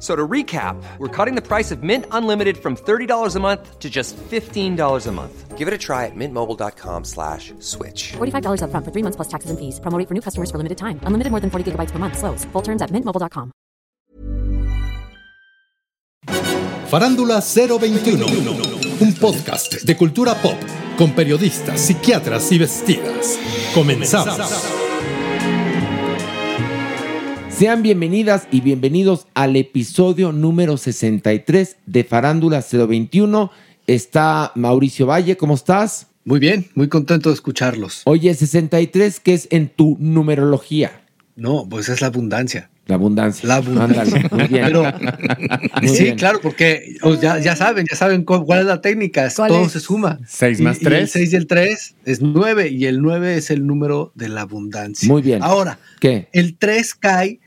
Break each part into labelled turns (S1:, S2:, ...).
S1: So to recap, we're cutting the price of Mint Unlimited from $30 a month to just $15 a month. Give it a try at mintmobile.com slash switch.
S2: $45 upfront for three months plus taxes and fees. Promote for new customers for limited time. Unlimited more than 40 gigabytes per month. Slows. Full terms at mintmobile.com.
S3: Farándula 021, un podcast de cultura pop con periodistas, psiquiatras y vestidas. Comenzamos.
S4: Sean bienvenidas y bienvenidos al episodio número 63 de Farándula 021. Está Mauricio Valle, ¿cómo estás?
S5: Muy bien, muy contento de escucharlos.
S4: Oye, 63, que es en tu numerología?
S5: No, pues es la abundancia.
S4: La abundancia.
S5: La abundancia.
S4: Ándale, muy bien.
S5: Pero,
S4: Muy
S5: sí,
S4: bien.
S5: claro, porque o ya, ya saben, ya saben cu- cuál es la técnica. es
S6: ¿Cuál
S5: todo
S6: es?
S5: se suma.
S7: Seis
S5: Y-
S7: más
S5: Y el
S7: tres.
S5: 6 y el 3 es 9 y el 9 es el número de la abundancia.
S4: Muy bien.
S5: Ahora,
S4: ¿Qué?
S5: el 3 cae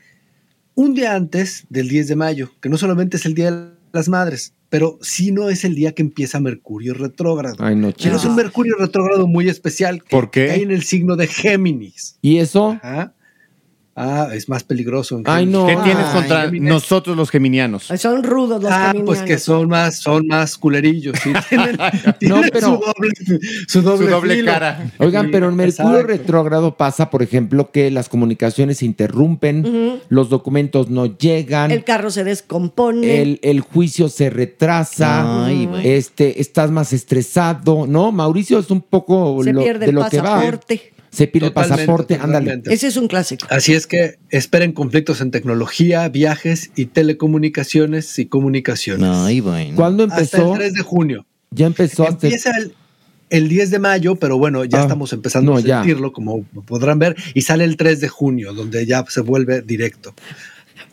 S5: un día antes del 10 de mayo, que no solamente es el Día de las Madres, pero sí no es el día que empieza Mercurio retrógrado.
S4: Ay, no,
S5: Pero es un
S4: chis.
S5: Mercurio retrógrado muy especial. que
S7: ¿Por qué?
S5: Cae en el signo de Géminis.
S4: ¿Y eso?
S5: Ajá. Ah, es más peligroso. en
S4: Ay,
S5: Géminis.
S4: no.
S7: ¿Qué
S4: Ay,
S7: tienes contra
S5: Géminis.
S7: nosotros los geminianos?
S8: Son rudos los
S5: Ah,
S8: geminianos.
S5: pues que son más, son más culerillos. sí, tienen tienen su
S4: pero-
S5: doble, su doble,
S7: Su doble
S5: filo.
S7: cara.
S4: Oigan,
S5: Sí,
S4: pero en Mercurio
S5: exacto.
S4: retrógrado pasa, por ejemplo, que las comunicaciones se interrumpen,
S8: Ujú.
S4: los documentos no llegan,
S8: El carro se descompone.
S4: el, el juicio se retrasa, este, estás más estresado, ¿no? Mauricio es un poco
S8: se
S4: lo-
S8: pierde
S4: de
S8: el
S4: lo que va.
S8: pasaporte.
S4: Se pierde
S5: Totalmente,
S4: el pasaporte, ándale.
S5: totalmente.
S8: Ese es un clásico.
S5: Así es que esperen conflictos en tecnología, viajes y telecomunicaciones y comunicaciones.
S4: ¿Cuándo
S5: Hasta el
S4: empezó?
S5: 3 de junio.
S4: Ya empezó hasta el-
S5: Empieza el, el 10 de mayo, pero bueno, ya
S4: Ah,
S5: estamos empezando
S4: no,
S5: a
S4: ya.
S5: sentirlo, como podrán ver, y sale el 3 de junio, donde ya se vuelve directo.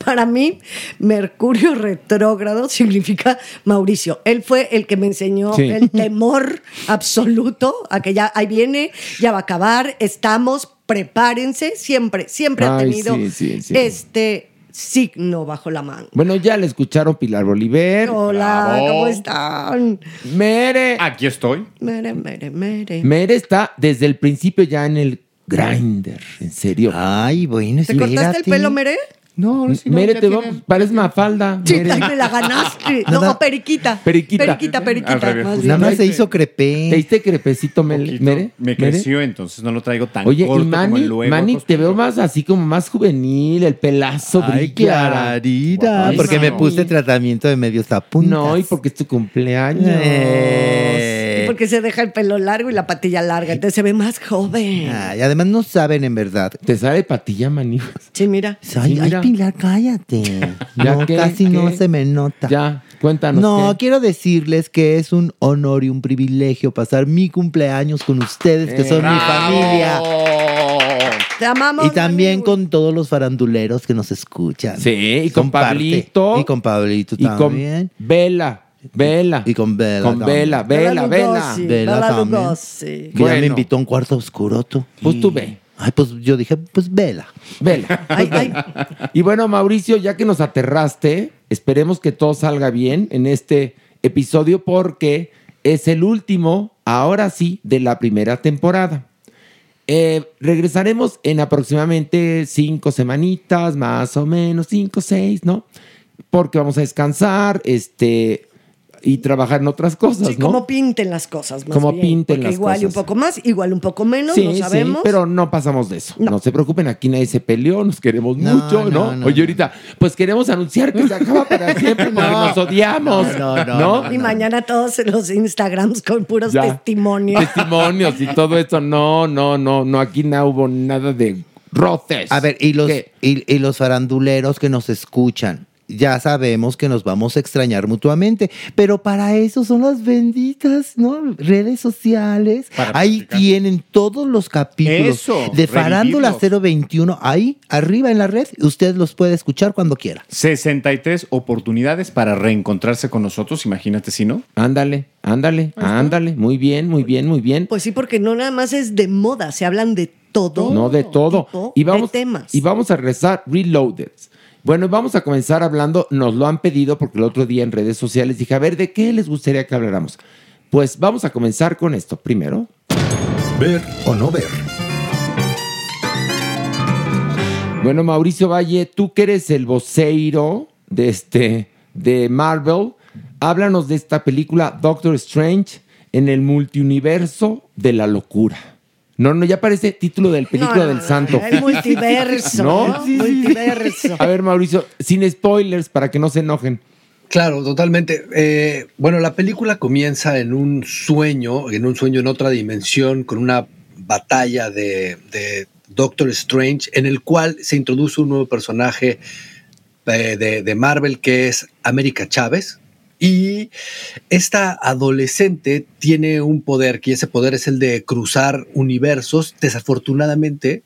S8: Para mí, Mercurio retrógrado significa Mauricio. Él fue el que me enseñó
S4: Sí.
S8: el temor absoluto a que ya ahí viene, ya va a acabar, estamos, prepárense. Siempre, siempre ha
S4: Ay,
S8: tenido
S4: sí, sí, sí.
S8: este signo bajo la mano.
S4: Bueno, ya le escucharon Pilar Bolívar.
S8: Hola,
S7: bravo.
S8: ¿cómo están?
S4: Mere.
S7: Aquí estoy.
S8: Mere, mere, mere.
S4: Mere está desde el principio ya en el grinder, en serio.
S9: Ay, bueno,
S8: ¿Te cortaste el pelo, Mere?
S7: No, ahora sí no,
S4: Mere,
S7: ya
S4: te
S7: tiene-
S4: vamos, parece mafalda.
S8: Sí,
S4: Mere.
S8: ahí me la ganaste. No,
S9: Nada.
S8: o periquita.
S4: Periquita.
S8: Periquita, periquita.
S7: Al revés,
S8: más
S7: justo.
S9: Nada
S8: bien.
S9: más se hizo
S4: ¿Te
S9: crepé.
S4: diste crepecito, Mel-
S7: Poquito.
S4: Mere?
S7: Me
S4: Mere.
S7: creció, entonces no lo traigo tan
S4: Oye,
S7: corto
S4: y
S7: como
S4: Manny,
S7: el luego.
S4: Manny, te veo
S7: acostumbro.
S4: más así como más juvenil, el pelazo
S9: Ay,
S4: brilla.
S9: Clarita,
S7: Ay,
S9: porque me
S7: no.
S9: puse tratamiento de medios tapuntas.
S4: No, y porque es tu cumpleaños. Ah,
S9: Eh.
S8: Y Porque se deja el pelo largo y la patilla larga. Entonces se ve más joven.
S9: Ay, además no saben en verdad.
S4: Te sale patilla, Manny.
S8: Sí, mira.
S9: Ay, ay,
S4: mira.
S9: Pilar, cállate.
S4: Ya,
S9: no,
S4: ¿qué?
S9: casi no
S4: ¿Qué?
S9: se me nota.
S4: Ya, cuéntanos.
S9: No,
S4: ¿qué?
S9: quiero decirles que es un honor y un privilegio pasar mi cumpleaños con ustedes, que
S4: Eh,
S9: son mi
S4: bravo.
S9: familia.
S8: Te amamos.
S9: Y también
S8: Manu.
S9: con todos los faranduleros que nos escuchan.
S4: Sí, y con
S9: Son parte.
S4: Pablito.
S9: Y con Pablito
S4: Y con
S9: también.
S4: Vela, Vela.
S9: Y con Bela
S4: Con
S9: también.
S4: Vela, Vela,
S8: Bela
S4: Vela.
S8: Lugosi,
S9: Vela
S8: Bela
S9: también.
S8: Lugosi.
S9: Que ya
S4: Bueno.
S9: me invitó a un cuarto oscuro, tú.
S4: Pues tú ve.
S9: Ay, pues yo dije, pues vela.
S4: Vela.
S8: Ay, ay.
S4: Y bueno, Mauricio, ya que nos aterraste, esperemos que todo salga bien en este episodio porque es el último, ahora sí, de la primera temporada. Eh, regresaremos en aproximadamente cinco semanitas, más o menos, cinco, seis, ¿no? Porque vamos a descansar, este, y trabajar en otras cosas,
S8: Sí,
S4: ¿no?
S8: como pinten las cosas, más
S4: Como
S8: bien,
S4: pinten
S8: porque
S4: las
S8: igual y un
S4: cosas.
S8: poco más, igual un poco menos, no sabemos.
S4: pero no pasamos de eso. No. se preocupen, aquí nadie se peleó, nos queremos
S8: No,
S4: mucho, ¿no?
S8: no, no,
S4: Oye, ahorita, pues queremos anunciar que se acaba para siempre, no, nos odiamos, ¿no?
S8: Y mañana todos los Instagrams con puros
S4: Ya.
S8: testimonios.
S4: Testimonios y todo esto, no, no, no, no, aquí no hubo nada de roces.
S9: A ver, y los, y, y los faranduleros que nos escuchan. Ya sabemos que nos vamos a extrañar mutuamente, pero para eso son las benditas ¿no? redes sociales.
S10: Para
S9: ahí tienen todos los capítulos
S10: Eso,
S9: de Farándula
S10: revivirlos.
S9: 021, ahí arriba en la red. Usted los puede escuchar cuando quiera.
S7: 63 oportunidades para reencontrarse con nosotros, imagínate si no.
S4: Ándale, ándale, ándale, muy bien, muy bien, muy bien.
S8: Pues sí, porque no nada más es de moda, se hablan de todo.
S4: No, de todo.
S8: tipo
S4: Y vamos,
S8: de temas.
S4: y vamos a regresar reloaded. Bueno, vamos a comenzar hablando, nos lo han pedido porque el otro día en redes sociales dije, a ver, ¿de qué les gustaría que habláramos? Pues vamos a comenzar con esto primero.
S11: Ver o no ver.
S4: Bueno, Mauricio Valle, tú que eres el voceiro de, este, de Marvel, háblanos de esta película Doctor Strange en el multiuniverso de la locura. No, no, ya parece título del película
S8: no,
S4: del
S8: no,
S4: santo.
S8: El multiverso.
S4: ¿No?
S8: ¿no? Multiverso.
S4: A ver, Mauricio, sin spoilers para que no se enojen.
S5: Claro, totalmente. Eh, bueno, la película comienza en un sueño, en un sueño en otra dimensión, con una batalla de, de Doctor Strange, en el cual se introduce un nuevo personaje eh, de, de Marvel que es América Chávez. Y esta adolescente tiene un poder, que ese poder es el de cruzar universos. Desafortunadamente,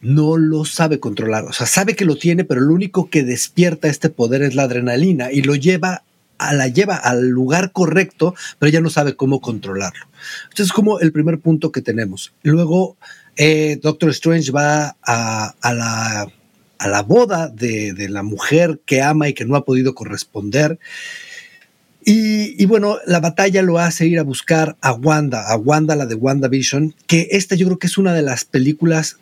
S5: no lo sabe controlar. O sea, sabe que lo tiene, pero lo único que despierta este poder es la adrenalina y lo lleva a la lleva al lugar correcto, pero ella no sabe cómo controlarlo. Entonces, es como el primer punto que tenemos. Luego, eh, Doctor Strange va a, a la, a la boda de, de la mujer que ama y que no ha podido corresponder. Y, y bueno, la batalla lo hace ir a buscar a Wanda, a Wanda, la de WandaVision, que esta yo creo que es una de las películas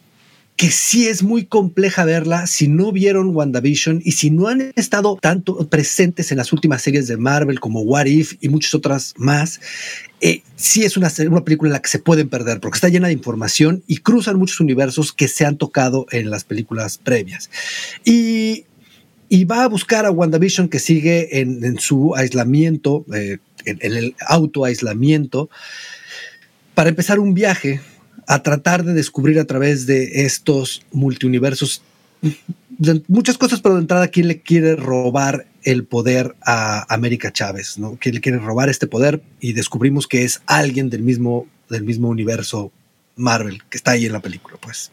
S5: que sí es muy compleja verla si no vieron WandaVision y si no han estado tanto presentes en las últimas series de Marvel como What If y muchas otras más, eh, sí es una, serie- una película en la que se pueden perder porque está llena de información y cruzan muchos universos que se han tocado en las películas previas. Y y va a buscar a WandaVision que sigue en, en su aislamiento, eh, en, en el autoaislamiento, para empezar un viaje a tratar de descubrir a través de estos multiuniversos de- muchas cosas, pero de entrada, ¿quién le quiere robar el poder a América Chávez? ¿no? ¿Quién le quiere robar este poder? Y descubrimos que es alguien del mismo, del mismo universo Marvel, que está ahí en la película, pues.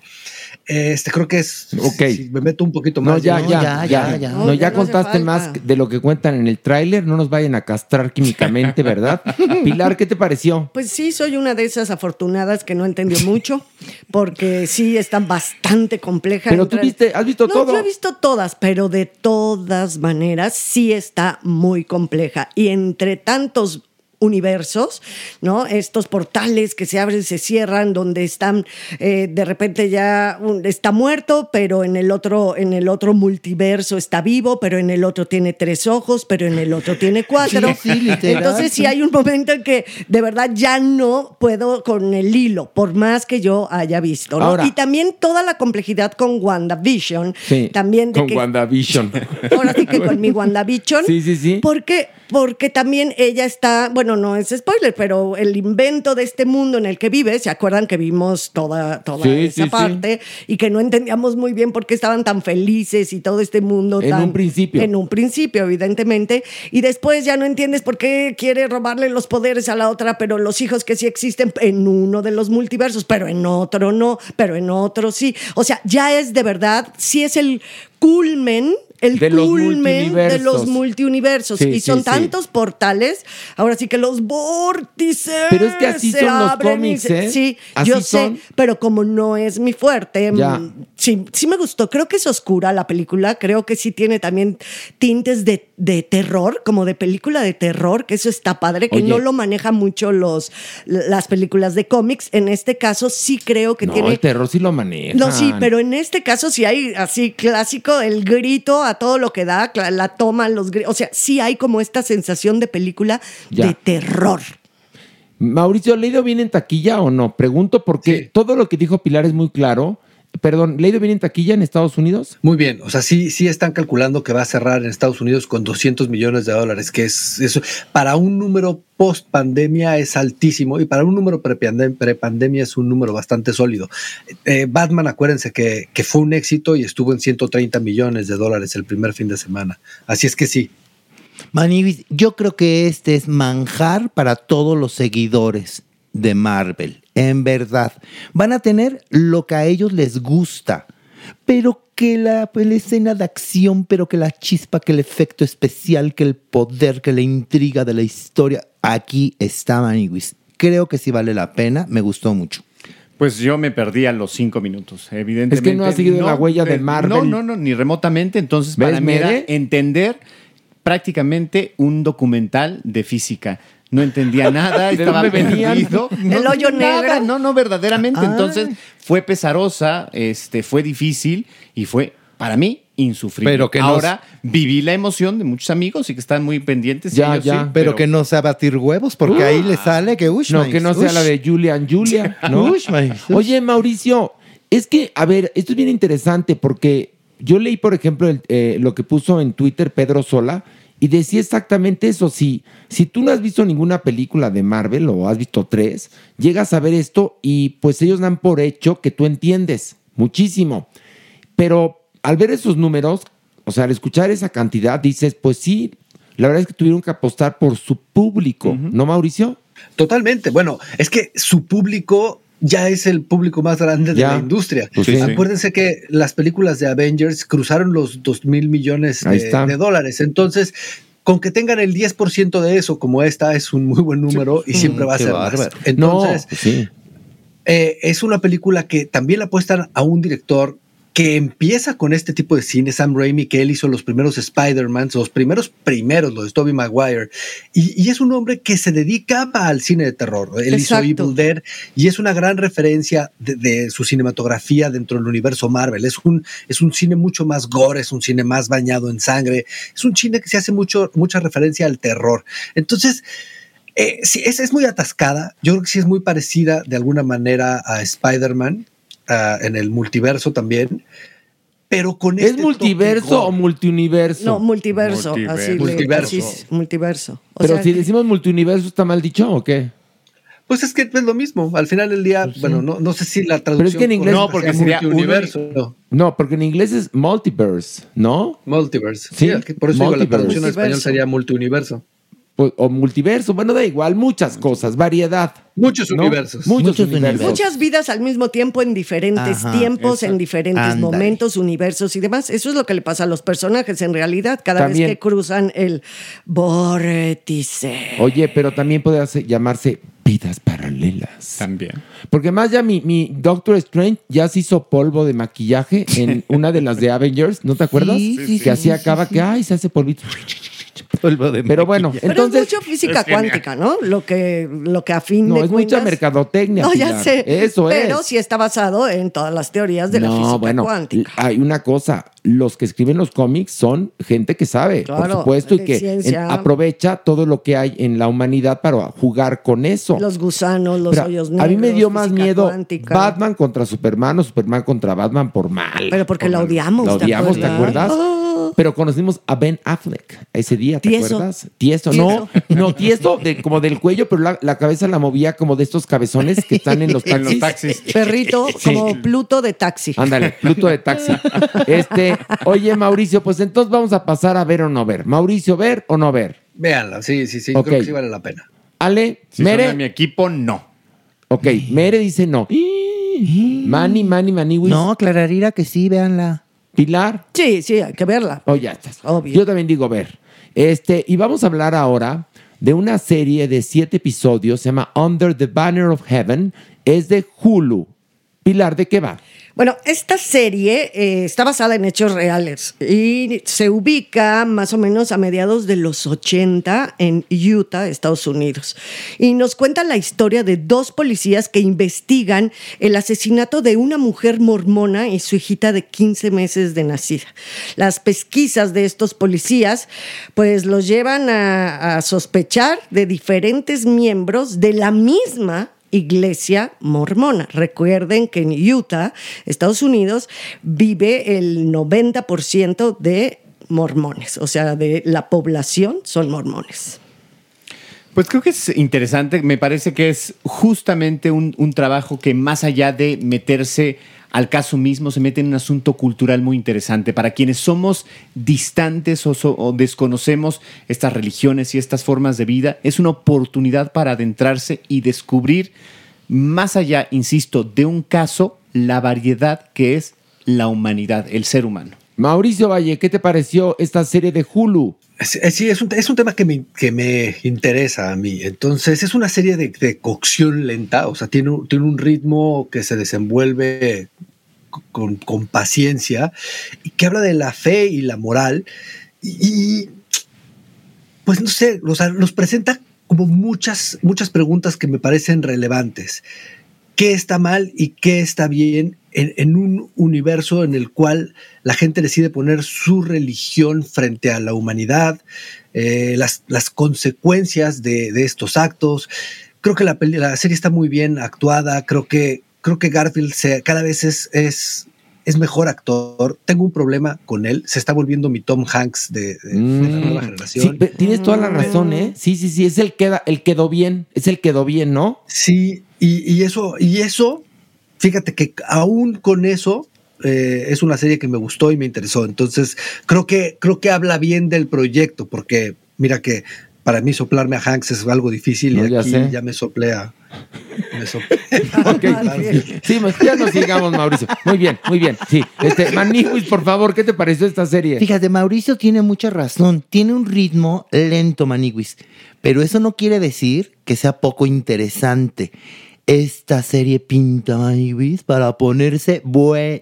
S5: Este, creo que es... Si me meto un poquito más.
S4: No, ya, ya, ya, No, ya contaste más de lo que cuentan en el tráiler. No nos vayan a castrar químicamente, ¿verdad? Pilar, ¿qué te pareció?
S8: Pues sí, soy una de esas afortunadas que no entendió mucho, porque sí están bastante complejas.
S4: Pero tú viste- ¿has visto
S8: no,
S4: todo?
S8: Yo he visto todas, pero de todas maneras sí está muy compleja. Y entre tantos universos, ¿no? Estos portales que se abren, se cierran, donde están, eh, de repente ya un- está muerto, pero en el otro, en el otro multiverso está vivo, pero en el otro tiene tres ojos, pero en el otro tiene cuatro.
S9: Sí, sí, literal.
S8: Entonces sí hay un momento en que de verdad ya no puedo con el hilo, por más que yo haya visto. ¿no?
S4: Ahora.
S8: y también toda la complejidad con WandaVision.
S4: Sí,
S8: También de
S4: con
S8: que-
S4: WandaVision.
S8: Ahora sí que con mi WandaVision.
S4: Sí, sí, sí.
S8: Porque, porque también ella está, bueno, no es spoiler, pero el invento de este mundo en el que vive, ¿se acuerdan que vimos toda, toda
S4: Sí,
S8: esa
S4: sí, sí.
S8: parte? Y que no entendíamos muy bien por qué estaban tan felices y todo este mundo
S4: En
S8: tan-
S4: un principio.
S8: En un principio, evidentemente. Y después ya no entiendes por qué quiere robarle los poderes a la otra, pero los hijos que sí existen en uno de los multiversos, pero en otro no, pero en otro sí. O sea, ya es de verdad, sí es el culmen. El
S4: De los
S8: culmen de los
S4: multiversos.
S8: multiuniversos.
S4: Sí,
S8: y
S4: sí,
S8: son
S4: sí.
S8: tantos portales. Ahora sí que los vórtices.
S4: Pero es que así
S8: se
S4: son los
S8: abren y
S4: cómics,
S8: se-
S4: ¿eh?
S8: Sí,
S4: Así
S8: yo
S4: son.
S8: sé. Pero como no es mi fuerte,
S4: Ya.
S8: mm, sí, sí me gustó. Creo que es oscura la película. Creo que sí tiene también tintes de, de terror, como de película de terror, que eso está padre, que
S4: Oye.
S8: no lo maneja mucho los, las películas de cómics. En este caso sí creo que
S4: no,
S8: tiene...
S4: el terror sí lo maneja.
S8: No, sí, pero en este caso sí hay así clásico, el grito a todo lo que da, cla- la toma, los gritos. O sea, sí hay como esta sensación de película de terror.
S4: Mauricio, ¿Leido bien en taquilla o no? Pregunto porque todo lo que dijo Pilar es muy claro. Perdón, ¿Leido bien en taquilla en Estados Unidos?
S5: Muy bien, o sea, sí, sí están calculando que va a cerrar en Estados Unidos con 200 millones de dólares, que es eso para un número post pandemia es altísimo y para un número prepandem- prepandemia es un número bastante sólido. Eh, Batman, acuérdense que, que fue un éxito y estuvo en 130 millones de dólares el primer fin de semana. Así es que sí,
S9: Manibis, yo creo que este es manjar para todos los seguidores de Marvel. En verdad, van a tener lo que a ellos les gusta, pero que la, pues, la escena de acción, pero que la chispa, que el efecto especial, que el poder, que la intriga de la historia, aquí está Manibis. Creo que sí vale la pena, me gustó mucho.
S7: Pues yo me perdí a los cinco minutos, evidentemente.
S9: no has seguido la huella de
S7: eh,
S9: Marvel.
S7: No, no, no, ni remotamente. Entonces,
S4: ¿Ves,
S7: para mí era
S4: Mere?
S7: entender prácticamente un documental de física. No entendía nada,
S4: ¿De
S7: estaba
S4: dónde venían?
S7: perdido. No,
S4: El hoyo
S7: nada,
S4: negro.
S7: No, no, verdaderamente.
S4: Ah.
S7: Entonces, fue pesarosa, este, fue difícil y fue, para mí, insufrible.
S9: Pero que no-
S7: Ahora viví la emoción de muchos amigos y que están muy pendientes. y ellos sí,
S9: pero, que no sea batir huevos, porque ahí
S4: Ah.
S9: le sale que ush,
S4: No,
S9: manix,
S4: que no sea
S9: ush.
S4: la de Julian Julia, ¿no?
S9: Ush, manix, ush.
S4: Oye, Mauricio, es que, a ver, esto es bien interesante porque yo leí, por ejemplo, el- eh, lo que puso en Twitter Pedro Sola y decía exactamente eso. Si, si tú no has visto ninguna película de Marvel o has visto tres, llegas a ver esto y pues ellos dan por hecho que tú entiendes muchísimo. Pero al ver esos números, o sea, al escuchar esa cantidad, dices, pues sí, la verdad es que tuvieron que apostar por su público, ¿no, Mauricio?
S5: Totalmente. Bueno, es que su público ya es el público más grande de
S4: Ya.
S5: la industria.
S4: Pues sí.
S5: Acuérdense que las películas de Avengers cruzaron los 2 mil millones
S4: Ahí
S5: de,
S4: está.
S5: de dólares. Entonces, con que tengan el 10% de eso, como esta, es un muy buen número y siempre va a
S4: Mm, qué
S5: ser más.
S4: bárbaro.
S5: Entonces,
S4: No, sí.
S5: eh, es una película que también le apuestan a un director que empieza con este tipo de cine, Sam Raimi, que él hizo los primeros Spider-Man, los primeros primeros, los de Tobey Maguire, y, y es un hombre que se dedicaba al cine de terror. Él hizo
S8: Exacto.
S5: Evil Dead y es una gran referencia de, de su cinematografía dentro del universo Marvel. Es un, es un cine mucho más gore, es un cine más bañado en sangre, es un cine que se hace mucho, mucha referencia al terror. Entonces, eh, sí, es, es muy atascada. Yo creo que sí es muy parecida de alguna manera a Spider-Man ah, en el multiverso también. Pero con este
S4: ¿Es multiverso o multiuniverso?
S8: No, multiverso. Así le-
S5: Multiverso.
S8: así es, multiverso. O
S4: Pero
S8: sea,
S4: si decimos multiuniverso, ¿está mal dicho o qué?
S5: Pues es que es lo mismo. Al final del día, bueno, no, no sé si la traducción.
S4: Pues Pero es que en inglés.
S5: correcta sea multiuniverso. no.
S4: No, porque en inglés es multiverse, ¿no?
S5: Multiverse.
S4: Sí,
S5: Sí, es que por eso digo, la
S4: multiverse.
S5: traducción en español sería multiuniverso.
S4: Pues, o multiverso, bueno, da igual, muchas cosas, variedad.
S5: Muchos
S4: ¿no?
S5: universos.
S4: Muchos,
S5: Muchos
S4: universos.
S8: Muchas vidas al mismo tiempo, en diferentes
S4: Ajá,
S8: tiempos, en
S4: exacto.
S8: diferentes
S4: Ándale.
S8: momentos, universos y demás. Eso es lo que le pasa a los personajes en realidad, cada
S4: También.
S8: vez que cruzan el vórtice.
S4: Oye, pero también podría ser- llamarse vidas paralelas.
S7: También.
S4: Porque más ya mi, mi Doctor Strange ya se hizo polvo de maquillaje en una de las de Avengers, ¿no te acuerdas?
S8: Sí, sí,
S4: que
S8: sí,
S4: así
S8: sí,
S4: acaba
S8: sí.
S4: que, ay, se hace polvito. Polvo de Pero bueno,
S8: Pero
S4: entonces...
S8: es mucho física
S4: Es genial.
S8: cuántica, ¿no? Lo que, lo que a fin
S4: No,
S8: de
S4: es
S8: cuentas-
S4: mucha mercadotecnia.
S8: No, ya
S4: Pilar.
S8: sé.
S4: Eso es.
S8: Pero sí está basado en todas las teorías de la física cuántica.
S4: Hay una cosa, los que escriben los cómics son gente que sabe, por
S8: Claro,
S4: supuesto, y
S8: de
S4: que en-
S8: ciencia.
S4: aprovecha todo lo que hay en la humanidad para jugar con eso.
S8: Los gusanos, los
S4: Pero
S8: hoyos negros.
S4: a mí me dio más
S8: física
S4: miedo
S8: cuántica.
S4: Batman contra Superman o Superman contra Batman por mal.
S8: Pero porque
S4: Por
S8: la
S4: mal.
S8: odiamos,
S4: La
S8: ¿te
S4: odiamos, ¿te
S8: acuerdas? Ah.
S4: acuerdas? Pero conocimos a Ben Affleck ese día, ¿te
S8: Tieso.
S4: acuerdas? Tieso, no, no, tieso de- como del cuello, pero la, la cabeza la movía como de estos cabezones que están en los
S7: En
S4: taxis.
S7: los taxis.
S8: Perrito,
S4: Sí.
S8: como Pluto de taxi.
S4: Ándale, Pluto de taxi. Este, oye, Mauricio, pues entonces vamos a pasar a ver o no ver. Mauricio, ver o no ver.
S5: Véanla, sí, sí, sí.
S4: Ok.
S5: Creo que sí vale la pena.
S4: Ale,
S5: Si son
S4: Mere.
S5: de mi
S7: equipo, no.
S4: Ok, Mere dice no. Mani, Mani, Maniwis.
S9: No, Clararira que sí, véanla.
S4: Pilar.
S8: Sí, sí, hay que verla.
S4: Oh, ya estás. Yo también digo ver. Este, y vamos a hablar ahora de una serie de siete episodios, se llama Under the Banner of Heaven, es de Hulu. Pilar, ¿de qué va?
S8: Bueno, esta serie eh, está basada en hechos reales y se ubica más o menos a mediados de los 80 en Utah, Estados Unidos. Y nos cuenta la historia de dos policías que investigan el asesinato de una mujer mormona y su hijita de 15 meses de nacida. Las pesquisas de estos policías pues los llevan a, a sospechar de diferentes miembros de la misma iglesia mormona. Recuerden que en Utah, Estados Unidos, vive el 90% de mormones, o sea, de la población son mormones.
S7: Pues creo que es interesante, me parece que es justamente un, un trabajo que más allá de meterse al caso mismo, se mete en un asunto cultural muy interesante. Para quienes somos distantes o, so- o desconocemos estas religiones y estas formas de vida, es una oportunidad para adentrarse y descubrir, más allá, insisto, de un caso, la variedad que es la humanidad, el ser humano.
S4: Mauricio Valle, ¿qué te pareció esta serie de Hulu?
S5: Sí, sí, es un, es un tema que me, que me interesa a mí. Entonces, es una serie de, de cocción lenta, o sea, tiene un, tiene un ritmo que se desenvuelve con, con paciencia y que habla de la fe y la moral. Y, pues no sé, o sea, nos presenta como muchas, muchas preguntas que me parecen relevantes. ¿Qué está mal y qué está bien en, en un universo en el cual la gente decide poner su religión frente a la humanidad, eh, las, las consecuencias de, de estos actos? Creo que la, peli- la serie está muy bien actuada, creo que, creo que Garfield se- cada vez es, es, es mejor actor. Tengo un problema con él, se está volviendo mi Tom Hanks de, de- de la nueva generación.
S4: Mm. Sí, pe- tienes toda la razón, ¿eh? Sí, sí, sí, es el queda, el quedó bien, es el quedó bien, ¿no?
S5: Sí, y, y eso, y eso, fíjate que aún con eso eh, es una serie que me gustó y me interesó. Entonces, creo que, creo que habla bien del proyecto, porque mira que para mí soplarme a Hanks es algo difícil
S4: No,
S5: y
S4: ya
S5: aquí
S4: sé.
S5: ya me soplea. Me soplea.
S4: Sí, ma- ya nos sigamos, Mauricio. Muy bien, muy bien. Sí. Este, Maniwis, por favor, ¿qué te pareció esta serie?
S9: Fíjate, Mauricio tiene mucha razón. Tiene un ritmo lento, Maniwis. Pero eso no quiere decir que sea poco interesante. Esta serie pinta, Maniwis, para ponerse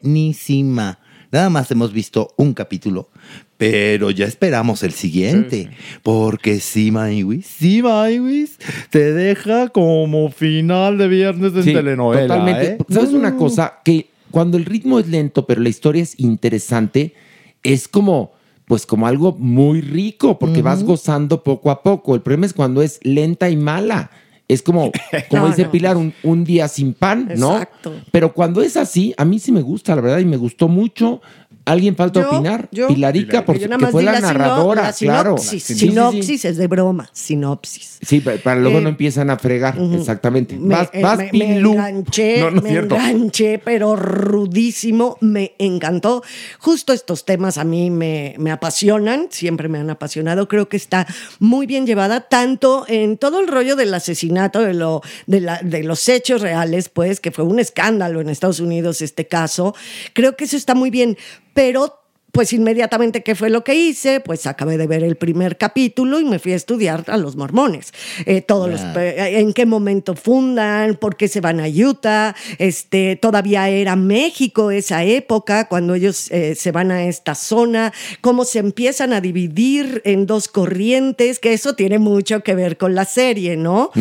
S9: buenísima. Nada más hemos visto un capítulo, pero ya esperamos el siguiente. Porque sí, Maniwis, sí, Maniwis, te deja como final de viernes de
S4: Sí,
S9: telenovela.
S4: Totalmente.
S9: ¿eh?
S4: ¿Sabes
S9: No,
S4: una
S9: no, no.
S4: cosa? Que cuando el ritmo es lento, pero la historia es interesante, es como, pues como algo muy rico, porque vas gozando poco a poco. El problema es cuando es lenta y mala. Es como, como
S8: No,
S4: dice
S8: no.
S4: Pilar, un, un día sin pan,
S8: Exacto.
S4: ¿no? Pero cuando es así, a mí sí me gusta, la verdad, y me gustó mucho. ¿Alguien falta
S8: Yo,
S4: opinar?
S8: yo.
S4: Pilarica, porque
S8: Yo nada más
S4: fue
S8: di
S4: la,
S8: sino-
S4: narradora,
S8: la
S4: claro.
S8: sinopsis.
S4: Sí, sí, sí.
S8: Sinopsis es de broma, sinopsis.
S4: Sí, pa- para luego
S8: Eh,
S4: no empiezan a fregar, exactamente.
S8: Me,
S4: vas,
S8: eh,
S4: vas,
S8: me- me
S4: Pilu.
S8: enganché,
S4: No, no es
S8: me
S4: cierto.
S8: enganché, pero rudísimo, me encantó. Justo estos temas a mí me, me apasionan, siempre me han apasionado. Creo que está muy bien llevada, tanto en todo el rollo del asesinato, de, lo, de, la- de los hechos reales, pues, que fue un escándalo en Estados Unidos este caso. Creo que eso está muy bien, pero pues inmediatamente, ¿qué fue lo que hice? Pues acabé de ver el primer capítulo y me fui a estudiar a los mormones. Eh, todos los,
S10: Ah.
S8: pe- en qué momento fundan, por qué se van a Utah. Este, todavía era México esa época, cuando ellos eh, se van a esta zona, cómo se empiezan a dividir en dos corrientes, que eso tiene mucho que ver con la serie, ¿no?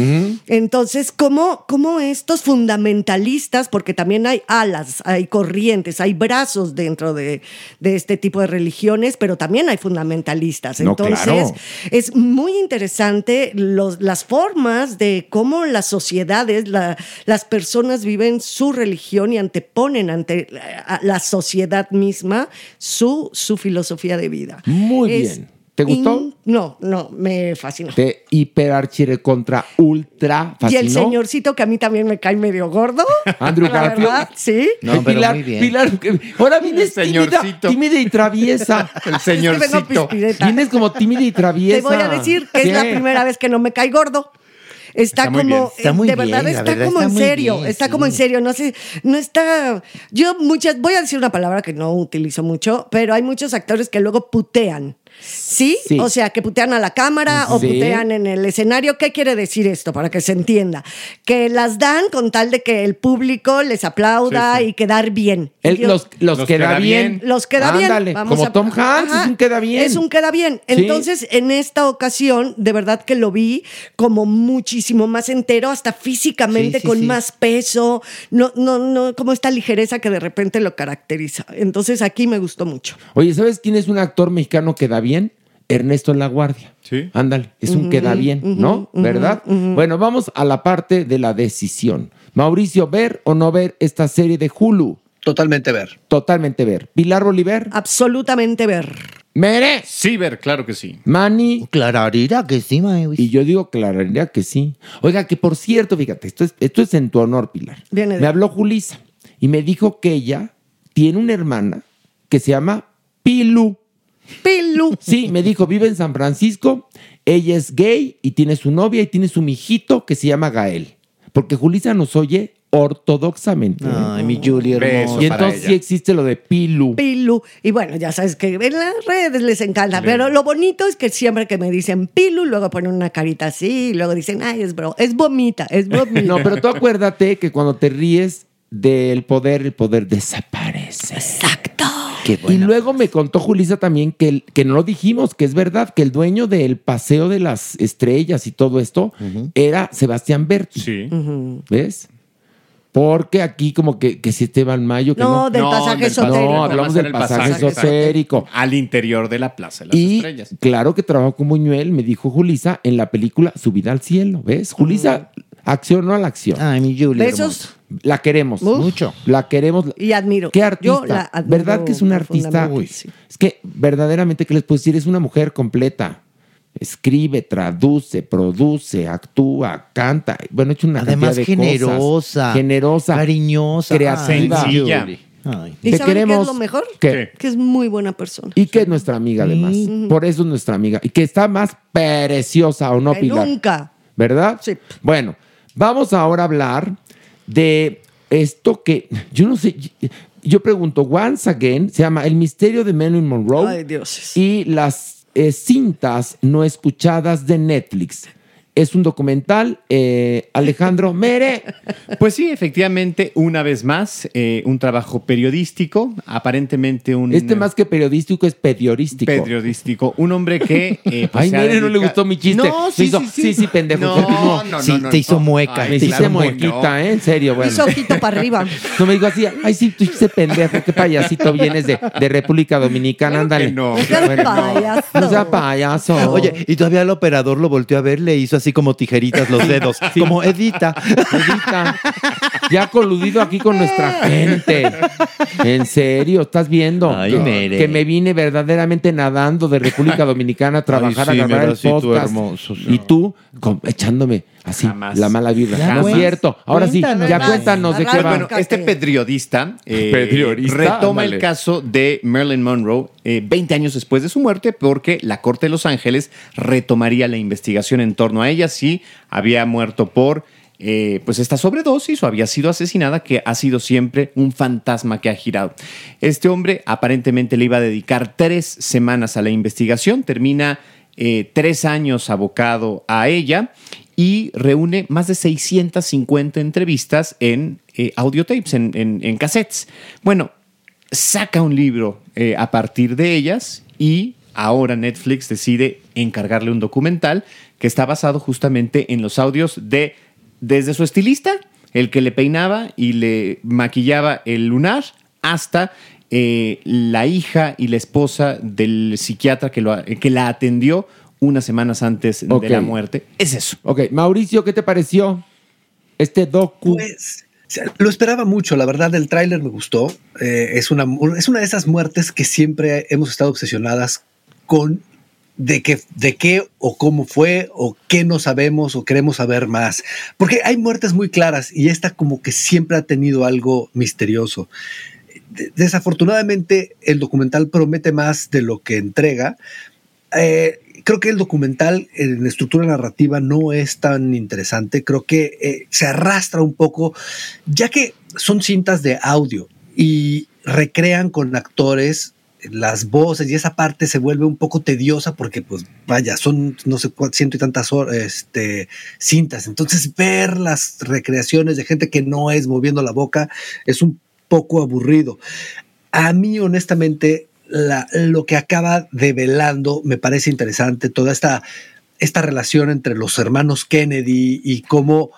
S8: Entonces, ¿cómo, ¿cómo estos fundamentalistas, porque también hay alas, hay corrientes, hay brazos dentro de, de este tipo de religiones, pero también hay fundamentalistas?
S12: No,
S8: Entonces,
S12: claro.
S8: es muy interesante los- las formas de cómo las sociedades, la- las personas viven su religión y anteponen ante la, a la sociedad misma su, su filosofía de vida.
S4: Muy
S8: Es
S4: bien. ¿Te gustó?
S8: in- no, no, me fascinó.
S4: Te hiperarchire contra ultra
S8: Y
S4: fascinó.
S8: el señorcito que a mí también me cae medio gordo.
S4: Andrew
S8: la
S4: Garfield.
S8: verdad, sí.
S4: No, pero Pilar, muy bien. Pilar, ahora vienes tímida, tímida y traviesa. El
S8: señorcito. Es que vengo pispireta.
S4: Vienes como tímida y traviesa.
S8: Te voy a decir que es la
S4: Sí.
S8: primera vez que no me cae gordo. Está,
S9: Está muy bien.
S8: como,
S9: Está muy
S8: de
S9: bien,
S8: verdad,
S9: la
S8: está
S9: verdad,
S8: como
S9: está
S8: en
S9: muy
S8: serio,
S9: bien,
S8: está
S9: sí.
S8: como en serio, no sé, no está, yo muchas, voy a decir una palabra que no utilizo mucho, pero hay muchos actores que luego putean. ¿Sí?
S10: Sí.
S8: o sea, que putean a la cámara o
S10: Sí.
S8: putean en el escenario. ¿Qué quiere decir esto para que se entienda? Que las dan con tal de que el público les aplauda
S4: Sí,
S8: y quedar bien.
S4: El-
S8: Y yo-
S4: los- los Los queda queda bien. bien.
S8: Los queda bien.
S4: Ándale, como Tom Hanks, es un queda bien.
S8: Es un queda bien.
S4: Sí.
S8: Entonces, en esta ocasión, de verdad que lo vi como muchísimo más entero, hasta físicamente
S10: Sí, sí,
S8: con
S10: sí.
S8: más peso, no, no, no, como esta ligereza que de repente lo caracteriza. Entonces, aquí me gustó mucho.
S4: Oye, ¿sabes quién es un actor mexicano que da bien? Ernesto en la Guardia. Sí. Ándale, es un
S8: Ujú,
S4: que da bien, ¿no?
S8: ujú,
S4: ¿Verdad?
S8: ujú.
S4: Bueno, vamos a la parte de la decisión. Mauricio, ¿ver o no ver esta serie de Hulu?
S5: Totalmente ver.
S4: Totalmente ver. Pilar Bolívar.
S8: Absolutamente ver.
S4: Mere.
S12: Sí, ver, claro que sí.
S4: Mani. Clararira que sí, Y yo digo clararira que sí. Oiga, que por cierto, fíjate, esto es, esto es en tu honor, Pilar.
S8: Viene de-
S4: Me habló Julisa y me dijo que ella tiene una hermana que se llama Pilu.
S8: Pilu.
S4: Sí, me dijo, vive en San Francisco, ella es gay y tiene su novia y tiene su mijito que se llama Gael. Porque Julisa nos oye ortodoxamente. Ay, mi Julia
S9: hermosa.
S4: Y
S9: Beso para
S4: entonces
S9: ella.
S4: sí existe lo de Pilu.
S8: Pilu. Y bueno, ya sabes que en las redes les encanta, pero lo bonito es que siempre que me dicen Pilu, luego ponen una carita así, y luego dicen, ay, es bro, es vomita, es vomita.
S4: No, pero tú acuérdate que cuando te ríes del poder, el poder desaparece. Exacto. y luego me contó Julisa también que, el- que no lo dijimos, que es verdad, que el dueño del Paseo de las Estrellas y todo esto era Sebastián Berti. Sí. ¿Ves? Porque aquí como que, que si Esteban Mayo... Que
S8: No,
S4: no,
S8: del No, pasaje del pasaje, esotérico.
S4: No, hablamos del pasaje, esotérico.
S12: Al interior de la Plaza de las
S4: Y
S12: Estrellas.
S4: claro que trabajó con Buñuel, me dijo Julisa, en la película Subida al Cielo. ¿Ves? Julisa, acción no a la acción. Ay, mi Julia.
S8: Besos.
S4: La queremos.
S8: Uf.
S4: Mucho. La queremos.
S8: Y admiro.
S4: Qué artista.
S8: Yo la admiro
S4: ¿Verdad que es una artista?
S8: profundamente,
S4: Uy, Es que verdaderamente, ¿qué les puedo decir? Es una mujer completa. Escribe, traduce, produce, actúa, canta. Bueno, ha hecho una
S9: Además,
S4: cantidad de cosas.
S9: generosa,
S4: Generosa. Cariñosa. Creativa.
S9: sencilla.
S8: ¿Y
S4: Te
S8: saben qué es
S4: queremos.
S8: lo mejor?
S4: ¿Qué?
S8: Que es muy buena persona.
S4: Y que es nuestra amiga además.
S8: Sí.
S4: Por eso es nuestra amiga. Y que está más preciosa o no,
S8: Que
S4: Pilar.
S8: nunca.
S4: ¿Verdad? Sí. Bueno, vamos ahora a hablar de esto que yo no sé. Yo pregunto, once again, se llama El misterio de Marilyn Monroe.
S8: Ay, dioses.
S4: Y las eh, cintas no escuchadas de Netflix. Es un documental, eh, Alejandro Mere.
S7: Pues sí, efectivamente, una vez más, eh, un trabajo periodístico, aparentemente un...
S4: Este más que periodístico es pediorístico.
S7: Periodístico. Un hombre que... eh, pues,
S4: Ay,
S7: se ha
S4: mire, no le
S7: dedica-
S4: gustó mi chiste.
S7: No,
S4: Se
S7: sí,
S4: hizo-
S7: sí, sí.
S4: sí, sí, pendejo,
S7: No, no,
S4: continúa.
S7: no,
S4: Sí,
S7: no,
S4: te hizo
S7: no.
S4: mueca,
S7: Ay,
S4: te hizo
S7: claro que
S4: muequita,
S7: no.
S4: ¿eh? En serio, bueno.
S8: Hizo ojito para arriba.
S4: No me digo así, ay, sí, tú ese pendejo, qué payasito vienes de, de República Dominicana, ándale. no,
S8: seas payaso.
S4: no seas payaso.
S9: Oye, y todavía el operador lo volteó a ver, le hizo así como tijeritas los dedos, como Edita.
S4: Edita. Ya coludido aquí con nuestra gente. En serio, estás viendo
S9: Ay,
S4: que,
S9: Mere.
S4: que me vine verdaderamente nadando de República Dominicana a trabajar
S9: sí,
S4: a grabar
S9: mira,
S4: el
S9: sí, tú
S4: podcast.
S9: hermoso, sí.
S4: Y tú con- echándome así la mala vibra.
S7: Ya
S4: no es
S7: cuéntanos.
S4: cierto. Ahora sí, ya
S7: Cuéntanos.
S4: cuéntanos de qué va.
S7: Bueno, este periodista, eh,
S12: Periodista,
S7: retoma
S12: ándale.
S7: el caso de Marilyn Monroe eh, 20 años después de su muerte porque la Corte de Los Ángeles retomaría la investigación en torno a ella si había muerto por eh, pues esta sobredosis o había sido asesinada que ha sido siempre un fantasma que ha girado. Este hombre aparentemente le iba a dedicar tres semanas a la investigación, termina eh, tres años abocado a ella y reúne más de 650 entrevistas en eh, audiotapes, en, en- en cassettes. Bueno, saca un libro eh, a partir de ellas y ahora Netflix decide encargarle un documental que está basado justamente en los audios de desde su estilista, el que le peinaba y le maquillaba el lunar, hasta eh, la hija y la esposa del psiquiatra que, lo, que la atendió unas semanas antes
S4: Ok.
S7: de la muerte. Es eso.
S4: Ok, Mauricio, ¿qué te pareció este docu?
S5: Pues, Lo esperaba mucho, la verdad, el tráiler me gustó. Eh, es, una, es una de esas muertes que siempre hemos estado obsesionadas con de qué, de qué o cómo fue o qué no sabemos o queremos saber más. Porque hay muertes muy claras y esta como que siempre ha tenido algo misterioso. De- desafortunadamente el documental promete más de lo que entrega, eh, creo que el documental en estructura narrativa no es tan interesante. Creo que eh, se arrastra un poco, ya que son cintas de audio y recrean con actores las voces y esa parte se vuelve un poco tediosa porque pues vaya, son no sé cuánto, ciento y tantas horas, este, cintas. Entonces ver las recreaciones de gente que no es moviendo la boca es un poco aburrido. A mí honestamente la- lo que acaba develando me parece interesante, toda esta, esta relación entre los hermanos Kennedy y cómo...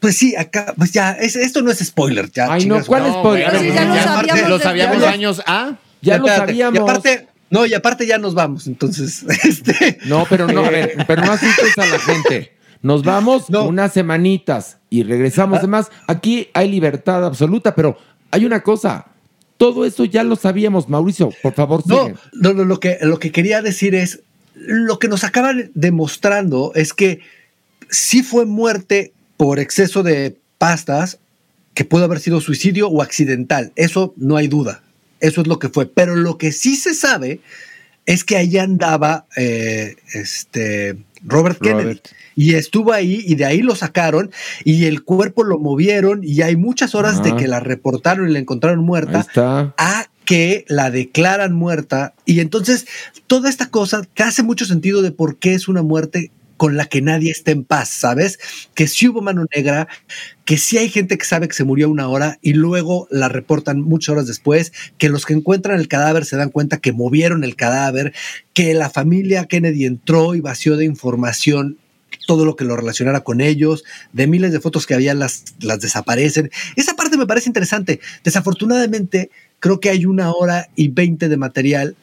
S5: Pues sí, acá, pues ya, es- esto no es spoiler, ya.
S4: Ay, no,
S5: chingas,
S4: ¿cuál
S5: güey.
S4: spoiler?
S5: Pero
S4: Sí,
S5: pues,
S4: ya lo
S5: aparte-
S4: sabíamos desde ayer.
S7: ¿ah?
S4: Ya lo
S5: Espérate,
S4: sabíamos.
S5: Y aparte, no, y aparte ya nos vamos, pues, entonces. este,
S4: No, pero no, a ver, pero no asustes a la gente. Nos vamos unas semanitas y
S5: Ah.
S4: regresamos. Además, aquí hay libertad absoluta, pero hay una cosa. Todo eso ya lo sabíamos, Mauricio. Por favor,
S5: No,
S4: sigue.
S5: no, no, lo, que, lo que quería decir es, lo que nos acaban demostrando es que sí fue muerte por exceso de pastas, que pudo haber sido suicidio o accidental, eso no hay duda, eso es lo que fue, pero lo que sí se sabe es que ahí andaba eh, este Robert Kennedy. Y estuvo ahí y de ahí lo sacaron y el cuerpo lo movieron y hay muchas horas de
S4: Ah.
S5: que la reportaron y la encontraron
S4: Ahí
S5: muerta
S4: está.
S5: a que la declaran muerta. Y entonces toda esta cosa que hace mucho sentido de por qué es una muerte con la que nadie está en paz, ¿sabes? Que sí hubo mano negra, que sí hay gente que sabe que se murió a una hora y luego la reportan muchas horas después, que los que encuentran el cadáver se dan cuenta que movieron el cadáver, que la familia Kennedy entró y vació de información todo lo que lo relacionara con ellos, de miles de fotos que había las, las desaparecen. Esa parte me parece interesante. Desafortunadamente, creo que hay una hora y veinte de material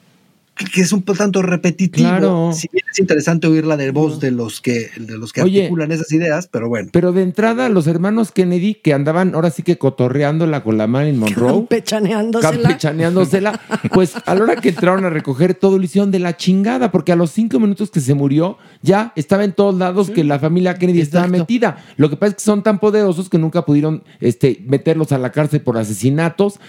S5: que, que es un po- tanto repetitivo.
S4: Claro.
S5: Si bien es interesante oír la de voz de los que, de los que
S4: Oye.
S5: articulan esas ideas, pero bueno.
S4: Pero de entrada, los hermanos Kennedy que andaban ahora sí que cotorreándola con la Marilyn Monroe.
S8: Campechaneándosela.
S4: campechaneándosela, pues a la hora que entraron a recoger todo lo hicieron de la chingada, porque a los cinco minutos que se murió ya estaba en todos lados que la familia Kennedy estaba metida. Lo que pasa es que son tan poderosos que nunca pudieron este, meterlos a la cárcel por asesinatos.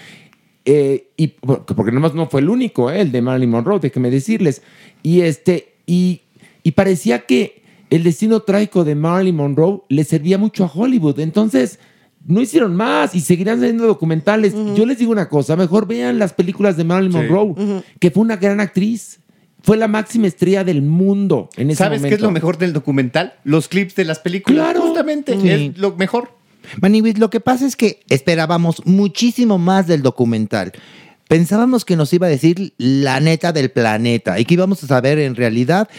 S4: eh, y porque, porque nomás no fue el único, eh, el de Marilyn Monroe, déjenme decirles. Y este, y, y parecía que el destino trágico de Marilyn Monroe le servía mucho a Hollywood. Entonces, no hicieron más y seguirán saliendo documentales. Yo les digo una cosa, mejor vean las películas de Marilyn
S12: Sí.
S4: Monroe, que fue una gran actriz. Fue la máxima estrella del mundo en ese
S7: ¿Sabes
S4: momento.
S7: qué es lo mejor del documental? Los clips de las películas.
S9: Claro.
S7: Justamente.
S9: Sí.
S7: Es lo mejor.
S9: Maniwis, lo que pasa es que esperábamos muchísimo más del documental. Pensábamos que nos iba a decir la neta del planeta y que íbamos a saber en realidad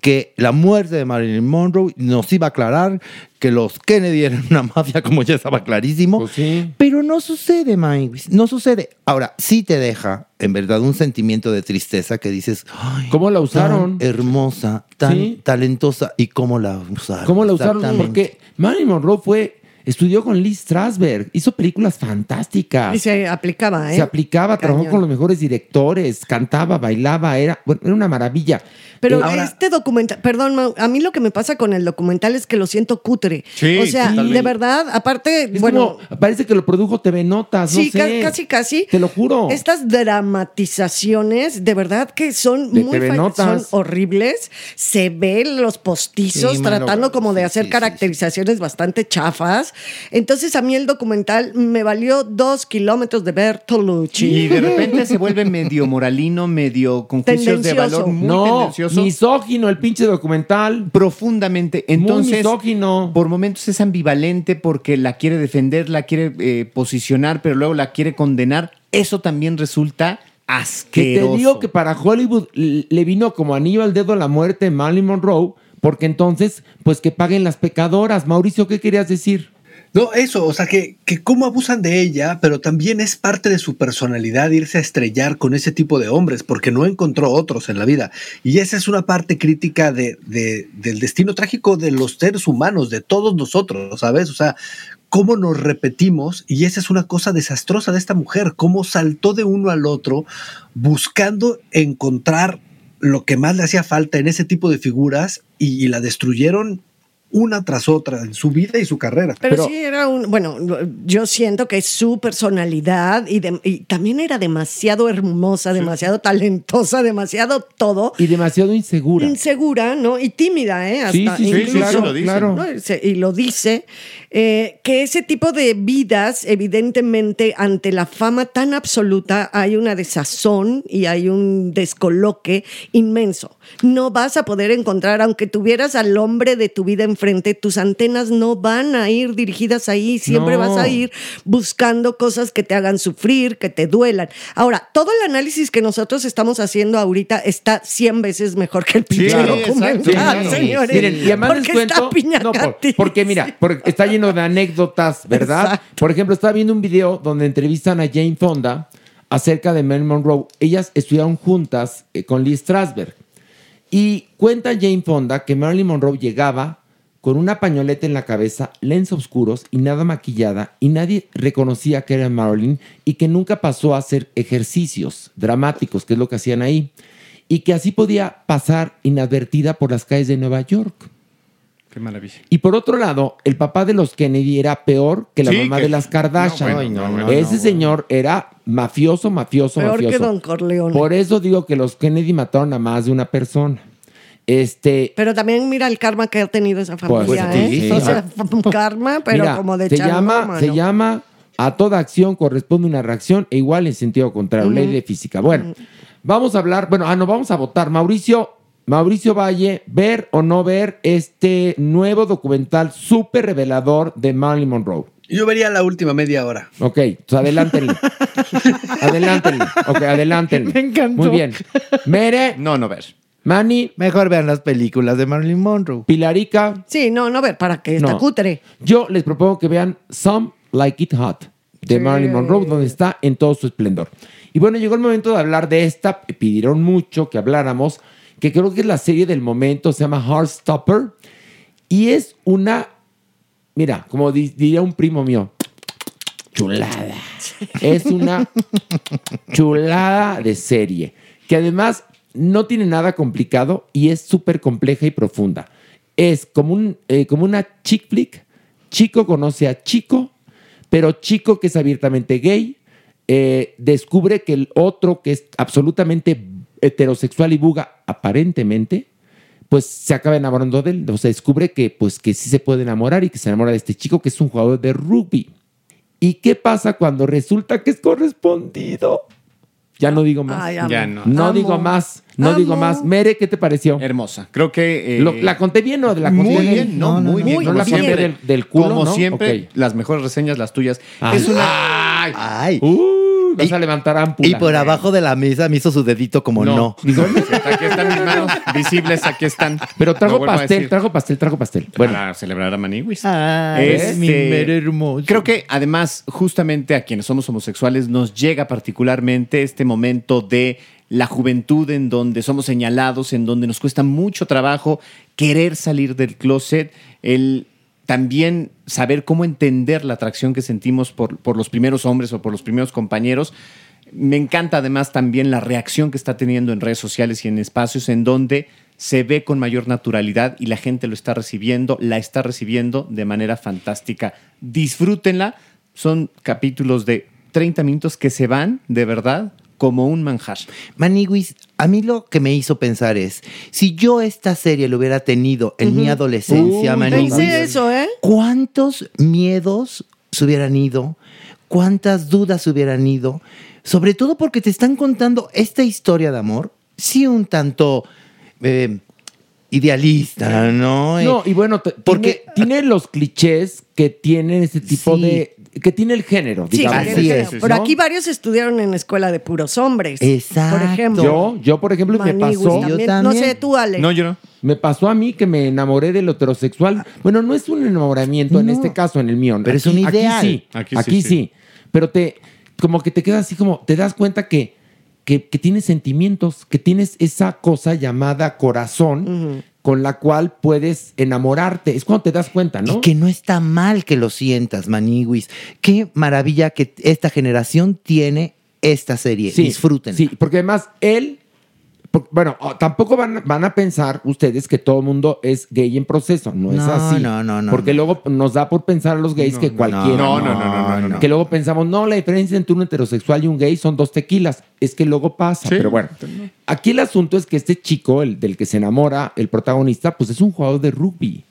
S9: que la muerte de Marilyn Monroe nos iba a aclarar que los Kennedy eran una mafia, como ya estaba clarísimo. Pero no sucede, Maniwis, no sucede. Ahora, sí te deja, en verdad, un sentimiento de tristeza que dices, "Ay,
S4: ¿Cómo la usaron?
S9: Tan hermosa, tan
S4: Sí.
S9: talentosa y cómo la usaron.
S4: ¿Cómo la usaron?
S9: Exactamente.
S4: Porque Marilyn Monroe fue, estudió con Lee Strasberg, hizo películas fantásticas.
S8: Y se aplicaba, ¿eh?
S4: Se aplicaba, trabajó
S8: Cañón.
S4: con los mejores directores, cantaba, bailaba, era, bueno, era una maravilla.
S8: Pero
S4: Eh,
S8: este documental, perdón, Mau, a mí lo que me pasa con el documental es que lo siento cutre.
S4: Sí,
S8: o sea,
S4: totalmente.
S8: de verdad, aparte,
S4: es
S8: bueno,
S4: como- parece que lo produjo TV Notas,
S8: sí,
S4: no sé.
S8: ca- casi, casi.
S4: Te lo juro.
S8: Estas dramatizaciones, de verdad que son
S4: De
S8: muy
S4: TV
S8: fa-
S4: Notas.
S8: son horribles. Se ven los postizos
S4: Sí,
S8: tratando
S4: malogrados.
S8: como de hacer caracterizaciones bastante chafas. Entonces, a mí el documental me valió dos kilómetros de Bertolucci.
S7: Y de repente se vuelve medio moralino, medio con juicios de valor, muy
S4: no,
S7: tendencioso.
S4: misógino el pinche documental.
S7: Profundamente. Entonces,
S4: misógino.
S7: por momentos es ambivalente porque la quiere defender, la quiere eh, posicionar, pero luego la quiere condenar. Eso también resulta
S4: Que
S7: asqueroso.
S4: te digo que para Hollywood l- le vino como anillo al dedo la muerte de Marilyn Monroe, porque entonces, pues que paguen las pecadoras. Mauricio, ¿qué querías decir?
S5: No, eso, o sea, que, que cómo abusan de ella, pero también es parte de su personalidad irse a estrellar con ese tipo de hombres, porque no encontró otros en la vida. Y esa es una parte crítica de, de- del destino trágico de los seres humanos, de todos nosotros, ¿sabes? O sea, cómo nos repetimos, y esa es una cosa desastrosa de esta mujer, cómo saltó de uno al otro buscando encontrar lo que más le hacía falta en ese tipo de figuras y- y la destruyeron una tras otra en su vida y su carrera.
S8: Pero, sí era un, bueno, yo siento que su personalidad y, de- y también era demasiado hermosa, demasiado talentosa, demasiado todo.
S4: Y demasiado insegura.
S8: Insegura, ¿no? Y tímida, ¿eh?
S4: Sí, sí, sí, sí, claro,
S8: ¿no?
S4: claro.
S8: Y se- Y lo dice, eh, que ese tipo de vidas, evidentemente, ante la fama tan absoluta, hay una desazón y hay un descoloque inmenso. No vas a poder encontrar, aunque tuvieras al hombre de tu vida enfrente, tus antenas no van a ir dirigidas ahí, siempre
S13: No.
S8: vas a ir buscando cosas que te hagan sufrir, que te duelan. Ahora, todo el análisis que nosotros estamos haciendo ahorita está 100 veces mejor que el pinche documental, señores.
S4: Miren, y además les
S8: Porque está
S4: cuento- no, por- porque mira, porque está lleno de anécdotas, ¿verdad? Por ejemplo, estaba viendo un video donde entrevistan a Jane Fonda acerca de Marilyn Monroe. Ellas estudiaron juntas eh, con Lee Strasberg. Y cuenta Jane Fonda que Marilyn Monroe llegaba con una pañoleta en la cabeza, lentes oscuros y nada maquillada, y nadie reconocía que era Marilyn y que nunca pasó a hacer ejercicios dramáticos, que es lo que hacían ahí, y que así podía pasar inadvertida por las calles de Nueva York.
S7: Qué maravilla.
S4: Y por otro lado, el papá de los Kennedy era peor que la
S7: Sí,
S4: mamá
S7: que-
S4: de las Kardashian.
S7: No, bueno, no, bueno,
S4: Ese
S7: no,
S4: señor era mafioso, mafioso,
S8: Peor que
S4: mafioso.
S8: Don Corleone.
S4: Por eso digo que los Kennedy mataron a más de una persona. Este,
S8: Pero también mira el karma que ha tenido esa familia,
S4: Pues,
S8: ¿eh?
S4: sí, sí.
S8: O sea, un karma, pero
S4: mira,
S8: como de
S4: se
S8: chango,
S4: llama,
S8: mano.
S4: se llama a toda acción corresponde una reacción e igual en sentido contrario,
S8: Ujú.
S4: ley de física. Bueno, vamos a hablar, bueno, ah, no, vamos a votar. Mauricio, Mauricio Valle, ver o no ver este nuevo documental súper revelador de Marilyn Monroe.
S5: Yo vería la última media hora.
S4: Ok, pues adelántenle. adelántenle. Ok, adelántenle.
S14: Me encantó.
S4: Muy bien. Mere. No, no ver. Manny.
S14: Mejor vean las películas de Marilyn Monroe.
S4: Pilarica.
S8: Sí, no, no ver, para que está
S4: No.
S8: cutre.
S4: Yo les propongo que vean Some Like It Hot de Marilyn Monroe, donde está en todo su esplendor. Y bueno, llegó el momento de hablar de esta. Pidieron mucho que habláramos, que creo que es la serie del momento, se llama Heartstopper. Y es una, mira, como di- diría un primo mío, chulada. Es una chulada de serie, que además no tiene nada complicado y es súper compleja y profunda. Es como, un, eh, como una chick flick, chico conoce a chico, pero chico que es abiertamente gay, eh, descubre que el otro que es absolutamente heterosexual y buga, aparentemente, pues se acaba enamorando de él. O sea, descubre que, pues, que sí se puede enamorar y que se enamora de este chico que es un jugador de rugby. ¿Y qué pasa cuando resulta que es correspondido? Ya no digo más.
S7: Ay, amo. Ya no. Amo.
S4: digo más. No
S7: Amo.
S4: digo más. Mere, ¿qué te pareció?
S7: Hermosa. Creo que. eh,
S4: Lo- ¿La conté bien o de la conté
S7: Muy
S4: bien?
S7: bien, no,
S4: No, no,
S7: muy
S4: no.
S7: bien.
S4: No
S7: como
S4: la conté
S7: siempre.
S4: del- del culo,
S7: Como
S4: ¿no?
S7: siempre,
S4: Ok.
S7: las mejores reseñas, las tuyas. Es una.
S4: ¡Ay! Uh,
S14: ¡Ay!
S4: vas a levantar ámpula.
S14: Y por abajo de la mesa me hizo su dedito como no.
S4: Digo,
S7: Aquí están mis manos visibles, aquí están.
S4: Pero
S7: Lo
S4: trago
S7: vuelvo a
S4: pastel,
S7: decir.
S4: trago pastel, trago pastel. Bueno.
S7: Para celebrar a Maniwis.
S4: Ah,
S14: Ay, mi mero hermoso.
S7: Este, Creo que además, justamente a quienes somos homosexuales, nos llega particularmente este momento de la juventud en donde somos señalados, en donde nos cuesta mucho trabajo querer salir del closet, el también saber cómo entender la atracción que sentimos por, por los primeros hombres o por los primeros compañeros. Me encanta además también la reacción que está teniendo en redes sociales y en espacios en donde se ve con mayor naturalidad y la gente lo está recibiendo, la está recibiendo de manera fantástica. Disfrútenla. Son capítulos de 30 minutos que se van de verdad como un manjar.
S14: Maniwis, a mí lo que me hizo pensar es, si yo esta serie lo hubiera tenido en mi adolescencia,
S8: Uy,
S14: Maniwis,
S8: pensé eso, ¿eh?
S14: ¿cuántos miedos se hubieran ido? ¿Cuántas dudas se hubieran ido? Sobre todo porque te están contando esta historia de amor, sí un tanto eh, idealista, ¿no? Eh,
S4: No, y bueno, te-
S14: Porque-
S4: tiene, tiene los clichés que tienen este tipo de. que tiene el género,
S8: Sí,
S4: digamos.
S8: así es. Pero aquí varios estudiaron en escuela de puros hombres. Por ejemplo.
S4: Yo, yo, por ejemplo, me
S8: Maniguis
S4: pasó.
S8: también. No sé, tú, Ale.
S7: yo no.
S4: Me pasó a mí que me enamoré del heterosexual. Bueno, no es un enamoramiento en este caso, en el mío.
S14: Pero es un ideal.
S4: Aquí sí.
S14: Aquí sí,
S4: Aquí, sí,
S14: sí.
S4: Pero te, como que te quedas así como, te das cuenta que, que, que tienes sentimientos, que tienes esa cosa llamada corazón
S8: Mm.
S4: con la cual puedes enamorarte. Es cuando te das cuenta, ¿no?
S14: Y que no está mal que lo sientas, Maniwis. Qué maravilla que esta generación tiene esta serie. Disfruten.
S4: Sí, porque además él por- bueno, o- oh, tampoco van, van a pensar ustedes que todo el mundo es gay en proceso. No, es
S9: No,
S4: así.
S9: no, no, no,
S4: Porque luego nos da por pensar a los gays
S9: No,
S4: que
S9: no,
S4: cualquiera.
S9: no, no, no, no, no, no.
S4: Que luego pensamos, no, la diferencia entre un heterosexual y un gay son dos tequilas. Es que luego pasa.
S12: Sí.
S4: Pero bueno, aquí el asunto es que este chico, el del que se enamora, el protagonista, pues es un jugador de rugby.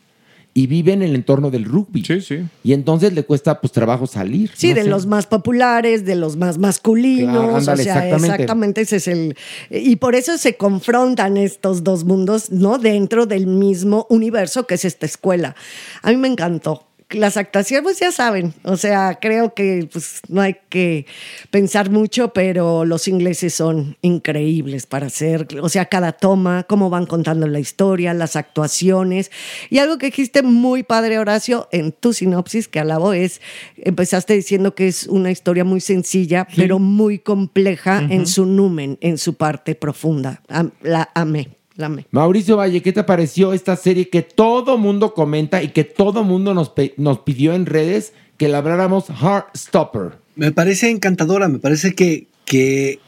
S4: Y vive en el entorno del rugby. Sí, sí. Y entonces le cuesta pues trabajo salir.
S8: Sí,
S4: No
S8: de
S4: sé.
S8: los más populares, de los más masculinos.
S4: Claro, ándale,
S8: o sea,
S4: exactamente.
S8: exactamente. ese es el. Y por eso se confrontan estos dos mundos, ¿no? Dentro del mismo universo que es esta escuela. A mí me encantó. Las actuaciones, pues ya saben. O sea, creo que pues, no hay que pensar mucho, pero los ingleses son increíbles para hacer. O sea, cada toma, cómo van contando la historia, las actuaciones. Y algo que dijiste muy padre, Horacio, en tu sinopsis que alabo es, empezaste diciendo que es una historia muy sencilla, pero muy compleja en su numen, en su parte profunda. Am- la amé, la amé.
S4: Mauricio Valle, ¿qué te pareció esta serie que todo mundo comenta y que todo mundo nos, pe- nos pidió en redes que la habláramos Heartstopper?
S5: Me parece encantadora, me parece que, que,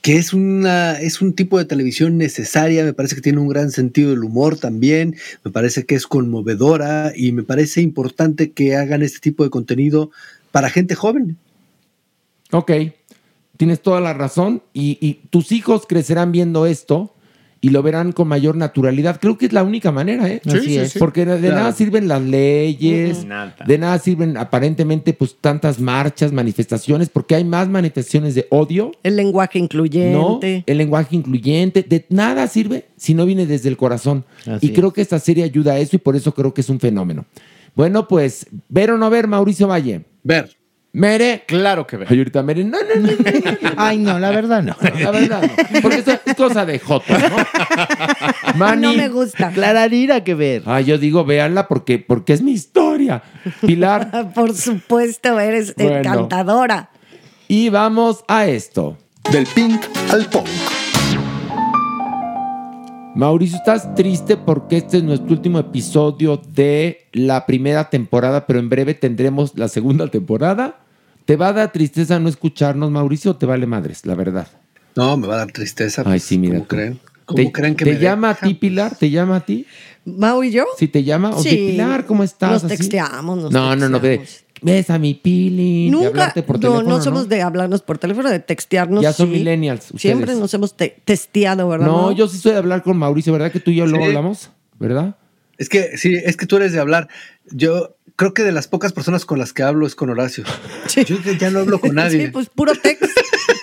S5: que es, una, es un tipo de televisión necesaria, me parece que tiene un gran sentido del humor también, me parece que es conmovedora y me parece importante que hagan este tipo de contenido para gente joven.
S4: Ok, tienes toda la razón y, y tus hijos crecerán viendo esto y lo verán con mayor naturalidad. Creo que es la única manera, ¿eh?
S9: Sí, Así sí, es. sí.
S4: Porque de
S9: Claro.
S4: nada sirven las leyes,
S9: Ujú. Nada.
S4: de nada sirven aparentemente pues tantas marchas, manifestaciones, porque hay más manifestaciones de odio.
S8: El lenguaje
S4: ¿no?
S8: incluyente.
S4: El lenguaje incluyente, de nada sirve si no viene desde el corazón.
S8: Así
S4: y creo que esta serie ayuda a eso y por eso creo que es un fenómeno. Bueno, pues, ver o no ver, Mauricio Valle.
S5: Ver.
S4: Mere. Claro que ver. Ay, ahorita Mere, no, no, no, no, no, no.
S9: Ay, no, la verdad no.
S4: La verdad, no. porque esto es cosa de Joto, ¿no? Manny.
S8: No me gusta.
S9: Clararira que ver.
S4: Ah, yo digo, véanla porque, porque es mi historia. Pilar.
S8: Por supuesto, eres
S4: Bueno.
S8: encantadora.
S4: Y vamos a esto.
S11: Del pink al punk.
S4: Mauricio, estás triste porque este es nuestro último episodio de la primera temporada, pero en breve tendremos la segunda temporada. ¿Te va a dar tristeza no escucharnos, Mauricio, o te vale madres, la verdad?
S5: No, me va a dar tristeza. pues,
S4: Ay, sí, mira. ¿Cómo
S5: creen? ¿Cómo creen que
S4: ¿Te
S5: me
S4: llama a ti, Pilar? ¿Te llama a ti?
S8: ¿Mau y yo?
S4: ¿Sí te llama? Ah, Oye,
S8: Sí.
S4: Pilar, ¿cómo estás?
S8: Nos
S4: Así.
S8: texteamos, nos
S4: no, no, no, ve. Ves a mi Pili. de
S8: Nunca,
S4: hablarte por
S8: no,
S4: teléfono,
S8: no somos de hablarnos por teléfono, de textearnos.
S4: Ya son
S8: sí.
S4: millennials, ustedes.
S8: Siempre nos hemos te- testeado, ¿verdad?
S4: No,
S8: Mau?
S4: yo sí soy de hablar con Mauricio, ¿verdad que tú y yo luego
S5: Sí.
S4: hablamos? ¿Verdad?
S5: Es que sí, es que tú eres de hablar. Yo creo que de las pocas personas con las que hablo es con Horacio. Yo que ya no hablo con nadie.
S8: Sí, pues puro text,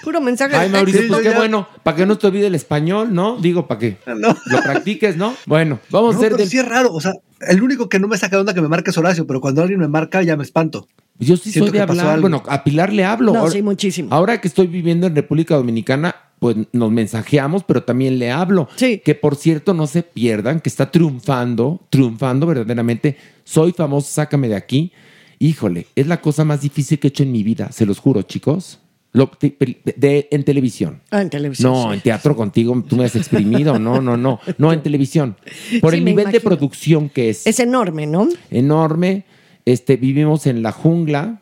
S8: puro mensaje.
S4: Ay,
S8: de
S4: Mauricio,
S8: texto.
S4: pues qué bueno. Para que no te olvide el español, ¿no? Digo, para que lo practiques, ¿no? Bueno, vamos
S5: No,
S4: a hacer
S5: pero
S4: del-
S5: sí es raro. O sea, el único que no me saca de onda que me marca es Horacio, pero cuando alguien me marca ya me espanto.
S4: Yo sí
S5: Siento
S4: soy de
S5: que pasó
S4: hablar.
S5: algo.
S4: Bueno, a Pilar le hablo.
S5: No,
S4: Ahora-
S5: sí, muchísimo.
S4: Ahora que estoy viviendo en República Dominicana, pues nos mensajeamos, pero también le hablo. Sí. Que por cierto, no se pierdan, que está triunfando, triunfando verdaderamente. Soy famoso, sácame de aquí. Híjole, es la cosa más difícil que he hecho en mi vida, se los juro, chicos. Lo- de- de- en televisión.
S8: Ah, en televisión.
S4: No,
S8: sí.
S4: en teatro contigo tú me has exprimido. No, no, no. No, en televisión. Por
S8: Sí,
S4: el
S8: me
S4: nivel de
S8: imagino.
S4: producción que es
S8: Es enorme, ¿no?
S4: enorme. Este, vivimos en la jungla.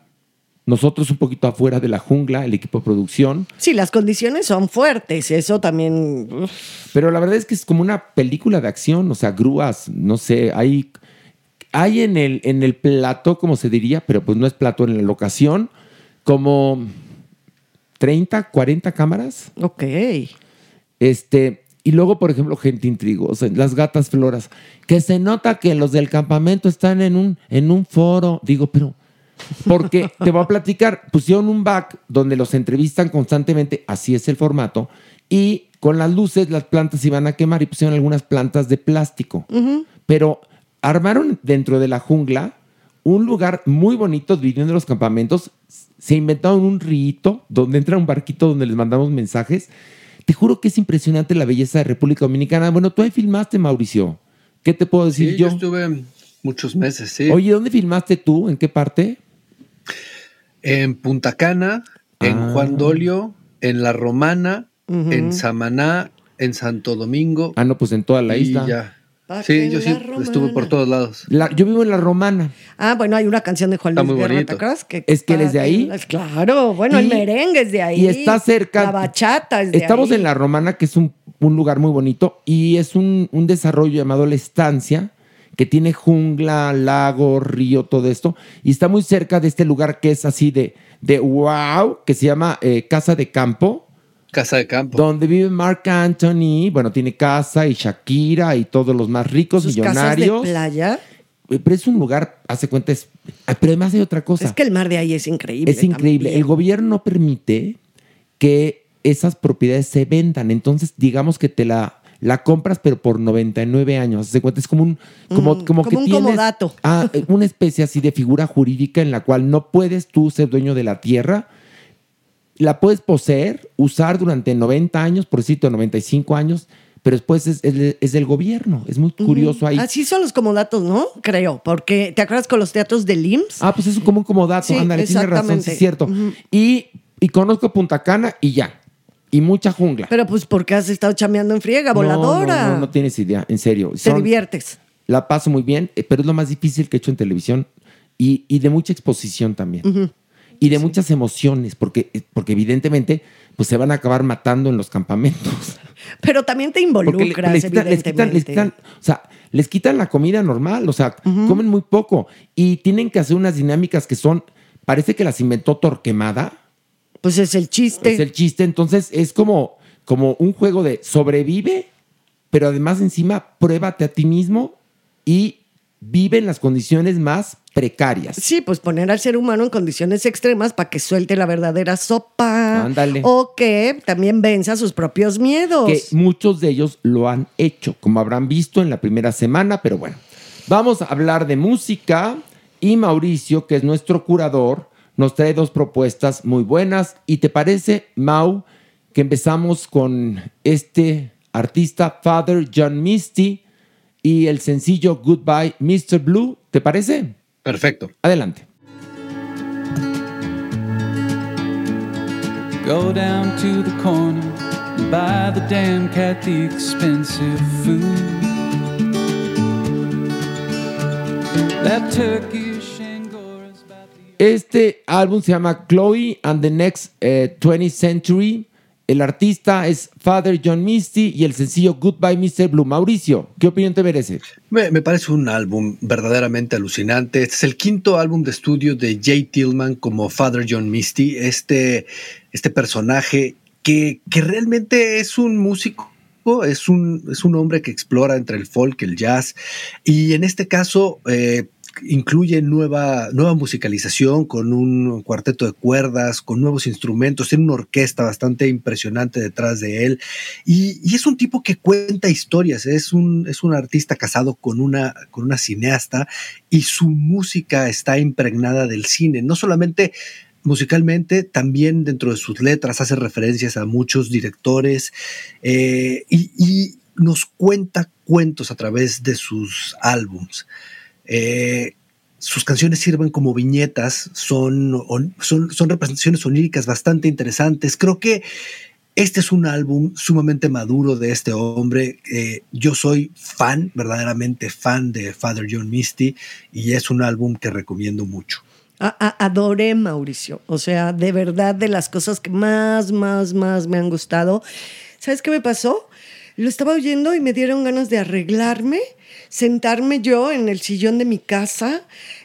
S4: Nosotros un poquito afuera de la jungla, el equipo de producción.
S8: Sí, las condiciones son fuertes, eso también.
S4: Pero la verdad es que es como una película de acción, o sea, grúas, no sé, hay, hay en, el, en el plato, como se diría, pero pues no es plato en la locación, como 30, 40 cámaras.
S8: Ok.
S4: Este, y luego, por ejemplo, gente intrigosa, las gatas floras, que se nota que los del campamento están en un, en un foro. Digo, pero, porque te voy a platicar, pusieron un back donde los entrevistan constantemente, así es el formato, y con las luces las plantas se iban a quemar y pusieron algunas plantas de plástico.
S8: Ujú.
S4: Pero armaron dentro de la jungla un lugar muy bonito viviendo en los campamentos. Se inventaron un rito donde entra un barquito donde les mandamos mensajes. Te juro que es impresionante la belleza de República Dominicana. Bueno, tú ahí filmaste, Mauricio. ¿Qué te puedo decir
S5: Sí, yo
S4: yo?
S5: estuve muchos meses, sí.
S4: Oye, ¿dónde filmaste tú? ¿En qué parte?
S5: En Punta Cana, en
S4: Ah.
S5: Juan Dolio, en La Romana,
S4: Ujú.
S5: en Samaná, en Santo Domingo.
S4: Ah, no, pues en toda la
S5: y
S4: isla.
S5: ya. Sí, yo sí estuve por todos lados.
S4: La- yo vivo en La Romana.
S8: Ah, bueno, hay una canción de Juan
S4: Está
S8: Luis
S4: muy
S8: Guerra,
S4: bonito.
S8: ¿te acuerdas? Que
S4: Es que él es de ahí.
S8: Claro, bueno,
S4: Y-
S8: el merengue es de ahí.
S4: Y está cerca.
S8: La bachata es de
S4: Estamos
S8: ahí.
S4: en La Romana, que es un, un lugar muy bonito, y es un, un desarrollo llamado La Estancia, que tiene jungla, lago, río, todo esto, y está muy cerca de este lugar que es así de, de wow, que se llama eh, Casa de Campo.
S5: Casa de Campo.
S4: Donde vive Mark Anthony, bueno, tiene casa y Shakira y todos los más ricos,
S8: Sus casas de
S4: millonarios.
S8: playa.
S4: Eh, Pero es un lugar, hace cuenta, es- ah, pero además hay otra cosa.
S8: Es que el mar de ahí es increíble.
S4: Es increíble.
S8: también.
S4: El gobierno no permite que esas propiedades se vendan. Entonces, digamos que te la, la compras, pero por 99 años. Se cuenta, es como un, como,
S8: Mm,
S4: como que
S8: como un
S4: tienes,
S8: comodato.
S4: ah, eh, una especie así de figura jurídica en la cual no puedes tú ser dueño de la tierra. La puedes poseer, usar durante 90 años, por cierto, 95 años, pero después es, es- es del gobierno. Es muy curioso ahí.
S8: Así son los comodatos, ¿no? Creo, porque ¿te acuerdas con los teatros del IMSS?
S4: Ah, pues es como un comodato.
S8: Sí,
S4: Ándale, tienes razón, sí
S8: exactamente.
S4: es cierto.
S8: Ujú.
S4: y, y conozco Punta Cana y ya. Y mucha jungla.
S8: Pero pues porque has estado chameando en friega,
S4: No, no,
S8: voladora.
S4: No, no, tienes idea, en serio.
S8: Te
S4: Son-
S8: diviertes.
S4: la paso muy bien, eh, pero es lo más difícil que he hecho en televisión y, y de mucha exposición también.
S8: Ujú.
S4: Y de muchas emociones, porque, porque evidentemente pues se van a acabar matando en los campamentos.
S8: Pero también te
S4: Porque le-
S8: involucras,
S4: les, quitan, les,
S8: evidentemente.
S4: quitan, les quitan- o sea, les quitan la comida normal, o sea, comen muy poco y tienen que hacer unas dinámicas que son, parece que las inventó Torquemada.
S8: Pues es el chiste.
S4: Es el chiste, entonces es como, como un juego de sobrevive, pero además encima pruébate a ti mismo y vive en las condiciones más precarias.
S8: Sí, pues poner al ser humano en condiciones extremas para que suelte la verdadera sopa.
S4: Ándale.
S8: O que también venza sus propios miedos.
S4: Que muchos de ellos lo han hecho, como habrán visto en la primera semana, pero bueno. Vamos a hablar de música y Mauricio, que es nuestro curador, nos trae dos propuestas muy buenas. ¿Y te parece, Mau, que empezamos con este artista, Father John Misty, y el sencillo Goodbye, Mr. Blue? ¿Te parece?
S5: Perfecto.
S4: Adelante.
S10: Go down to the corner and buy the damn cat the expensive food. That Turkish Angora.
S4: Este álbum se llama Chloe and the Next eh, 20th Century. El artista es Father John Misty y el sencillo Goodbye Mr. Blue. Mauricio, ¿qué opinión te merece?
S5: Me, me parece un álbum verdaderamente alucinante. Este es el quinto álbum de estudio de Jay Tillman como Father John Misty, este, este personaje que, que realmente es un músico. Es un, es un hombre que explora entre el folk, el jazz, y en este caso eh, incluye nueva, nueva musicalización con un cuarteto de cuerdas, con nuevos instrumentos, tiene una orquesta bastante impresionante detrás de él y, y es un tipo que cuenta historias, es un, es un artista casado con una, con una cineasta y su música está impregnada del cine, no solamente musicalmente, también dentro de sus letras hace referencias a muchos directores eh, y, y nos cuenta cuentos a través de sus álbums. Eh, sus canciones sirven como viñetas, son, on- son, son representaciones oníricas bastante interesantes. Creo que este es un álbum sumamente maduro de este hombre. Eh, yo soy fan, verdaderamente fan de Father John Misty y es un álbum que recomiendo mucho.
S8: A- a- adoré Mauricio. O sea, de verdad, de las cosas que más, más, más me han gustado. ¿Sabes qué me pasó? Lo estaba oyendo y me dieron ganas de arreglarme, sentarme yo en el sillón de mi casa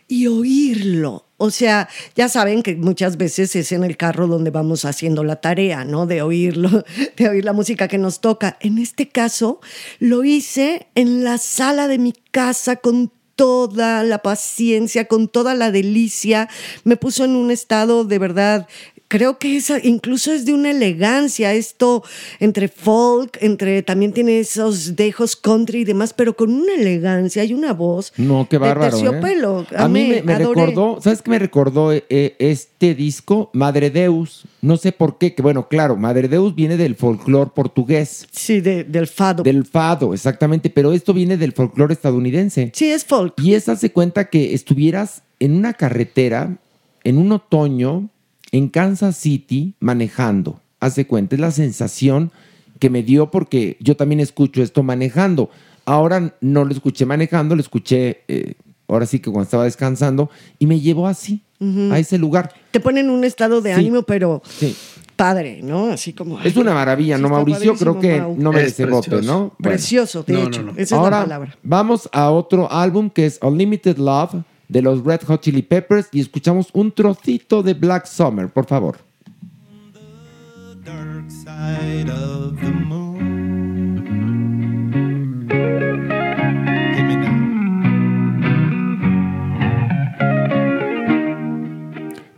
S8: y oírlo. O sea, ya saben que muchas veces es en el carro donde vamos haciendo la tarea, ¿no? De oírlo, de oír la música que nos toca. En este caso, lo hice en la sala de mi casa con toda la paciencia, con toda la delicia. Me puso en un estado de verdad. Creo que esa incluso es de una elegancia esto entre folk, entre también tiene esos dejos country y demás, pero con una elegancia y una voz.
S4: No, qué
S8: de
S4: bárbaro. ¿eh?
S8: terciopelo.
S4: A mí
S8: Amé,
S4: me, me
S8: adoré.
S4: recordó, ¿sabes qué me recordó eh, eh, este disco? Madre Deus. No sé por qué, que bueno, claro, Madre Deus viene del folclore portugués.
S8: Sí, del fado.
S4: Del fado, exactamente, pero esto viene del folclore estadounidense.
S8: Sí, es folk.
S4: Y es hace cuenta que estuvieras en una carretera, en un otoño, en Kansas City, manejando. Hace cuenta, es la sensación que me dio porque yo también escucho esto manejando. Ahora no lo escuché manejando, lo escuché eh, ahora sí que cuando estaba descansando y me llevó así,
S8: Ujú.
S4: a ese lugar.
S8: Te pone en un estado de
S4: Sí.
S8: ánimo, pero
S4: Sí.
S8: padre, ¿no? Así como.
S4: Es una maravilla,
S8: Sí,
S4: ¿no,
S8: está
S4: Mauricio? Creo
S8: padrísimo,
S4: que
S8: Mau.
S4: no merece voto, ¿no? Bueno.
S8: Precioso, de hecho. Esa
S4: Ahora
S8: es la palabra.
S4: vamos a otro álbum que es Unlimited Love de los Red Hot Chili Peppers y escuchamos un trocito de Black Summer, por favor.
S15: side of the moon. Give me that.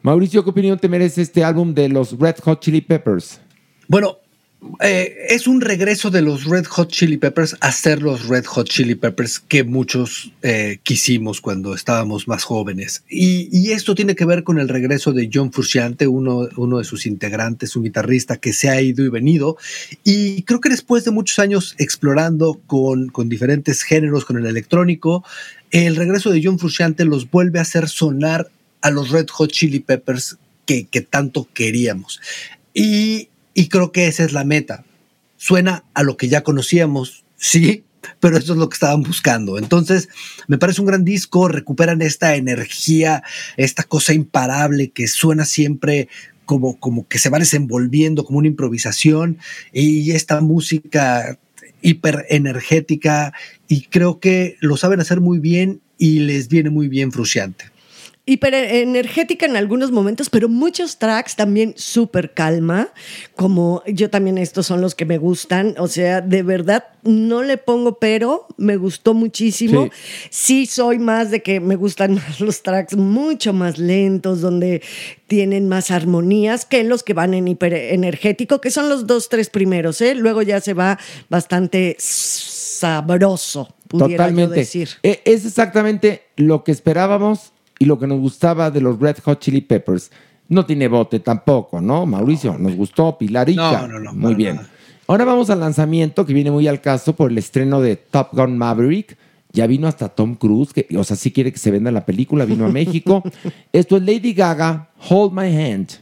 S4: Mauricio, ¿qué opinión te merece este álbum de los Red Hot Chili Peppers?
S5: Bueno, eh, es un regreso de los Red Hot Chili Peppers a ser los Red Hot Chili Peppers que muchos eh, quisimos cuando estábamos más jóvenes. Y, y esto tiene que ver con el regreso de John Frusciante, uno, uno de sus integrantes, un guitarrista que se ha ido y venido. Y creo que después de muchos años explorando con, con diferentes géneros, con el electrónico, el regreso de John Frusciante los vuelve a hacer sonar a los Red Hot Chili Peppers que, que tanto queríamos. Y, y creo que esa es la meta. Suena a lo que ya conocíamos, sí, pero eso es lo que estaban buscando. Entonces, me parece un gran disco, recuperan esta energía, esta cosa imparable que suena siempre como, como que se va desenvolviendo, como una improvisación, y esta música hiper energética, y creo que lo saben hacer muy bien y les viene muy bien Frusciante.
S8: hiperenergética en algunos momentos, pero muchos tracks también súper calma, como yo también estos son los que me gustan, o sea, de verdad no le pongo pero, me gustó muchísimo. Sí, soy más de que me gustan más los tracks mucho más lentos, donde tienen más armonías que los que van en hiperenergético, que son los dos, tres primeros, ¿eh? Luego ya se va bastante sabroso, pudiera
S4: Totalmente.
S8: yo decir.
S4: E- Es exactamente lo que esperábamos y lo que nos gustaba de los Red Hot Chili Peppers. No tiene bote tampoco, ¿no, Mauricio? Nos gustó Pilarica.
S5: No, no, no,
S4: Muy bien. Ahora vamos al lanzamiento que viene muy al caso por el estreno de Top Gun Maverick. Ya vino hasta Tom Cruise, que, o sea, sí quiere que se venda la película, vino a México. Esto es Lady Gaga, Hold My Hand.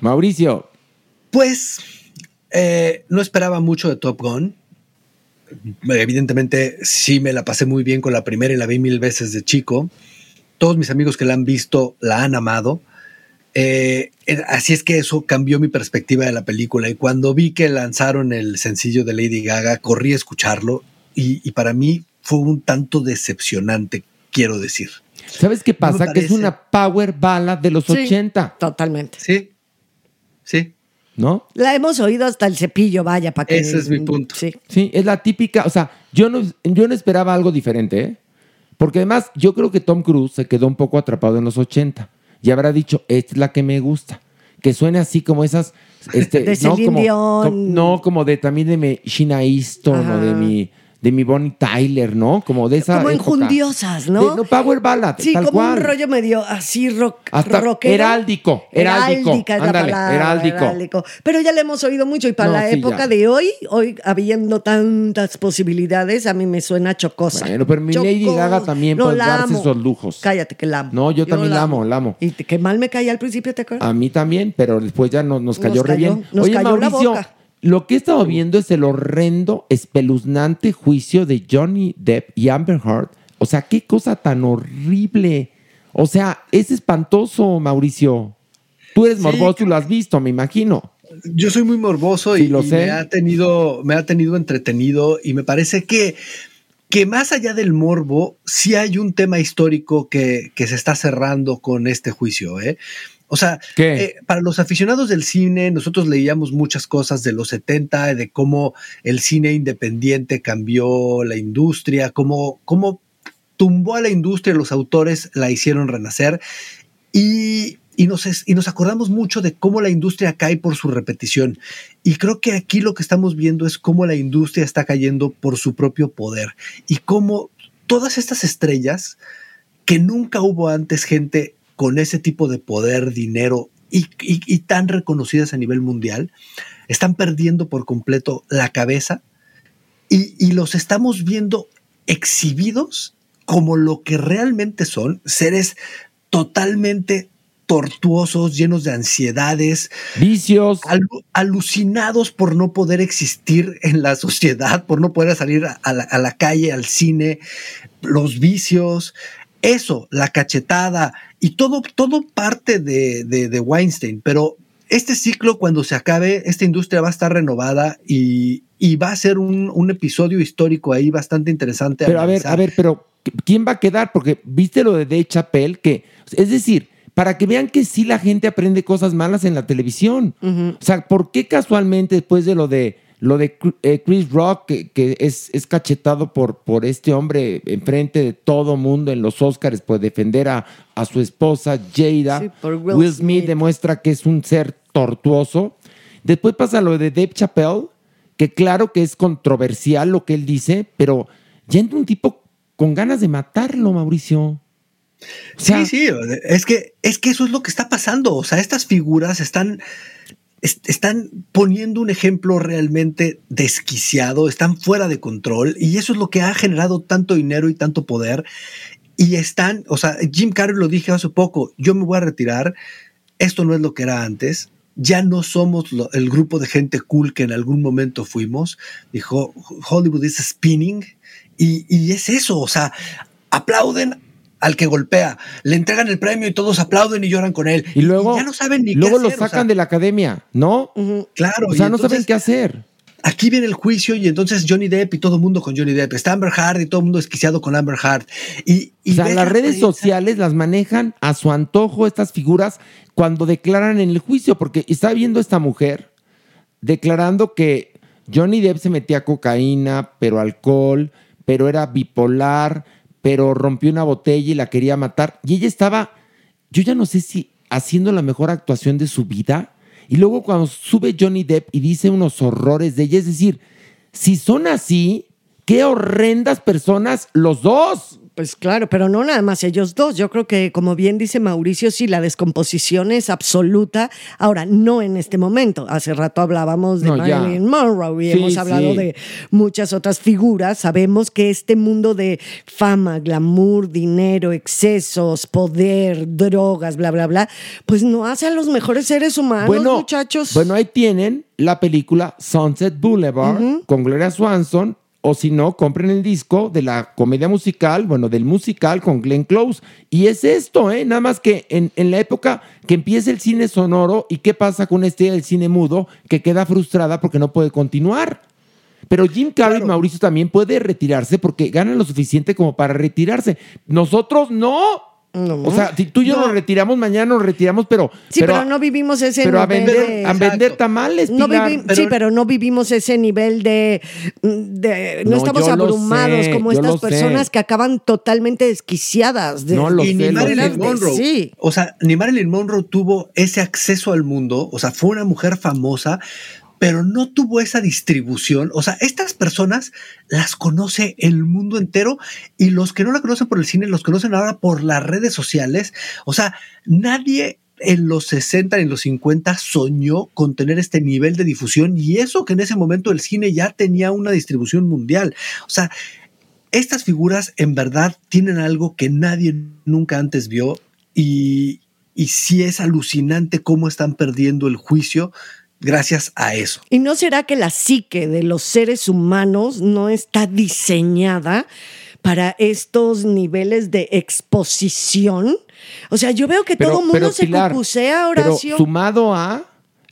S4: Mauricio.
S5: Pues eh, no esperaba mucho de Top Gun. Evidentemente sí me la pasé muy bien con la primera y la vi mil veces de chico. Todos mis amigos que la han visto la han amado. Eh, eh, así es que eso cambió mi perspectiva de la película y cuando vi que lanzaron el sencillo de Lady Gaga, corrí a escucharlo y, y para mí fue un tanto decepcionante, quiero decir.
S4: ¿Sabes qué pasa? que es
S5: parece.
S4: una power ballad de los
S8: Sí,
S4: 80.
S8: Totalmente.
S5: Sí. Sí.
S4: ¿No?
S8: La hemos oído hasta el cepillo, vaya, para que.
S4: Ese es mi
S8: punto. Sí.
S4: Sí, es la típica, o sea, yo no, yo no esperaba algo diferente, ¿eh? Porque además yo creo que Tom Cruise se quedó un poco atrapado en los 80 y habrá dicho, esta es la que me gusta, que suene así como esas... Este,
S8: De
S4: no,
S8: Celine
S4: como,
S8: Dion.
S4: como- no, como de también de mi Sheena Easton
S8: Ajá.
S4: o de mi, de mi Bonnie Tyler, ¿no? Como de esa
S8: Como
S4: época.
S8: enjundiosas, ¿no?
S4: De- no, Power Ballad,
S8: Sí,
S4: tal
S8: como
S4: cual.
S8: un rollo medio así rock,
S4: Hasta
S8: rockero.
S4: heráldico, heráldico,
S8: Heráldica es la
S4: ándale,
S8: palabra,
S4: heráldico.
S8: Pero ya le hemos oído mucho y para
S4: No,
S8: la
S4: sí,
S8: época
S4: ya.
S8: de hoy, hoy habiendo tantas posibilidades, a mí me suena chocosa.
S4: Bueno, pero mi Lady
S8: Chocosa.
S4: Gaga también
S8: No,
S4: puede
S8: la
S4: darse
S8: amo.
S4: esos lujos.
S8: Cállate que la amo.
S4: No, yo, también la amo, la amo.
S8: Y te- que mal me caía al principio, ¿te acuerdas?
S4: A mí también, pero después ya no- nos
S8: Nos
S4: cayó re
S8: cayó-
S4: bien.
S8: nos
S4: Oye,
S8: cayó la
S4: Mauricio,
S8: boca.
S4: lo que he estado viendo es el horrendo, espeluznante juicio de Johnny Depp y Amber Heard. O sea, qué cosa tan horrible. O sea, es espantoso, Mauricio. Tú eres morboso y lo has visto, me imagino.
S5: Yo soy muy morboso y,
S4: Sí, lo
S5: y
S4: sé.
S5: me ha tenido, me ha tenido entretenido y me parece que, que más allá del morbo, sí hay un tema histórico que, que se está cerrando con este juicio, ¿eh? O sea, eh, para los aficionados del cine, nosotros leíamos muchas cosas de los 70, de cómo el cine independiente cambió la industria, cómo, cómo tumbó a la industria, los autores la hicieron renacer y, y nos, es- y nos acordamos mucho de cómo la industria cae por su repetición. Y creo que aquí lo que estamos viendo es cómo la industria está cayendo por su propio poder y cómo todas estas estrellas que nunca hubo antes gente con ese tipo de poder, dinero y, y- y tan reconocidas a nivel mundial, están perdiendo por completo la cabeza y, y los estamos viendo exhibidos como lo que realmente son, seres totalmente tortuosos, llenos de ansiedades,
S4: vicios,
S5: al- alucinados por no poder existir en la sociedad, por no poder salir a, a la, a la calle, al cine, los vicios, eso, la cachetada y todo, todo parte de, de, de Weinstein. Pero este ciclo, cuando se acabe, esta industria va a estar renovada y, y va a ser un, un episodio histórico ahí bastante interesante.
S4: Pero a ver,
S5: analizar.
S4: a ver, pero ¿quién va a quedar? Porque viste lo de Dave Chappelle, que es decir, para que vean que sí la gente aprende cosas malas en la televisión. O sea, ¿por qué casualmente después de lo de lo de Cr- eh, Chris Rock, que, que es, es cachetado por, por este hombre enfrente de todo mundo en los Oscars por defender a, a su esposa Jada,
S8: Sí, por
S4: Will,
S8: Will
S4: Smith demuestra que es un ser tortuoso. Después pasa lo de Dave Chappelle, que claro que es controversial lo que él dice, pero ya entra un tipo con ganas de matarlo, Mauricio.
S5: Sí, sí, es que, es que eso es lo que está pasando. O sea, estas figuras están, est- están poniendo un ejemplo realmente desquiciado, están fuera de control y eso es lo que ha generado tanto dinero y tanto poder. Y están, o sea, Jim Carrey lo dije hace poco, yo me voy a retirar, esto no es lo que era antes, ya no somos lo- el grupo de gente cool que en algún momento fuimos, dijo, Hollywood is spinning y, y es eso, o sea, aplauden al que golpea, le entregan el premio y todos aplauden y lloran con él.
S4: Y luego,
S5: ya no saben ni qué
S4: luego lo
S5: hacer, o
S4: sacan
S5: sea.
S4: de la academia, ¿no?
S5: Claro.
S4: O sea,
S5: y
S4: no saben
S5: entonces-
S4: qué hacer.
S5: Aquí viene el juicio y entonces Johnny Depp y todo el mundo con Johnny Depp. Está Amber Hard y todo el mundo desquiciado con Amber Hard. Y, y
S4: o sea,
S5: ves la
S4: las redes
S5: prensa.
S4: sociales las manejan a su antojo estas figuras cuando declaran en el juicio, porque está viendo esta mujer declarando que Johnny Depp se metía cocaína, pero alcohol, pero era bipolar, pero rompió una botella y la quería matar. Y ella estaba, yo ya no sé si haciendo la mejor actuación de su vida. Y luego cuando sube Johnny Depp y dice unos horrores de ella, es decir, si son así, qué horrendas personas los dos.
S8: Pues claro, pero no nada más ellos dos. Yo creo que, como bien dice Mauricio, sí, la descomposición es absoluta. Ahora, no en este momento. Hace rato hablábamos de
S16: No, ya.
S8: Marilyn Monroe y
S16: Sí,
S8: hemos hablado
S16: sí.
S8: de muchas otras figuras. Sabemos que este mundo de fama, glamour, dinero, excesos, poder, drogas, bla, bla, bla, pues no hace a los mejores seres humanos, muchachos.
S4: Bueno, ahí tienen la película Sunset Boulevard con Gloria Swanson. O si no, compren el disco de la comedia musical, bueno, del musical con Glenn Close. Y es esto, ¿eh? Nada más que en, en la época que empieza el cine sonoro y qué pasa con este del cine mudo que queda frustrada porque no puede continuar. Pero Jim Carrey, Mauricio, también puede retirarse porque gana lo suficiente como para retirarse. Nosotros no. O sea, si tú y yo nos retiramos, mañana nos retiramos, pero...
S8: Sí, pero, no vivimos ese
S4: pero a
S8: nivel
S4: vender-
S8: de-
S4: a vender tamales,
S8: No
S4: Pilar.
S8: vivi- Sí, pero no vivimos ese nivel de... de- no,
S4: No,
S8: estamos
S4: yo lo
S8: abrumados
S4: sé,
S8: como
S4: yo lo
S8: estas
S4: sé.
S8: personas que acaban totalmente desquiciadas. de-
S5: y ni
S8: de-
S5: Marilyn Monroe.
S8: Sí.
S5: O sea, ni Marilyn Monroe tuvo ese acceso al mundo. O sea, fue una mujer famosa, pero no tuvo esa distribución. O sea, estas personas las conoce el mundo entero y los que no la conocen por el cine, los conocen ahora por las redes sociales. O sea, nadie en los 60 y en los 50 soñó con tener este nivel de difusión y eso que en ese momento el cine ya tenía una distribución mundial. O sea, estas figuras en verdad tienen algo que nadie nunca antes vio y, y sí es alucinante cómo están perdiendo el juicio gracias a eso.
S8: ¿Y no será que la psique de los seres humanos no está diseñada para estos niveles de exposición? O sea, yo veo que
S4: Pero-
S8: todo el mundo
S4: pero,
S8: se
S4: Pilar,
S8: cucucea,
S4: pero
S8: Horacio.
S4: sumado a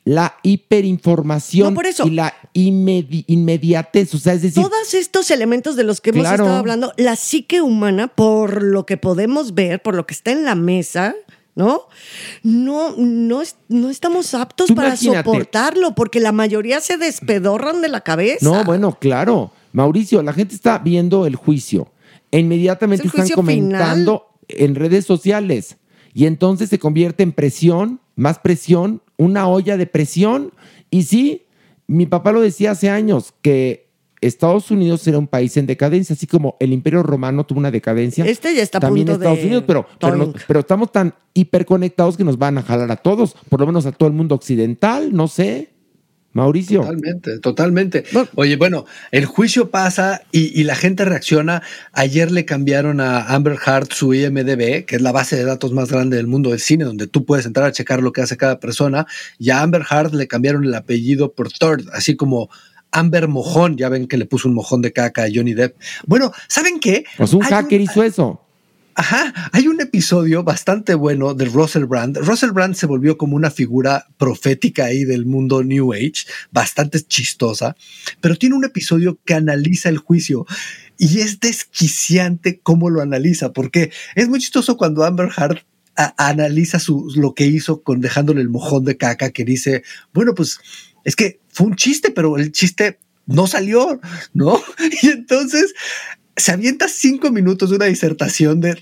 S4: la hiperinformación
S8: No, por eso.
S4: y la inmedi- inmediatez. O sea, es decir,
S8: todos estos elementos de los que hemos
S4: Claro.
S8: estado hablando, la psique humana, por lo que podemos ver, por lo que está en la mesa, ¿no? No, no, es- no estamos aptos
S4: Tú
S8: para
S4: imagínate.
S8: soportarlo, porque la mayoría se despedorran de la cabeza.
S4: No, bueno, claro. Mauricio, la gente está viendo el juicio. E Inmediatamente
S8: Es el
S4: están
S8: juicio
S4: comentando en redes sociales. Y entonces se convierte en presión, más presión, una olla de presión. Y sí, mi papá lo decía hace años, que Estados Unidos era un país en decadencia, así como el Imperio Romano tuvo una decadencia.
S8: Este ya está a
S4: También
S8: punto de-
S4: Estados Unidos, pero, pero, nos-
S8: Toink.
S4: pero estamos tan hiperconectados que nos van a jalar a todos, por lo menos a todo el mundo occidental, no sé. Mauricio.
S5: Totalmente, totalmente. Oye, bueno, el juicio pasa y, y, la gente reacciona. Ayer le cambiaron a Amber Heard su IMDB, que es la base de datos más grande del mundo del cine, donde tú puedes entrar a checar lo que hace cada persona. Y a Amber Heard le cambiaron el apellido por Third, así como Amber Mojón. Ya ven que le puso un mojón de caca a Johnny Depp. Bueno, ¿saben qué?
S4: Pues un Hay hacker un... hizo eso.
S5: Ajá, hay un episodio bastante bueno de Russell Brand. Russell Brand se volvió como una figura profética ahí del mundo New Age, bastante chistosa, pero tiene un episodio que analiza el juicio y es desquiciante cómo lo analiza, porque es muy chistoso cuando Amber Heard analiza su, lo que hizo con dejándole el mojón de caca que dice, bueno, pues es que fue un chiste, pero el chiste no salió, ¿no? Y entonces se avienta cinco minutos de una disertación de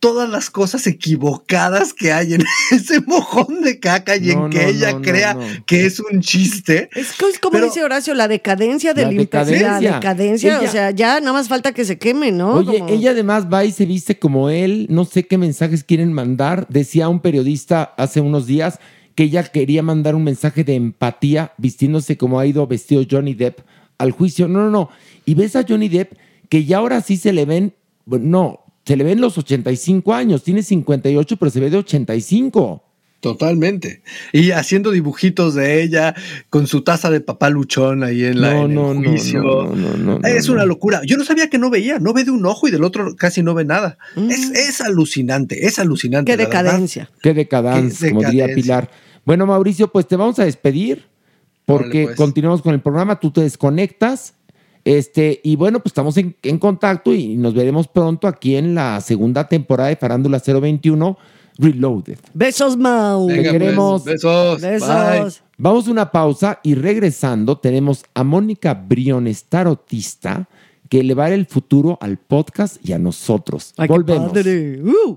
S5: todas las cosas equivocadas que hay en ese mojón de caca y no, en que no, ella no, crea que es un chiste.
S8: Es, que es como dice Horacio, la decadencia del la decadencia. La decadencia ella, o sea, ya nada más falta que se queme, ¿no?
S4: Oye, como... ella además va y se viste como él, no sé qué mensajes quieren mandar. Decía un periodista hace unos días que ella quería mandar un mensaje de empatía vistiéndose como ha ido vestido Johnny Depp al juicio. No, no, no. Y ves a Johnny Depp que ya ahora sí se le ven, no, se le ven los 85 años, tiene 58, pero se ve de 85.
S5: Totalmente. Y haciendo dibujitos de ella con su taza de papá luchón ahí en la no, en no, el juicio. No, es una locura. Yo no sabía que no veía, no ve de un ojo y del otro casi no ve nada. Mm. Es, es, alucinante, es alucinante. Pues,
S8: Qué decadencia.
S4: Qué decadencia, como diría Pilar. Bueno, Mauricio, pues te vamos a despedir porque vale, pues. continuamos con el programa, tú te desconectas. Este, y bueno, pues estamos en, en, contacto y nos veremos pronto aquí en la segunda temporada de Farándula 021 Reloaded.
S8: Besos, Mau.
S4: Venga, Te queremos.
S5: Pues, besos. Besos.
S4: Bye. Vamos a una pausa y regresando tenemos a Mónica Briones, tarotista, que le va a dar el futuro al podcast y a nosotros. Ay, Volvemos. Uh.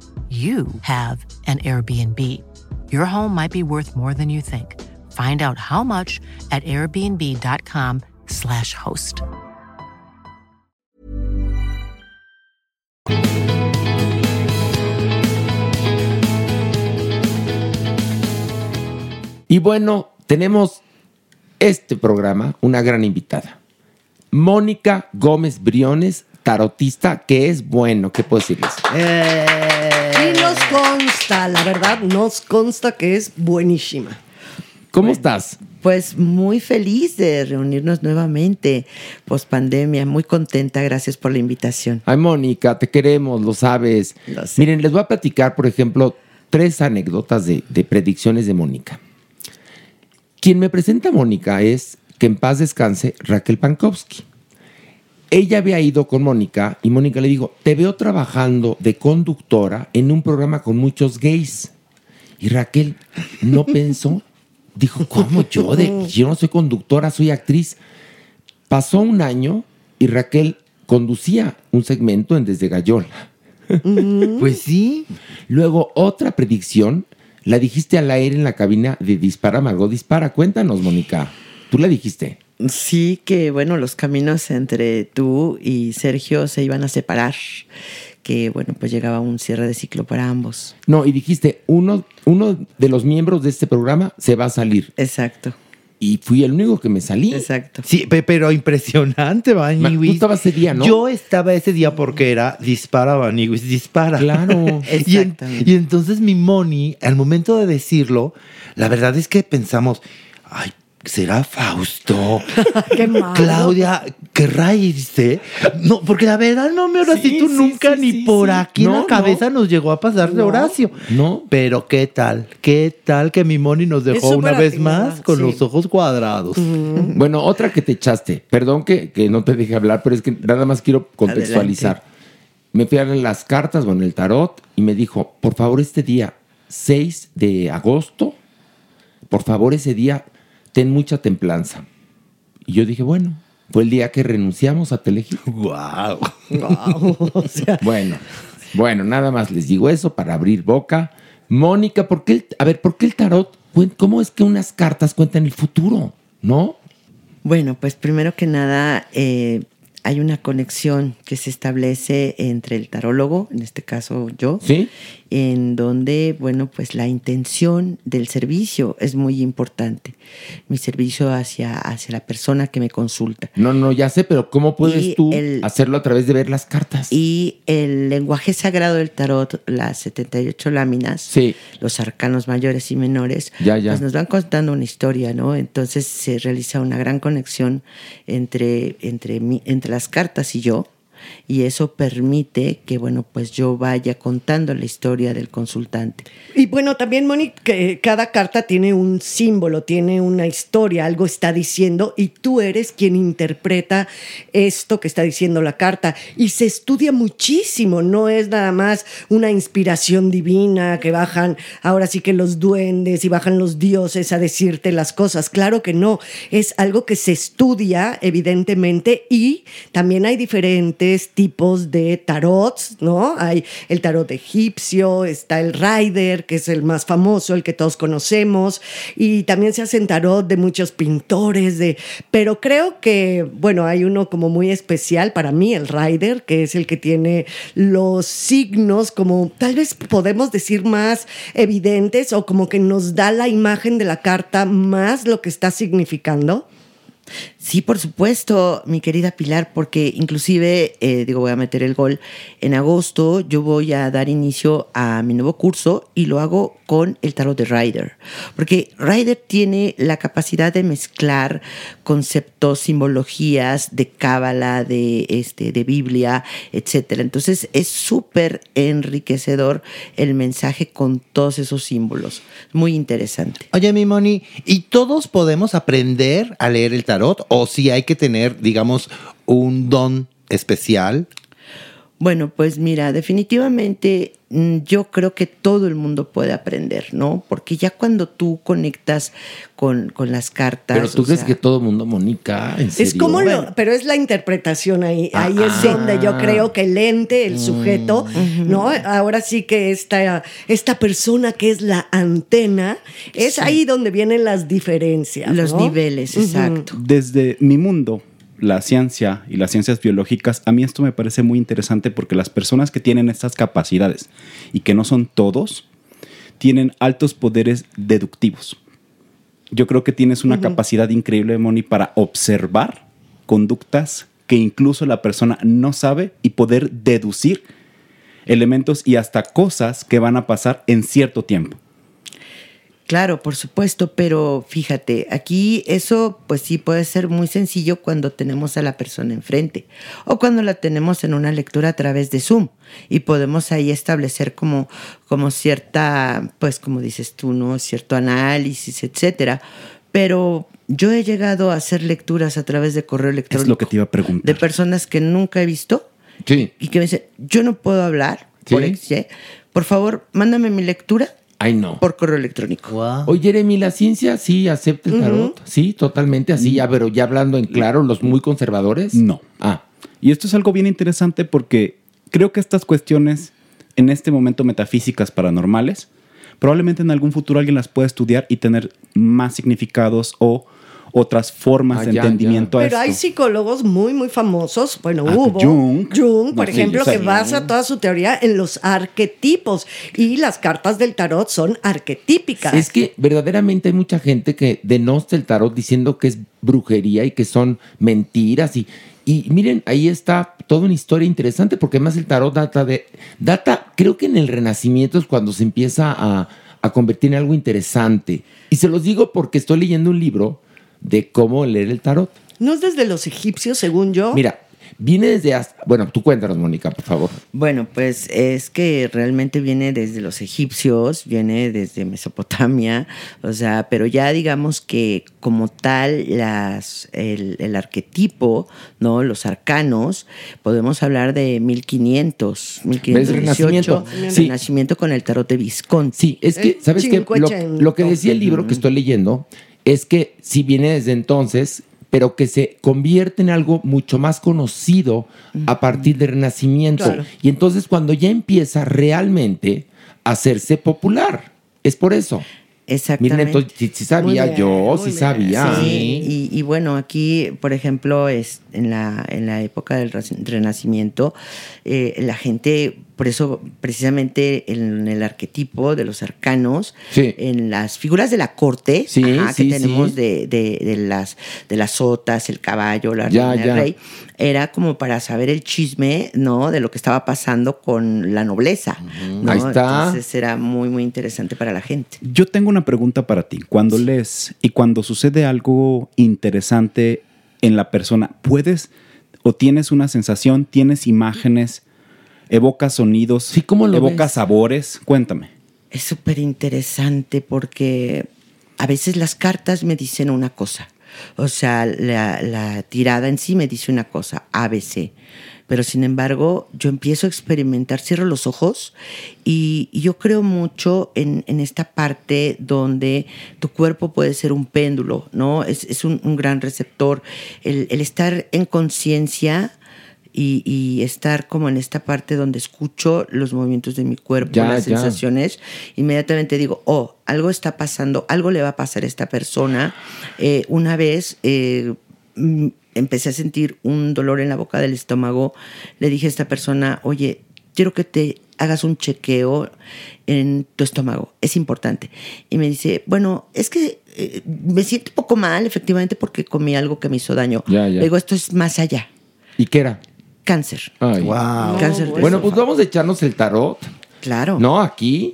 S17: you have an Airbnb. Your home might be worth more than you think. Find out how much at airbnb.com/slash host.
S4: Y bueno, tenemos este programa, una gran invitada. Mónica Gómez Briones, tarotista, que es bueno, ¿qué puedo decirles?
S8: Eh. Y nos consta, la verdad, nos consta que es buenísima.
S4: ¿Cómo bueno, estás?
S18: Pues muy feliz de reunirnos nuevamente post pandemia, muy contenta, gracias por la invitación.
S4: Ay, Mónica, te queremos, lo sabes. Lo sé. Miren, les voy a platicar, por ejemplo, tres anécdotas de, de predicciones de Mónica. Quien me presenta a Mónica es, que en paz descanse, Raquel Pankowski ella había ido con Mónica y Mónica le dijo, te veo trabajando de conductora en un programa con muchos gays. Y Raquel no pensó, dijo, ¿cómo yo? De, yo no soy conductora, soy actriz. Pasó un año y Raquel conducía un segmento en Desde Gallola.
S9: Pues sí.
S4: Luego, otra predicción la dijiste al aire en la cabina de Dispara, Margot, dispara. Cuéntanos, Mónica. Tú la dijiste.
S18: Sí, que bueno, los caminos entre tú y Sergio se iban a separar. Que bueno, pues llegaba un cierre de ciclo para ambos.
S4: No, y dijiste, uno, uno de los miembros de este programa se va a salir.
S18: Exacto.
S4: Y fui el único que me salí.
S18: Exacto.
S9: Sí, pe- pero impresionante, Baniwis.
S4: Tú estabas ese día, ¿no?
S9: Yo estaba ese día porque era dispara, Baniwis, dispara.
S4: Claro.
S9: y, en- y entonces mi Moni, al momento de decirlo, la verdad es que pensamos, ay, ¿será Fausto?
S8: Qué malo.
S9: Claudia, ¿querrá irse? No, porque la verdad no me Horacio nunca ni por aquí en
S8: No,
S9: la cabeza nos llegó a pasar de
S8: No.
S9: Horacio. No. Pero qué tal, qué tal que mi Moni nos dejó
S4: Eso
S9: una
S4: para
S9: vez
S4: ti,
S9: más
S4: ¿verdad?
S9: con
S4: Sí.
S9: los ojos cuadrados.
S4: Bueno, otra que te echaste. Perdón que, que no te dejé hablar, pero es que nada más quiero contextualizar. Me fui a ver las cartas, bueno, el tarot, y me dijo, por favor, este día 6 de agosto, por favor, ese día, ten mucha templanza. Y yo dije, bueno, fue el día que renunciamos a Telegit.
S9: ¡Guau!
S4: bueno, bueno, nada más les digo eso para abrir boca. Mónica, ¿por qué el, a ver, ¿por qué el tarot? cuen- ¿Cómo es que unas cartas cuentan el futuro? ¿No?
S18: Bueno, pues primero que nada, eh, hay una conexión que se establece entre el tarólogo, en este caso yo, en donde, bueno, pues la intención del servicio es muy importante. Mi servicio hacia, hacia la persona que me consulta.
S4: No, no, ya sé, pero ¿cómo puedes
S18: Y
S4: tú
S18: el-
S4: hacerlo a través de ver las cartas?
S18: Y el lenguaje sagrado del tarot, las 78 láminas, los arcanos mayores y menores,
S4: Ya, ya.
S18: pues nos van contando una historia, ¿no? Entonces se realiza una gran conexión entre, entre, mí- entre las cartas y yo. Y eso permite que, bueno, pues yo vaya contando la historia del consultante.
S8: Y bueno, también, Moni, que cada carta tiene un símbolo, tiene una historia, algo está diciendo y tú eres quien interpreta esto que está diciendo la carta. Y se estudia muchísimo, no es nada más una inspiración divina que bajan ahora sí que los duendes y bajan los dioses a decirte las cosas. Claro que no, es algo que se estudia, evidentemente, y también hay diferentes tipos de tarots, ¿no? Hay el tarot egipcio, está el Rider, que es el más famoso, el que todos conocemos, y también se hacen tarot de muchos pintores, de, pero creo que, bueno, hay uno como muy especial para mí, el Rider, que es el que tiene los signos como tal vez podemos decir más evidentes o como que nos da la imagen de la carta más lo que está significando.
S18: Sí, por supuesto, mi querida Pilar, porque inclusive, eh, digo, voy a meter el gol. En agosto yo voy a dar inicio a mi nuevo curso y lo hago con el tarot de Rider. Porque Rider tiene la capacidad de mezclar conceptos, simbologías de cábala, de, este, de Biblia, etcétera. Entonces es súper enriquecedor el mensaje con todos esos símbolos. Muy interesante.
S9: Oye, mi Moni, ¿y todos podemos aprender a leer el tarot o si hay que tener, digamos, un don especial?
S18: Bueno, pues mira, definitivamente mm, yo creo que todo el mundo puede aprender, ¿no? Porque ya cuando tú conectas con, con las cartas.
S4: Pero tú
S18: o
S4: crees
S18: sea,
S4: que todo el mundo, Mónica, ¿en
S8: Es
S4: serio?
S8: como lo, pero es la interpretación ahí, ahí es
S4: ah.
S8: donde yo creo que el ente, el sujeto, ¿no? Ahora sí que esta, esta persona que es la antena, es
S18: Sí.
S8: ahí donde vienen las diferencias.
S18: Los
S8: ¿no?
S18: niveles,
S8: Ujú.
S18: exacto.
S19: Desde mi mundo, la ciencia y las ciencias biológicas, a mí esto me parece muy interesante porque las personas que tienen estas capacidades y que no son todos, tienen altos poderes deductivos. Yo creo que tienes una
S8: Ujú.
S19: capacidad increíble, Moni, para observar conductas que incluso la persona no sabe y poder deducir elementos y hasta cosas que van a pasar en cierto tiempo.
S18: Claro, por supuesto, pero fíjate, aquí eso pues sí puede ser muy sencillo cuando tenemos a la persona enfrente o cuando la tenemos en una lectura a través de Zoom y podemos ahí establecer como, como cierta, pues como dices tú, ¿no? Cierto análisis, etcétera. Pero yo he llegado a hacer lecturas a través de correo electrónico.
S19: Es lo que te iba a preguntar.
S18: De personas que nunca he visto y que me dicen, yo no puedo hablar por X, Y. Por favor, mándame mi lectura
S4: Ay, no.
S18: por correo electrónico.
S4: Oye, Jeremy, la ciencia sí acepta el
S18: Ujú.
S8: Mm.
S4: tarot. Sí, totalmente así, ya, pero ya hablando en claro, los muy conservadores.
S19: No.
S4: Ah,
S19: Y esto es algo bien interesante porque creo que estas cuestiones, en este momento metafísicas paranormales, probablemente en algún futuro alguien las pueda estudiar y tener más significados o otras formas
S8: Ah,
S19: de
S8: ya,
S19: entendimiento a
S8: Pero hay
S19: esto.
S8: psicólogos muy, muy famosos. Bueno,
S19: Ah,
S8: hubo.
S19: Jung.
S8: Jung, por
S19: Sí,
S8: ejemplo,
S19: sí.
S8: que basa toda su teoría en los arquetipos. Y las cartas del tarot son arquetípicas.
S4: Es que verdaderamente hay mucha gente que denosta el tarot diciendo que es brujería y que son mentiras y, y miren, ahí está toda una historia interesante porque además el tarot data de data, creo que en el Renacimiento es cuando se empieza a, a convertir en algo interesante. Y se los digo porque estoy leyendo un libro de cómo leer el tarot.
S8: No es desde los egipcios, según yo.
S4: Mira, viene desde hasta, bueno, tú cuéntanos, Mónica, por favor.
S18: Bueno, pues es que realmente viene desde los egipcios, viene desde Mesopotamia, o sea, pero ya digamos que como tal las, el, el arquetipo, ¿no? Los arcanos, podemos hablar de 1500, 1518,
S4: Renacimiento. Sí.
S18: renacimiento con el tarot de Visconti.
S4: Sí, es
S18: Eh,
S4: que, ¿sabes qué? Lo, lo que decía el libro que estoy leyendo es que si viene desde entonces, pero que se convierte en algo mucho más conocido a partir del Renacimiento.
S20: Claro.
S4: Y entonces cuando ya empieza realmente a hacerse popular, es por eso.
S18: Exactamente.
S4: Miren, entonces, si, si sabía
S18: Muy bien,
S4: yo,
S18: muy
S4: si
S18: bien.
S4: sabía.
S18: Sí, y, y bueno, aquí, por ejemplo, es en la, en la época del raci- Renacimiento, eh, la gente, por eso precisamente en el arquetipo de los arcanos, en las figuras de la corte ajá,
S4: sí,
S18: que tenemos
S4: sí.
S18: De, de- de las, de las sotas, el caballo, la
S4: Ya,
S18: reina, el
S4: ya.
S18: rey, era como para saber el chisme, ¿no? De lo que estaba pasando con la nobleza. ¿no?
S19: Ahí está.
S18: Entonces era muy, muy interesante para la gente.
S19: Yo tengo una pregunta para ti. Cuando lees y cuando sucede algo interesante en la persona, ¿puedes o tienes una sensación, tienes imágenes, evocas sonidos,
S18: lo
S19: evocas
S18: ves?
S19: sabores? Cuéntame.
S18: Es súper interesante porque a veces las cartas me dicen una cosa. O sea, la, la tirada en sí me dice una cosa, ABC. Pero sin embargo, yo empiezo a experimentar, cierro los ojos y, y yo creo mucho en, en esta parte donde tu cuerpo puede ser un péndulo, ¿no? Es, es un, un gran receptor. El, el estar en conciencia y, y estar como en esta parte donde escucho los movimientos de mi cuerpo,
S4: Ya,
S18: las
S4: ya.
S18: sensaciones, inmediatamente digo, oh, algo está pasando, algo le va a pasar a esta persona. Eh, una vez eh, mm, empecé a sentir un dolor en la boca del estómago, le dije a esta persona, oye, quiero que te hagas un chequeo en tu estómago, es importante. Y me dice, bueno, es que eh, me siento un poco mal, efectivamente, porque comí algo que me hizo daño.
S4: Ya, ya.
S18: Le digo, esto es más allá,
S4: ¿Y qué era?
S18: cáncer.
S4: Ay.
S18: Wow. Cáncer de
S4: bueno,
S18: esófago.
S4: pues vamos a echarnos el tarot.
S18: Claro.
S4: No, aquí.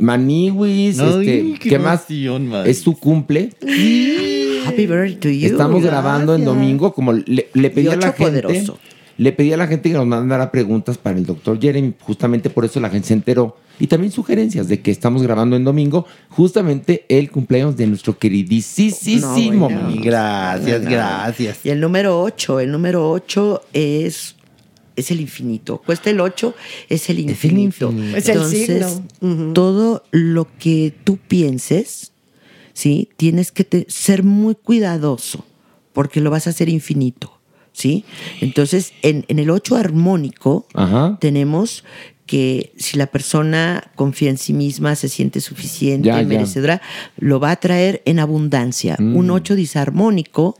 S4: Maniwis,
S15: Ay,
S4: este,
S15: qué
S4: ¿qué más?
S15: emoción, man.
S4: Es tu cumple.
S18: Happy birthday to you.
S4: Estamos grabando en domingo, como le, le pedí
S18: Y
S4: a la
S18: ocho
S4: gente.
S18: poderoso.
S4: Le pedí a la gente que nos mandara preguntas para el doctor Jeremy, justamente por eso la gente se enteró. Y también sugerencias de que estamos grabando en domingo, justamente el cumpleaños de nuestro queridísimo.
S18: No, bueno. No, no. Y el número 8, el número 8 es es el infinito. Cuesta el 8, es el infinito.
S8: Es el
S18: Entonces,
S8: signo.
S18: todo lo que tú pienses, ¿sí? Tienes que te- ser muy cuidadoso porque lo vas a hacer infinito, ¿sí? Entonces, en, en el 8 armónico
S4: Ajá.
S18: tenemos que si la persona confía en sí misma, se siente suficiente,
S4: Ya, Mm. ya.
S18: merecedora, lo va a traer en abundancia. Un 8 disarmónico,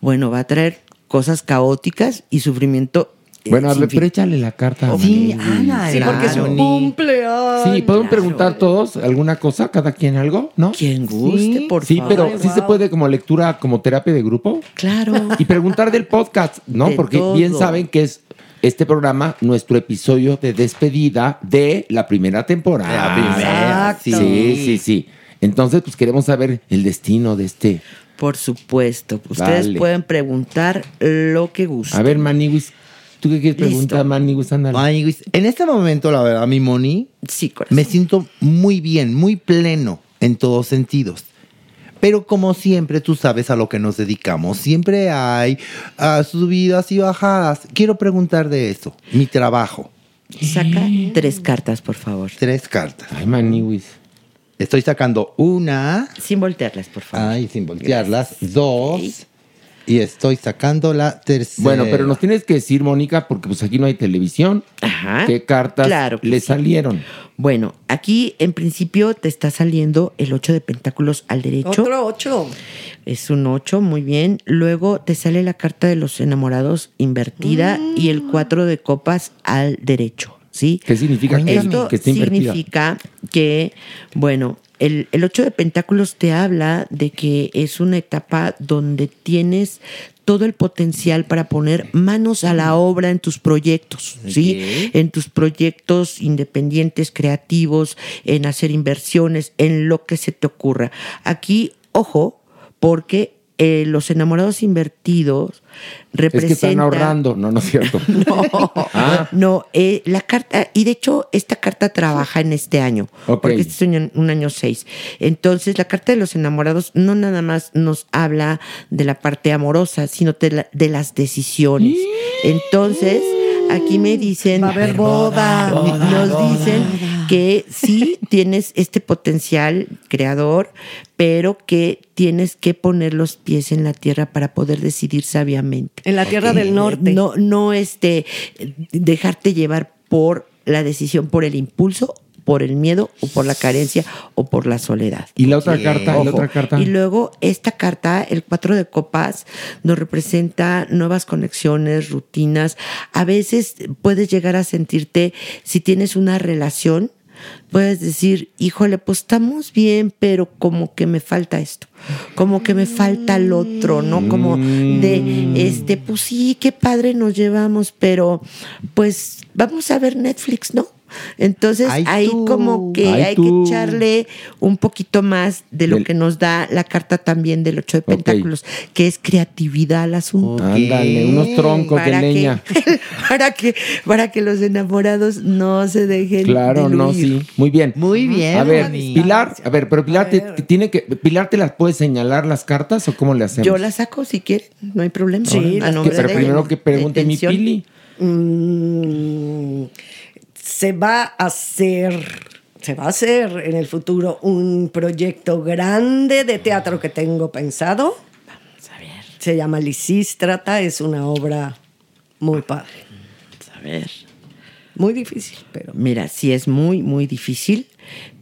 S18: bueno, va a traer cosas caóticas y sufrimiento. eh,
S4: Bueno, a
S18: sin
S4: ver,
S18: fin.
S4: pero échale la carta. Maniguis.
S18: Sí, Ana,
S8: Sí, porque es un
S4: Claro.
S8: cumpleaños.
S4: Sí, ¿pueden preguntar todos alguna cosa? ¿Cada quien algo? ¿No?
S18: Quien
S8: guste, por
S4: Sí,
S8: favor.
S4: pero
S8: Ay,
S4: sí se
S8: wow.
S4: puede como lectura, como terapia de grupo.
S18: Claro.
S4: Y preguntar del podcast, ¿no?
S18: De
S4: Porque bien
S18: todo.
S4: saben que es este programa, nuestro episodio de despedida de la primera
S9: Ah,
S4: temporada.
S18: La primera, Exacto.
S4: Sí,
S18: sí.
S4: sí, sí. Entonces, pues queremos saber el destino de este.
S18: Por supuesto. Ustedes pueden preguntar lo que gusten.
S4: A ver, Maniwis, ¿tú qué quieres preguntar, Maniwis? Ándale.
S9: Maniwis, en este momento, la verdad, mi Moni, me siento muy bien, muy pleno en todos sentidos. Pero como siempre, tú sabes a lo que nos dedicamos. Siempre hay ah, subidas y bajadas. Quiero preguntar de eso, mi trabajo.
S18: Saca tres cartas, por favor.
S9: Tres cartas.
S4: Ay, maniwis.
S9: Estoy sacando una.
S18: Sin voltearlas, por favor.
S9: Ay, sin voltearlas. Dos. Y estoy sacando la tercera.
S4: Bueno, pero nos tienes que decir, Mónica, porque pues aquí no hay televisión,
S18: Ajá.
S4: qué cartas
S18: Claro que
S4: le
S18: sí.
S4: salieron.
S18: Bueno, aquí en principio te está saliendo el 8 de pentáculos al derecho.
S8: Otro 8.
S18: Es un 8, muy bien. Luego te sale la carta de los enamorados invertida y el 4 de copas al derecho. ¿Sí?
S4: ¿Qué significa que-
S18: Esto
S4: que esté invertida?
S18: significa que, bueno, el, el 8 de Pentáculos te habla de que es una etapa donde tienes todo el potencial para poner manos a la obra en tus proyectos, ¿sí? En tus proyectos independientes, creativos, en hacer inversiones, en lo que se te ocurra. Aquí, ojo, porque eh, los enamorados invertidos
S4: Es que
S18: representan...
S4: están ahorrando, no, no es cierto.
S8: Ah.
S18: No, eh, la carta, y de hecho, esta carta trabaja en este año,
S4: Ok.
S18: porque este es un, un año 6. Entonces, la carta de los enamorados no nada más nos habla de la parte amorosa, sino de, la- de las decisiones. Entonces, aquí me dicen.
S8: a haber boda.
S18: Me-
S8: Boda,
S18: nos
S8: boda.
S18: dicen que sí tienes este potencial creador, pero que tienes que poner los pies en la tierra para poder decidir sabiamente.
S8: En la tierra del norte.
S18: No, no este, dejarte llevar por la decisión, por el impulso, por el miedo o por la carencia o por la soledad.
S4: Y la otra
S18: Sí.
S4: carta, y la
S18: Ojo.
S4: otra carta.
S18: Y luego esta carta, el cuatro de copas, nos representa nuevas conexiones, rutinas. A veces puedes llegar a sentirte, si tienes una relación, puedes decir, híjole, pues estamos bien, pero como que me falta esto, como que me falta el otro, ¿no? Como
S9: Mm.
S18: de, este, pues sí, qué padre nos llevamos, pero pues vamos a ver Netflix, ¿no? Entonces
S9: Ay,
S18: ahí
S9: tú.
S18: como que
S9: Ay,
S18: hay
S9: tú.
S18: que echarle un poquito más de lo
S4: Del-
S18: que nos da la carta también del ocho de pentáculos, que es creatividad al asunto.
S4: Ándale, unos troncos de
S18: Para que-
S4: leña.
S18: para que para que los enamorados no se dejen
S4: Claro, no,
S18: diluir.
S4: sí. Muy bien.
S18: Muy bien,
S4: A ver,
S18: Dani.
S4: Pilar, a ver, pero Pilar te, te tiene que. ¿Pilar te las puede señalar las cartas o cómo le hacemos?
S18: Yo la saco si quieren, no hay problema.
S8: Sí,
S18: A
S8: la-
S18: nombre
S4: pero
S18: de-
S4: primero que pregunte mi
S18: Detención.
S4: Pili.
S8: Mm, se va a hacer, se va a hacer en el futuro un proyecto grande de teatro que tengo pensado. Se llama Lisístrata, es una obra muy padre,
S18: A ver.
S8: muy difícil, pero
S18: Mira, sí es muy, muy difícil.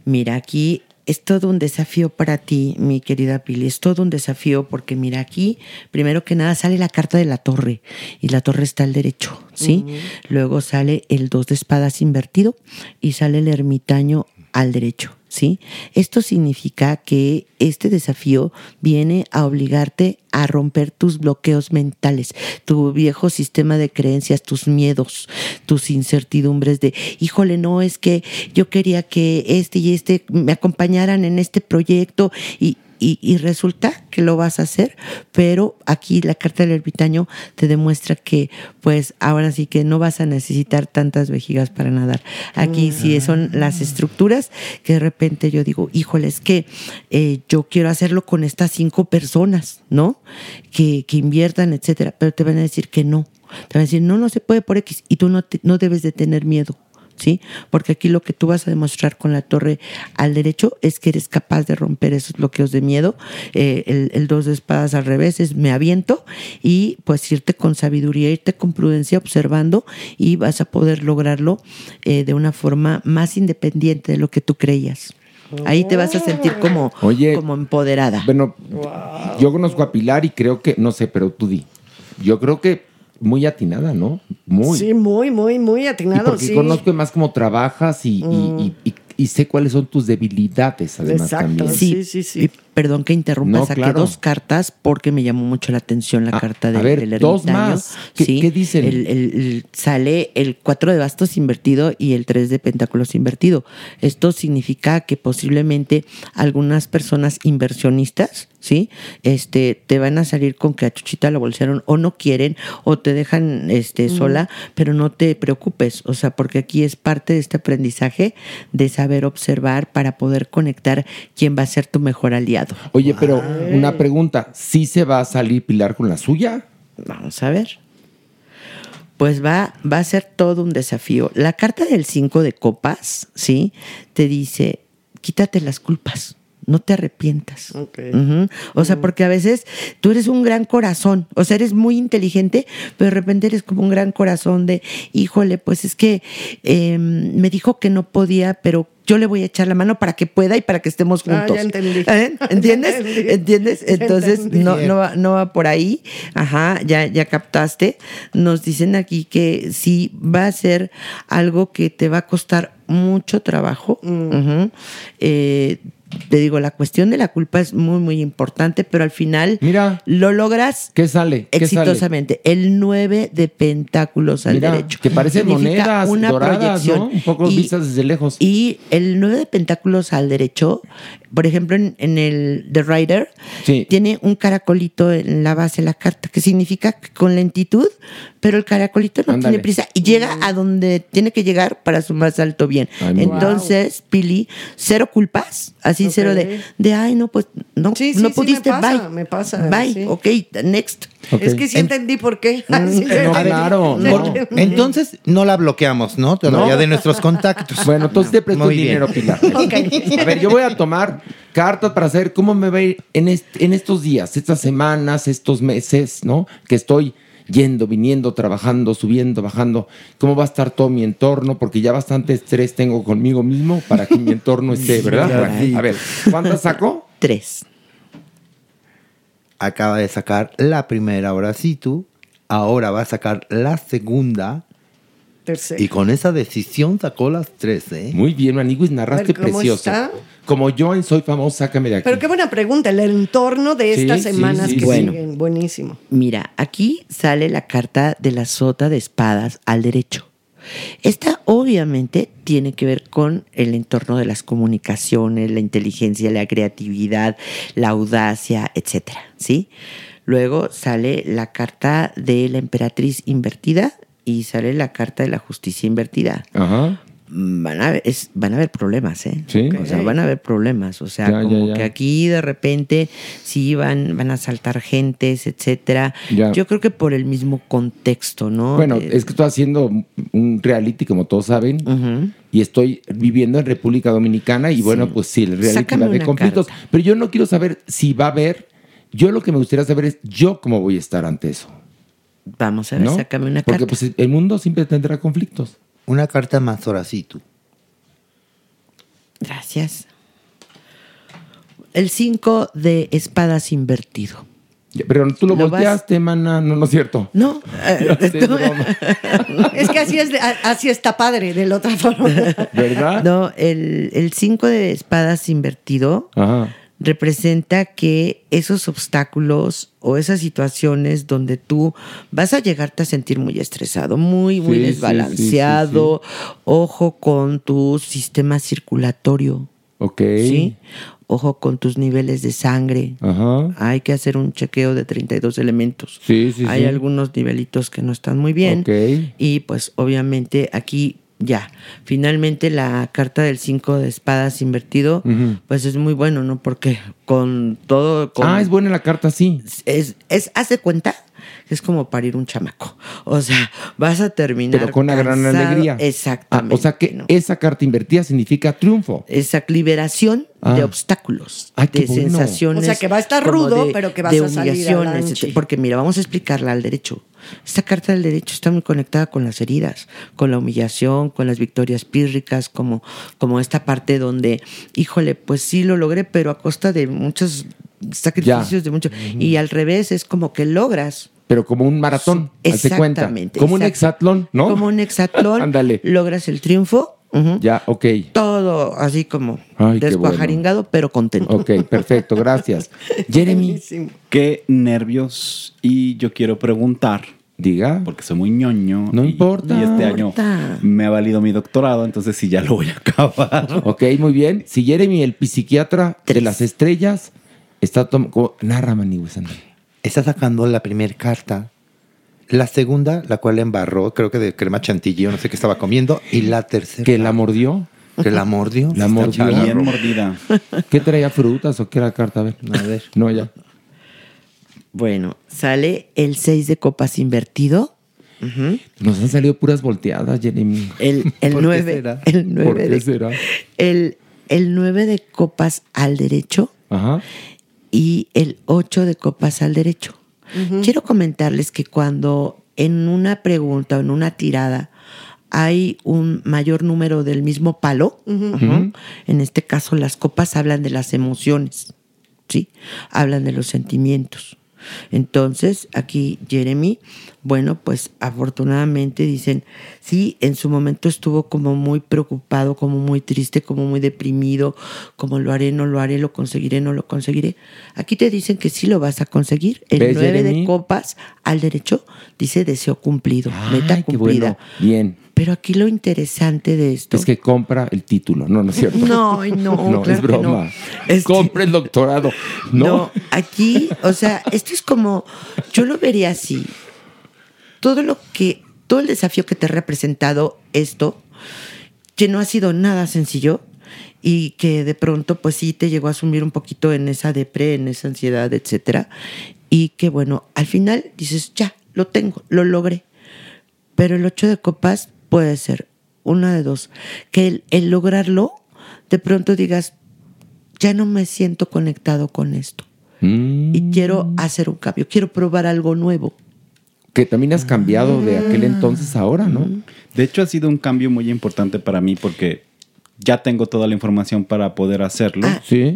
S18: Mira, aquí es todo un desafío para ti, mi querida Pili. Es todo un desafío porque, mira, aquí, primero que nada, sale la carta de la torre y la torre está al derecho, ¿sí? Luego sale el dos de espadas invertido y sale el ermitaño al derecho, ¿sí? Esto significa que este desafío viene a obligarte a romper tus bloqueos mentales, tu viejo sistema de creencias, tus miedos, tus incertidumbres de, híjole, no, es que yo quería que este y este me acompañaran en este proyecto y... y- y resulta que lo vas a hacer, pero aquí la carta del ermitaño te demuestra que, pues, ahora sí que no vas a necesitar tantas vejigas para nadar. Aquí sí son las estructuras que de repente yo digo, híjole, es que eh, yo quiero hacerlo con estas cinco personas, ¿no? Que, que inviertan, etcétera, pero te van a decir que no. Te van a decir, no, no se puede por X y tú no, te- no debes de tener miedo. ¿Sí? Porque aquí lo que tú vas a demostrar con la torre al derecho es que eres capaz de romper esos bloqueos de miedo. Eh, el, el dos de espadas al revés es me aviento y pues irte con sabiduría, irte con prudencia, observando y vas a poder lograrlo eh, de una forma más independiente de lo que tú creías. Ahí te vas a sentir como,
S4: Oye.
S18: como empoderada.
S4: Bueno, yo conozco a Pilar y creo que, no sé, pero tú di. Yo creo que muy atinada, ¿no? Muy.
S8: sí, muy, muy, muy
S4: Y
S8: atinado,
S4: porque
S8: sí.
S4: conozco más cómo trabajas y, y-
S18: Mm.
S4: y- y- y sé cuáles son tus debilidades, además
S8: Exacto,
S4: también.
S8: sí, sí, sí.
S18: Y perdón que interrumpa,
S4: No,
S18: saqué
S4: claro.
S18: dos cartas porque me llamó mucho la atención la
S4: A-
S18: carta
S4: a
S18: del,
S4: ver,
S18: del
S4: dos
S18: ermitaño.
S4: más. ¿Qué- qué dicen?
S18: el- el- el- sale el 4 de bastos invertido y el 3 de pentáculos invertido. Esto significa que posiblemente algunas personas inversionistas, ¿sí? Este, te van a salir con que a Chuchita la bolsearon o no quieren o te dejan este, sola, pero no te preocupes, o sea, porque aquí es parte de este aprendizaje de saber observar para poder conectar quién va a ser tu mejor aliado. Ah.
S4: Oye, pero una pregunta, ¿sí se va a salir Pilar con la suya?
S18: Vamos a ver. Pues va, va a ser todo un desafío. La carta del 5 de copas, ¿sí? Te dice, quítate las culpas, no te arrepientas. Ujú. O sea, porque a veces tú eres un gran corazón, o sea, eres muy inteligente, pero de repente eres como un gran corazón de, híjole, pues es que eh, me dijo que no podía, pero yo le voy a echar la mano para que pueda y para que estemos
S8: Ah, ya
S18: juntos.
S8: entendí.
S18: ¿Eh? ¿Entiendes?
S8: Ya entendí.
S18: ¿Entiendes?
S8: Ya
S18: Entonces,
S8: entendí.
S18: no, no, va, no va por ahí. Ajá, ya, ya captaste. Nos dicen aquí que sí va a ser algo que te va a costar mucho trabajo.
S8: Mm.
S18: Ujú. Eh, te digo, la cuestión de la culpa es muy, muy importante, pero al final lo logras
S4: ¿Qué sale? ¿Qué sale?
S18: exitosamente. El 9 de pentáculos al
S4: Mira,
S18: derecho.
S4: que parecen
S18: Significa
S4: monedas doradas, ¿no? Un poco vistas desde lejos.
S18: Y el 9 de pentáculos al derecho, por ejemplo, en, en el The Rider, tiene un caracolito en la base de la carta, que significa que con lentitud, pero el caracolito no
S4: Ándale.
S18: tiene prisa y llega a donde tiene que llegar para su más alto bien.
S4: Ay, mira.
S18: Entonces, Pili, cero culpas, así
S8: Ok.
S18: cero de, de, ay, no, pues no,
S8: Sí, sí,
S18: no
S8: sí,
S18: pudiste,
S8: me pasa,
S18: bye.
S8: me pasa,
S18: Bye,
S8: sí.
S18: ok, next. Mm,
S9: Ok.
S8: Es que sí
S9: En-
S8: entendí por qué.
S18: Ah,
S4: Mm,
S9: A ver, por- Entonces no la bloqueamos, ¿no? Todavía de nuestros contactos.
S4: Bueno, entonces te presto
S9: Muy
S4: el
S9: bien.
S4: dinero, Pilar. A ver, yo voy a tomar cartas para saber cómo me va a ir en, est- en estos días, estas semanas, estos meses, ¿no? Que estoy yendo, viniendo, trabajando, subiendo, bajando. ¿Cómo va a estar todo mi entorno? Porque ya bastante estrés tengo conmigo mismo para que mi entorno esté,
S9: Sí,
S4: ¿verdad?
S9: claro.
S4: Bueno, a ver, ¿cuántas sacó?
S18: Tres.
S9: Acaba de sacar la primera, ahora sí tú. Ahora va a sacar la segunda.
S8: Tercero.
S9: Y con esa decisión sacó las tres, ¿eh?
S4: Muy bien, Maniguis, narraste
S8: A ver, ¿cómo
S4: precioso.
S8: está?
S4: Como yo en Soy Famoso, sácame de aquí.
S8: Pero qué buena pregunta, el entorno de
S18: Sí,
S8: estas
S18: sí,
S8: semanas
S18: sí,
S8: que
S18: sí. Bueno.
S8: siguen. Buenísimo.
S18: Mira, aquí sale la carta de la sota de espadas al derecho. Esta obviamente tiene que ver con el entorno de las comunicaciones, la inteligencia, la creatividad, la audacia, etcétera, ¿sí? Luego sale la carta de la emperatriz invertida y sale la carta de la justicia invertida.
S4: Ajá.
S18: Van a, ver- es- van a haber problemas, ¿eh?
S4: Sí.
S18: O sea, van a haber problemas. O sea,
S4: Ya, ya,
S18: como
S4: ya.
S18: que aquí de repente sí van, van a saltar gentes, etcétera.
S4: Ya.
S18: Yo creo que por el mismo contexto, ¿no? Eh,
S4: Bueno,
S18: De-
S4: es que estoy haciendo un reality, como todos saben, y estoy viviendo en República Dominicana, y bueno, pues sí, el reality
S18: Sácame
S4: va a haber
S18: una
S4: conflictos. Pero yo no quiero saber si va a haber. Yo lo que me gustaría saber es yo cómo voy a estar ante eso.
S18: Vamos a ver, sácame una
S4: Porque
S18: carta.
S4: pues el mundo siempre tendrá conflictos.
S9: Una carta más ahora sí tú.
S18: Gracias. El 5 de espadas invertido.
S4: Pero tú lo,
S18: Lo vas-
S4: volteaste, mana. No, no es cierto.
S18: No. eh,
S4: Ya sé, es broma.
S8: Es que así, es, de- a- así está padre, de la otra forma.
S4: ¿Verdad?
S18: No, el el 5 de espadas invertido
S4: Ajá.
S18: representa que esos obstáculos o esas situaciones donde tú vas a llegarte a sentir muy estresado, muy, muy
S8: Sí, sí,
S18: desbalanceado, ojo con tu sistema circulatorio.
S4: Ok.
S18: ¿Sí? Ojo con tus niveles de sangre.
S4: Ajá.
S18: Hay que hacer un chequeo de 32 elementos.
S4: Sí, sí,
S18: Hay
S4: sí.
S18: algunos nivelitos que no están muy bien.
S4: Ok.
S18: Y pues obviamente aquí ya, finalmente la carta del 5 de espadas invertido,
S4: Ujú.
S18: pues es muy bueno, ¿no? Porque con todo... con-
S4: Ah, es buena la carta, sí.
S18: es, es, haz de cuenta, que es como parir un chamaco. O sea, vas a terminar.
S4: Pero con una gran
S18: cansado.
S4: alegría.
S18: Exactamente.
S4: Ah, o sea que esa carta invertida significa triunfo.
S18: Esa liberación de
S4: Ah.
S18: obstáculos,
S4: Ay, qué
S18: de
S4: bueno.
S18: sensaciones.
S8: O sea, que va a estar
S18: como
S8: rudo,
S18: de-
S8: pero que vas
S18: de
S8: a salir
S18: humillaciones,
S8: adelante.
S18: etc. Porque mira, vamos a explicarla al derecho. Esta carta del derecho está muy conectada con las heridas, con la humillación, con las victorias pírricas, como, como esta parte donde, híjole, pues sí lo logré, pero a costa de muchos sacrificios, de mucho. Y al revés, es como que logras
S4: Pero como un maratón, hazte cuenta.
S18: Exactamente,
S4: Como un
S18: exacto.
S4: hexatlón, ¿no?
S18: Como un hexatlón.
S4: Ándale.
S18: Logras el triunfo. ujú.
S4: Ya, ok.
S18: Todo así como
S4: Ay, qué
S18: descuajaringado, pero contento.
S4: Ok, perfecto, gracias. Jeremy.
S19: Qué nervios. Y yo quiero preguntar.
S4: Diga.
S19: Porque soy muy ñoño.
S4: No
S19: y-
S4: importa.
S19: Y este año
S4: Importa.
S19: me ha valido mi doctorado, entonces sí ya lo voy a acabar.
S4: Ok, muy bien. Si Jeremy, el psiquiatra de las estrellas, está tomando. Narra, Manigüez, ándale.
S9: Está sacando la primera carta. La segunda, la cual embarró, creo que de crema chantilly o no sé qué estaba comiendo. Y la tercera. ¿Que
S4: la mordió?
S9: Que la mordió.
S4: La
S9: Está
S4: mordió.
S9: chavarro.
S4: Bien
S19: mordida.
S4: ¿Qué traía frutas o qué era la carta? A ver.
S9: A ver.
S4: No, ya.
S18: Bueno, sale el 6 de copas invertido. Ujú.
S4: Nos han salido puras volteadas, Jeremy.
S18: El, el
S4: ¿Por qué
S18: 9.
S4: será?
S18: El
S4: ¿Por
S18: 9
S4: qué
S18: de,
S4: será?
S18: El el 9 de copas al derecho
S4: Ajá.
S18: y el 8 de copas al derecho. Quiero comentarles que cuando en una pregunta o en una tirada hay un mayor número del mismo palo,
S8: Ujú.
S18: ajá, en este caso las copas hablan de las emociones, ¿sí? Hablan de los sentimientos. Entonces, aquí Jeremy, bueno, pues afortunadamente dicen, sí, en su momento estuvo como muy preocupado, como muy triste, como muy deprimido, como lo haré, no lo haré, lo conseguiré, no lo conseguiré. Aquí te dicen que sí lo vas a conseguir.
S4: ¿Ves,
S18: El 9
S4: Jeremy?
S18: de copas al derecho dice deseo cumplido, meta
S4: Qué
S18: cumplida.
S4: bueno. Bien.
S18: Pero aquí lo interesante de esto
S4: Es que compra el título. No, no es cierto.
S18: No, ay, no, claro
S4: es
S18: que
S4: broma. Compra el doctorado. No.
S18: No, aquí, o sea, esto es como, yo lo vería así. Todo lo que, todo el desafío que te ha representado esto, que no ha sido nada sencillo y que de pronto, pues sí, te llegó a asumir un poquito en esa depre, en esa ansiedad, etcétera. Y que bueno, al final dices, ya, lo tengo, lo logré. Pero el ocho de copas puede ser una de dos. Que el- el lograrlo, de pronto digas, ya no me siento conectado con esto. Y quiero hacer un cambio, quiero probar algo nuevo.
S4: Que también has cambiado
S18: Ah.
S4: de aquel entonces a ahora, ¿no?
S19: Mm. De hecho, ha sido un cambio muy importante para mí porque ya tengo toda la información para poder hacerlo.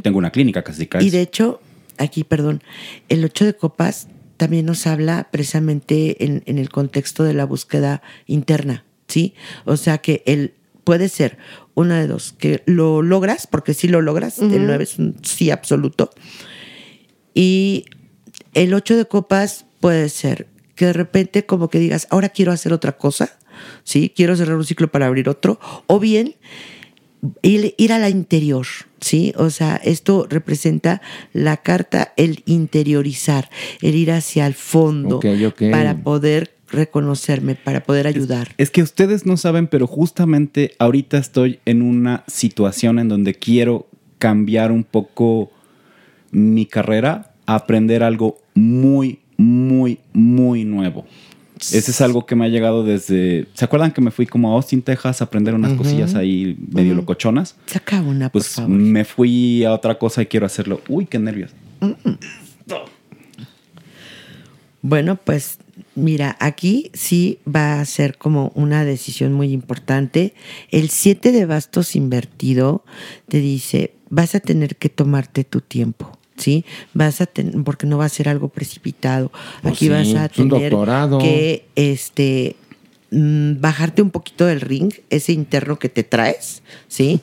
S19: Tengo una clínica casi casi.
S18: Ah. Y de hecho, aquí, perdón, el ocho de copas también nos habla precisamente en, en el contexto de la búsqueda interna, ¿sí? O sea que el, puede ser una de dos, que lo logras, porque si lo logras,
S8: Ujú.
S18: el 9 es un sí absoluto. Y el ocho de copas puede ser que de repente como que digas, ahora quiero hacer otra cosa, ¿sí? Quiero cerrar un ciclo para abrir otro. O bien ir, ir a la interior, ¿sí? O sea, esto representa la carta, el interiorizar, el ir hacia el fondo
S19: Ok, ok.
S18: para poder reconocerme, para poder ayudar.
S19: Es que ustedes no saben, pero justamente ahorita estoy en una situación en donde quiero cambiar un poco mi carrera, a aprender algo muy, muy, muy nuevo. Ese es algo que me ha llegado desde... ¿Se acuerdan que me fui como a Austin, Texas, a aprender unas
S18: Ujú.
S19: cosillas ahí medio
S18: Ujú.
S19: locochonas?
S18: Saca una, por
S19: Pues
S18: favor.
S19: me fui a otra cosa y quiero hacerlo. Uy, qué nervios.
S18: Bueno, pues mira, aquí sí va a ser como una decisión muy importante. El 7 de bastos invertido te dice, vas a tener que tomarte tu tiempo. ¿Sí? Vas a ten- porque no va a ser algo precipitado.
S4: Pues
S18: Aquí
S4: sí,
S18: vas a
S4: es un
S18: tener
S4: doctorado.
S18: que este mm, bajarte un poquito del ring, ese interno que te traes, ¿sí?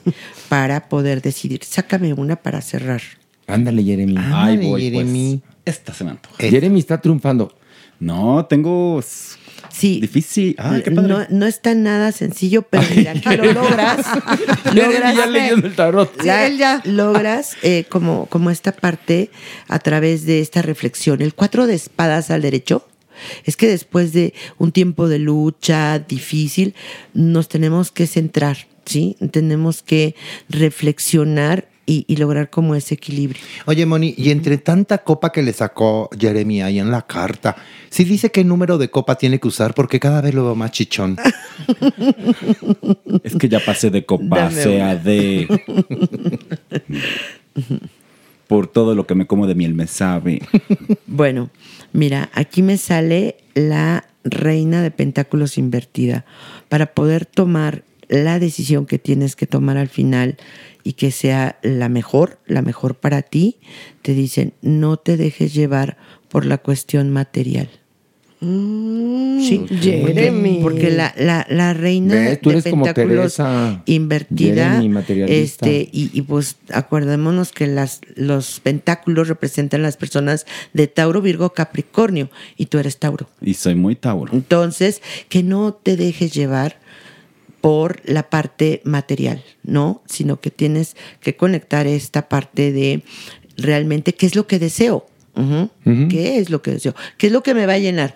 S18: para poder decidir. Sácame una para cerrar.
S4: Ándale, Jeremy.
S18: Ándale, Ahí voy, pues. Jeremy.
S19: Esta se me antoja.
S4: Jeremy está triunfando.
S19: No, tengo.
S18: Sí.
S19: Difícil. Ah, qué padre.
S18: No, no está nada sencillo, pero mira, que lo logras. logras
S4: ya leyendo el tarot.
S18: ya logras eh, como, como esta parte a través de esta reflexión. El cuatro de espadas al derecho es que después de un tiempo de lucha difícil, nos tenemos que centrar, ¿sí? Tenemos que reflexionar y, y lograr como ese equilibrio.
S9: Oye, Moni, y entre tanta copa que le sacó Jeremy ahí en la carta, sí dice qué número de copa tiene que usar porque cada vez lo veo más chichón.
S19: Es que ya pasé de copa,
S9: Dame
S19: sea
S9: una.
S19: de. Por todo lo que me como de miel me sabe.
S18: Bueno, mira, aquí me sale la reina de pentáculos invertida. Para poder tomar la decisión que tienes que tomar al final y que sea la mejor, la mejor para ti, te dicen, no te dejes llevar por la cuestión material. Sí,
S8: Mm, Jeremy.
S18: Porque, porque la, la- la reina
S4: ¿Ves? Tú
S18: de
S4: eres como
S18: pentáculos
S4: Teresa,
S18: invertida,
S4: Jeremy, materialista.
S18: este, y, y, pues acordémonos que las, los pentáculos representan las personas de Tauro, Virgo, Capricornio, y tú eres Tauro.
S19: Y soy muy tauro.
S18: Entonces, que no te dejes llevar por la parte material, ¿no? Sino que tienes que conectar esta parte de realmente qué es lo que deseo, Ujú.
S8: Ujú.
S18: qué es lo que deseo, qué es lo que me va a llenar.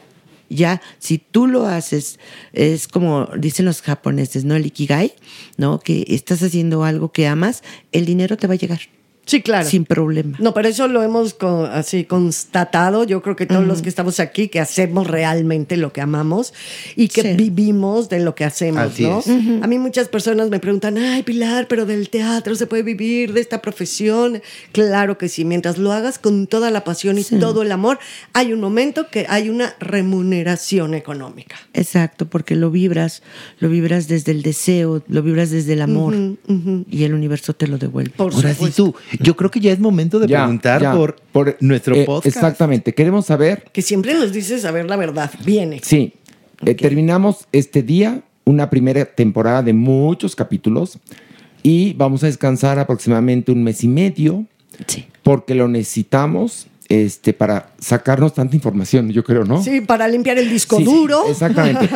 S18: Ya, si tú lo haces, es como dicen los japoneses, ¿no? El ikigai, ¿no? Que estás haciendo algo que amas, el dinero te va a llegar.
S8: Sí, claro.
S18: Sin problema.
S8: No, pero eso lo hemos co- así constatado, yo creo que todos
S18: Ujú.
S8: los que estamos aquí, que hacemos realmente lo que amamos y que
S18: Sí.
S8: vivimos de lo que hacemos,
S9: Así
S8: ¿no?
S9: es. Ujú.
S8: A mí muchas personas me preguntan, ay, Pilar, pero del teatro se puede vivir, de esta profesión. Claro que sí, mientras lo hagas con toda la pasión y todo el amor, hay un momento que hay una remuneración económica.
S18: Exacto, porque lo vibras, lo vibras desde el deseo, lo vibras desde el amor
S8: Ujú, ujú.
S18: y el universo te lo devuelve.
S9: Ahora sí tú, yo creo que ya es momento de
S4: Ya,
S9: preguntar
S4: ya.
S9: por, por nuestro
S4: Eh,
S9: podcast.
S4: Exactamente. Queremos saber
S8: Que siempre nos dices saber la verdad, viene.
S4: Sí. Eh, terminamos este día una primera temporada de muchos capítulos y vamos a descansar aproximadamente un mes y medio porque lo necesitamos este, para sacarnos tanta información, yo creo, ¿no?
S8: Sí, para limpiar el disco
S4: Sí, sí,
S8: duro.
S4: exactamente.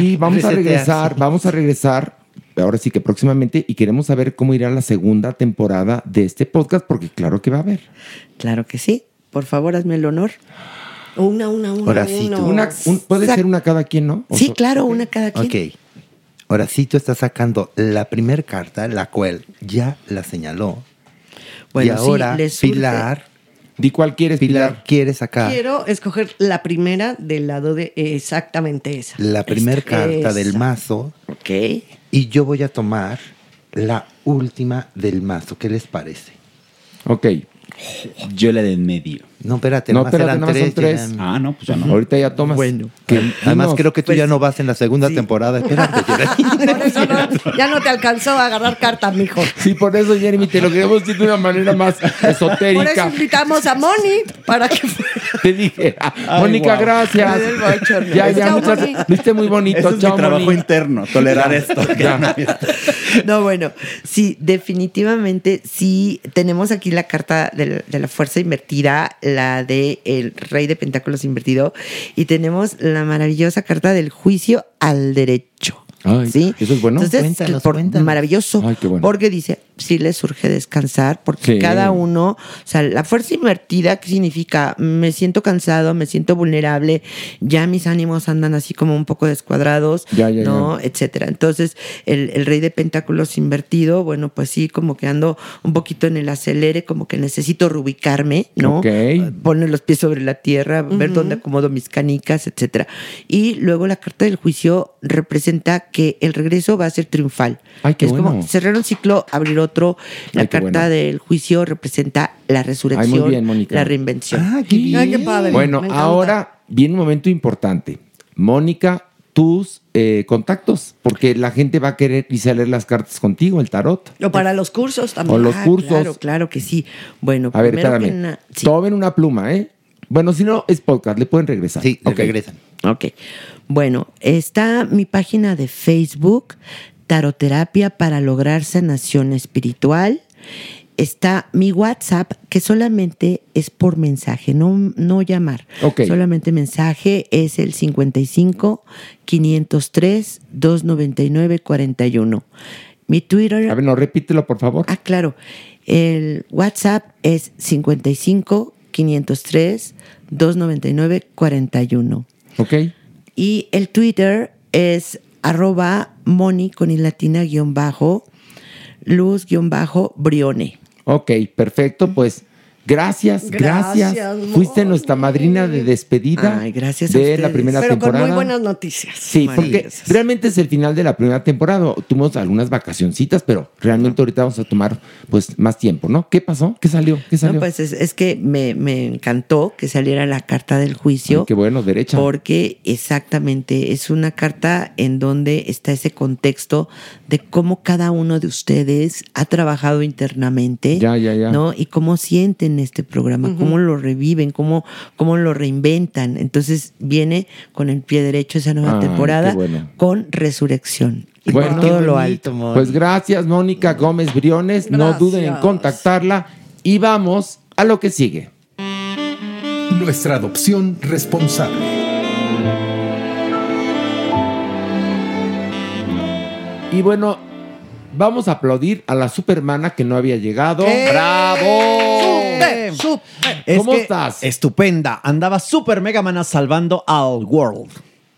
S4: Y vamos a regresar, vamos a regresar ahora sí que próximamente y queremos saber cómo irá la segunda temporada de este podcast porque claro que va a haber.
S18: Claro que sí. Por favor, hazme el honor.
S8: Una, una, una.
S9: Ahora sí, tú.
S4: Una- un- puede
S9: Sac-
S4: ser una cada quien, ¿no? O
S18: Sí,
S4: so-
S18: claro, una cada quien.
S9: Ok. Ahora sí tú estás sacando la primer carta, la cual ya la señaló.
S18: Bueno,
S9: y
S18: sí,
S9: ahora
S18: le surge.
S9: Pilar.
S4: ¿Di cuál quieres,
S9: Pilar? quiere
S4: ah.
S9: sacar
S8: Quiero escoger la primera del lado de eh, exactamente esa.
S9: la primer
S8: Esta.
S9: carta del
S8: Esa.
S9: mazo.
S18: Ok.
S9: Y yo voy a tomar la última del mazo. ¿Qué les parece?
S4: Ok.
S19: Yo la de en medio.
S9: No, espérate,
S4: No,
S9: nomás
S4: espérate,
S9: eran
S4: nomás son
S9: tres,
S4: tres.
S9: eran-
S19: Ah, no, pues ya no.
S4: Ahorita ya tomas. Bueno.
S9: Además, creo que tú ya no vas en la segunda temporada. Espérate,
S8: Por eso no- ya no te alcanzó a agarrar carta, mijo.
S4: Sí, por eso, Jeremy, te lo queremos decir de una manera más
S8: Por eso
S4: esotérica.
S8: invitamos a Moni para que
S4: Te dije, "Ah, Mónica,
S19: guau.
S4: gracias.
S8: Me dio el bochorno.
S4: Ya, ya,
S8: Chao,
S4: muchas.
S8: Moni.
S4: Lo hiciste muy bonito.
S19: Eso es mi
S4: Chao,
S19: trabajo
S4: Moni.
S19: interno, tolerar esto.
S4: Ya.
S18: No, bueno, sí, definitivamente sí tenemos aquí la carta del- de, la fuerza invertida, la de el rey de pentáculos invertido y tenemos la maravillosa carta del juicio al derecho.
S4: Ay,
S18: ¿Sí?
S4: ¿Eso es bueno?
S18: Entonces,
S9: Cuéntanos,
S18: por-
S9: cuéntanos.
S18: maravilloso,
S4: Ay, qué bueno.
S18: porque dice, sí les surge descansar, porque
S4: Sí.
S18: cada uno, o sea, la fuerza invertida, ¿qué significa? Me siento cansado, me siento vulnerable, ya mis ánimos andan así como un poco descuadrados,
S4: Ya, ya,
S18: ¿no? etcétera. Entonces, el, el rey de pentáculos invertido, bueno, pues sí, como que ando un poquito en el acelere, como que necesito reubicarme, ¿no?
S4: Ok.
S18: Poner los pies sobre la tierra, ver dónde acomodo mis canicas, etcétera. Y luego la carta del juicio representa que el regreso va a ser triunfal.
S4: Ay, qué
S18: es
S4: bueno.
S18: como cerrar un ciclo, abrir otro. La
S4: Ay, qué
S18: carta
S4: bueno.
S18: del juicio representa la resurrección,
S4: bien, Mónica.
S18: la reinvención.
S9: Ah, qué bien.
S8: Ay, qué padre.
S4: Bueno,
S8: Me encanta.
S4: ahora viene un momento importante. Mónica, tus eh, contactos, porque la gente va a querer irse a leer las cartas contigo, el tarot.
S8: O para los cursos también.
S4: O los
S18: Ah,
S4: cursos.
S18: Claro, claro que sí. Bueno,
S4: A ver,
S18: primero que
S4: espérame.
S18: na- sí.
S4: Tomen una pluma, ¿eh? Bueno, si no, es podcast, le pueden regresar.
S9: Sí,
S4: Ok.
S9: regresan.
S18: Ok. Bueno, está mi página de Facebook, Taroterapia para lograr sanación espiritual. Está mi WhatsApp, que solamente es por mensaje, no, no llamar.
S4: Ok.
S18: Solamente mensaje es el 55 503 299 41. Mi Twitter.
S4: A ver, no, repítelo, por favor.
S18: Ah, claro. El WhatsApp es 55 503 299 41.
S4: Ok.
S18: Y el Twitter es arroba moni con y latina guión bajo, luz guión bajo brione.
S4: Ok, perfecto, pues gracias, gracias.
S8: Gracias,
S4: Fuiste
S8: Moni.
S4: nuestra madrina de despedida
S18: Ay, gracias a
S4: de
S18: ustedes.
S4: la primera
S8: Pero con
S4: temporada.
S8: muy buenas noticias.
S4: Sí, porque
S18: Maravillosas.
S4: realmente es el final de la primera temporada. Tuvimos algunas vacacioncitas, pero realmente ahorita vamos a tomar pues más tiempo, ¿no? ¿Qué pasó? ¿Qué salió? ¿Qué salió?
S18: No, pues es, es que me, me encantó que saliera la carta del juicio.
S4: Ay, qué bueno, derecha.
S18: Porque exactamente es una carta en donde está ese contexto de cómo cada uno de ustedes ha trabajado internamente,
S4: Ya, ya, ya.
S18: ¿no? Y cómo sienten este programa, cómo lo reviven, cómo, cómo lo reinventan. Entonces viene con el pie derecho esa nueva
S4: Ay,
S18: temporada
S4: qué bueno.
S18: con resurrección. Y
S4: Bueno,
S18: por todo
S9: qué
S18: lo
S9: bonito,
S18: alto.
S9: Moni.
S4: Pues gracias, Mónica Gómez Briones. No
S8: Gracias.
S4: duden en contactarla y vamos a lo que sigue.
S3: Nuestra adopción responsable.
S4: Y bueno, vamos a aplaudir a la supermana que no había llegado.
S18: ¡Eh!
S8: Súper, súper.
S4: ¿Cómo
S20: que
S4: estás?
S20: Estupenda. Andaba super mega mana salvando al world.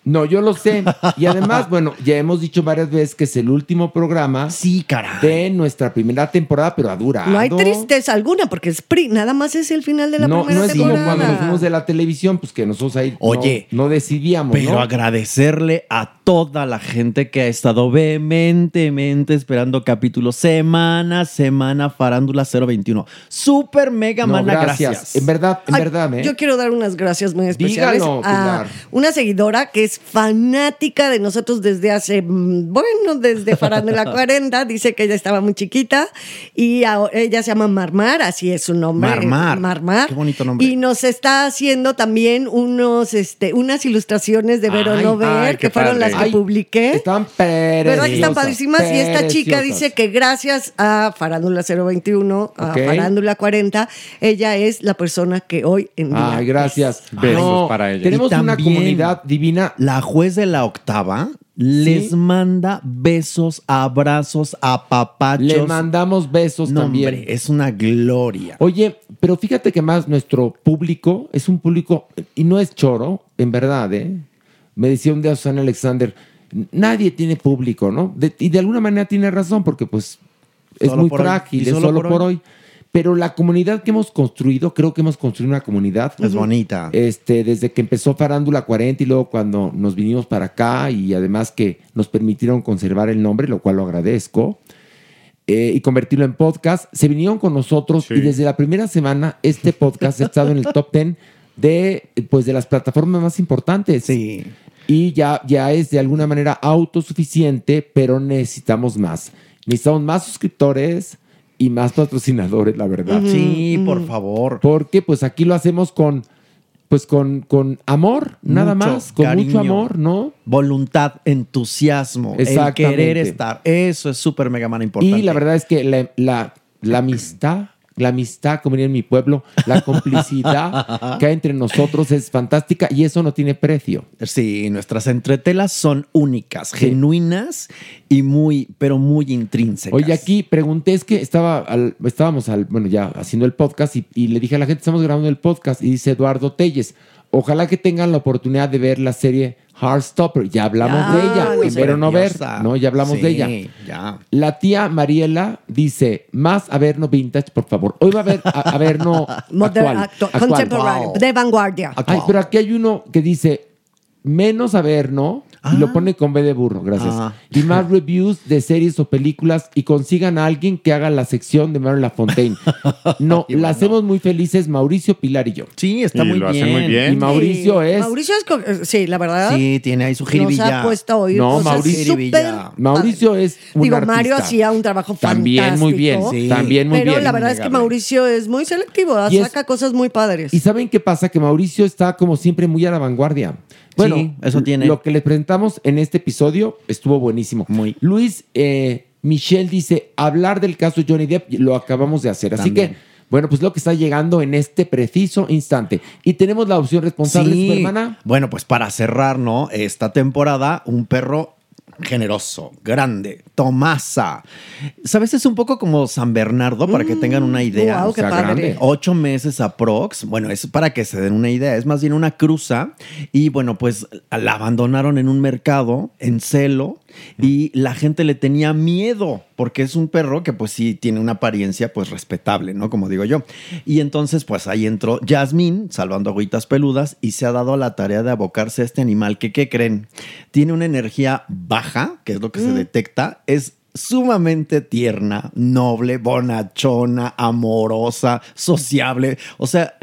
S4: No, yo lo sé. Y además, bueno, ya hemos dicho varias veces que es el último programa
S12: sí, caray.
S4: de nuestra primera temporada, pero ha durado.
S8: No hay tristeza alguna, porque es pri- nada más es el final de la
S4: No,
S8: primera
S4: no es como
S8: temporada.
S4: cuando nos fuimos de la televisión, pues que nosotros ahí no-
S20: Oye,
S4: no, decidíamos.
S20: Pero
S4: ¿no?
S20: agradecerle a toda la gente que ha estado vehementemente esperando capítulos semana a semana, Farándula 021. Super mega
S4: No,
S20: mana,
S4: gracias.
S20: gracias.
S4: En verdad, en verdad, ¿eh?
S8: Yo quiero dar unas gracias muy especiales
S20: Dígalo,
S8: a
S20: Pilar.
S8: una seguidora que es fanática de nosotros desde hace, mm, bueno, desde Farándula 40, dice que ella estaba muy chiquita y aho- ella se llama Marmar, así es su nombre.
S20: Marmar.
S8: Marmar.
S20: Qué bonito nombre.
S8: Y nos está haciendo también unos, este, unas ilustraciones de Ver o
S20: Ay,
S8: No Ver,
S20: ay, qué
S8: que fueron
S20: padre.
S8: las que
S20: Ay,
S8: publiqué.
S4: Están
S8: ¿Verdad que están
S4: preciosas,
S8: padrísimas? Y esta chica
S4: preciosas.
S8: dice que gracias a Farándula 021, a
S4: Ok.
S8: Farándula 40, ella es la persona que hoy en día.
S4: Ay, gracias.
S20: Ah,
S8: es.
S4: No, Tenemos
S20: Y
S4: una
S20: también,
S4: comunidad divina.
S20: La juez de la octava les manda besos, abrazos, apapachos.
S4: Le mandamos besos
S20: No,
S4: también.
S20: hombre, es una gloria.
S4: Oye, pero fíjate que más nuestro público es un público, y no es choro, en verdad, ¿eh? Me decía un día Susana Alexander, nadie tiene público, ¿no? De- y de alguna manera tiene razón, porque pues es
S20: Solo
S4: muy
S20: por hoy.
S4: frágil,
S20: Y
S4: es
S20: solo
S4: solo,
S20: por
S4: por
S20: hoy.
S4: hoy. Pero la comunidad que hemos construido, creo que hemos construido una comunidad.
S20: Es bonita.
S4: Este, desde que empezó Farándula 40 y luego cuando nos vinimos para acá y además que nos permitieron conservar el nombre, lo cual lo agradezco, eh, y convertirlo en podcast, se vinieron con nosotros y desde la primera semana este podcast ha estado en el top 10 de, pues, de las plataformas más importantes.
S20: Sí.
S4: Y ya, ya es de alguna manera autosuficiente, pero necesitamos más. Necesitamos más suscriptores y más patrocinadores, la verdad.
S20: Sí, por favor.
S4: Porque pues aquí lo hacemos con, pues con, con amor, nada
S20: Mucho
S4: más, con mucho
S20: cariño.
S4: amor, ¿no?
S20: Voluntad, entusiasmo, el
S4: Exactamente.
S20: querer estar. Eso es súper mega man importante.
S4: Y la verdad es que la, la- la amistad, la amistad, como diría en mi pueblo, la complicidad que hay entre nosotros es fantástica y eso no tiene precio.
S20: Sí, nuestras entretelas son únicas, genuinas y muy, pero muy intrínsecas.
S4: Oye, aquí pregunté, es que estaba al- estábamos al, bueno, ya haciendo el podcast y, y le dije a la gente, estamos grabando el podcast y dice Eduardo Telles, ojalá que tengan la oportunidad de ver la serie Heartstopper. Ya hablamos
S20: Ah,
S4: de ella,
S20: uy,
S4: en ver o no ver,
S20: preciosa.
S4: ¿no? Ya hablamos
S20: Sí,
S4: de ella.
S20: ya.
S4: La tía Mariela dice, más Averno Vintage, por favor. Hoy va a haber a- Averno
S8: Modern,
S4: actual,
S8: actu-
S4: actual.
S8: contemporáneo, de vanguardia.
S4: Ay, pero aquí hay uno que dice menos Averno y lo pone con B de burro, gracias.
S20: Ah.
S4: Y más reviews de series o películas y consigan a alguien que haga la sección de Mario Lafontaine. No, la hacemos muy felices Mauricio, Pilar y yo.
S20: Sí, está
S4: Y
S20: muy
S4: lo hacen
S20: bien.
S4: muy bien. Y Mauricio es-
S8: Mauricio es. co- eh, Sí, la verdad.
S20: Sí, tiene ahí su
S8: Nos
S20: jiribilla.
S8: ha puesto a oír
S4: No,
S8: cosas
S4: Mauricio.
S8: súper-
S4: Mauricio es un
S8: Digo,
S4: artista.
S8: Mario hacía un trabajo
S4: También
S8: fantástico.
S4: muy bien, sí. También muy
S8: Pero
S4: bien.
S8: la verdad es que
S4: Innegable.
S8: Mauricio es muy selectivo,
S4: Y es-
S8: saca cosas muy padres.
S4: ¿Y saben qué pasa? Que Mauricio está como siempre muy a la vanguardia. Bueno,
S20: Sí, eso tiene.
S4: Lo que les presentamos en este episodio estuvo buenísimo. Luis eh, Michel dice, hablar del caso Johnny Depp lo acabamos de hacer. Así
S20: También.
S4: que, bueno, pues lo que está llegando en este preciso instante. Y tenemos la opción responsable,
S20: Sí.
S4: Supermana.
S20: Bueno, pues para cerrar, ¿no? Esta temporada, un perro generoso, grande, Tomasa. ¿Sabes? Es un poco como San Bernardo, para que tengan una idea.
S8: Mm, guau, qué padre.
S20: Ocho meses aprox. Bueno, es para que se den una idea. Es más bien una cruza. Y bueno, pues la abandonaron en un mercado, en celo, y la gente le tenía miedo, porque es un perro que pues sí tiene una apariencia pues respetable, ¿no? Como digo yo. Y entonces pues ahí entró Jasmine, salvando agüitas peludas, y se ha dado a la tarea de abocarse a este animal que, ¿qué creen? Tiene una energía baja, que es lo que se
S12: Mm.
S20: detecta, es sumamente tierna, noble, bonachona, amorosa, sociable. O sea,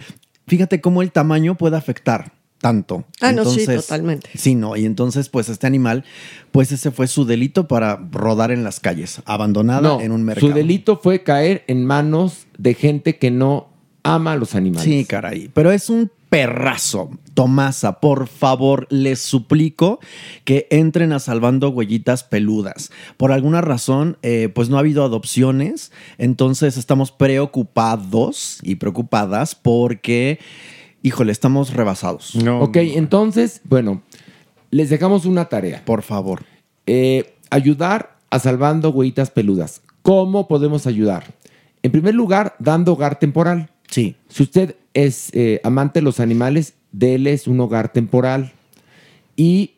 S20: fíjate cómo el tamaño puede afectar tanto.
S8: Ah, no, sí, totalmente.
S20: Sí, no, y entonces pues este animal, pues ese fue su delito para rodar en las calles, abandonada
S4: No,
S20: en un mercado.
S4: su delito fue caer en manos de gente que no ama a los animales.
S20: Sí, caray. Pero es un perrazo. Tomasa, por favor, les suplico que entren a salvando huellitas peludas. Por alguna razón, eh, pues no ha habido adopciones, entonces estamos preocupados y preocupadas porque, híjole, estamos rebasados.
S4: ok, entonces, bueno, les dejamos una tarea. Eh,
S20: Por favor.
S4: ayudar a salvando huellitas peludas. ¿Cómo podemos ayudar? En primer lugar, dando hogar temporal.
S20: Sí.
S4: Si usted es eh, amante de los animales, déles un hogar temporal. Y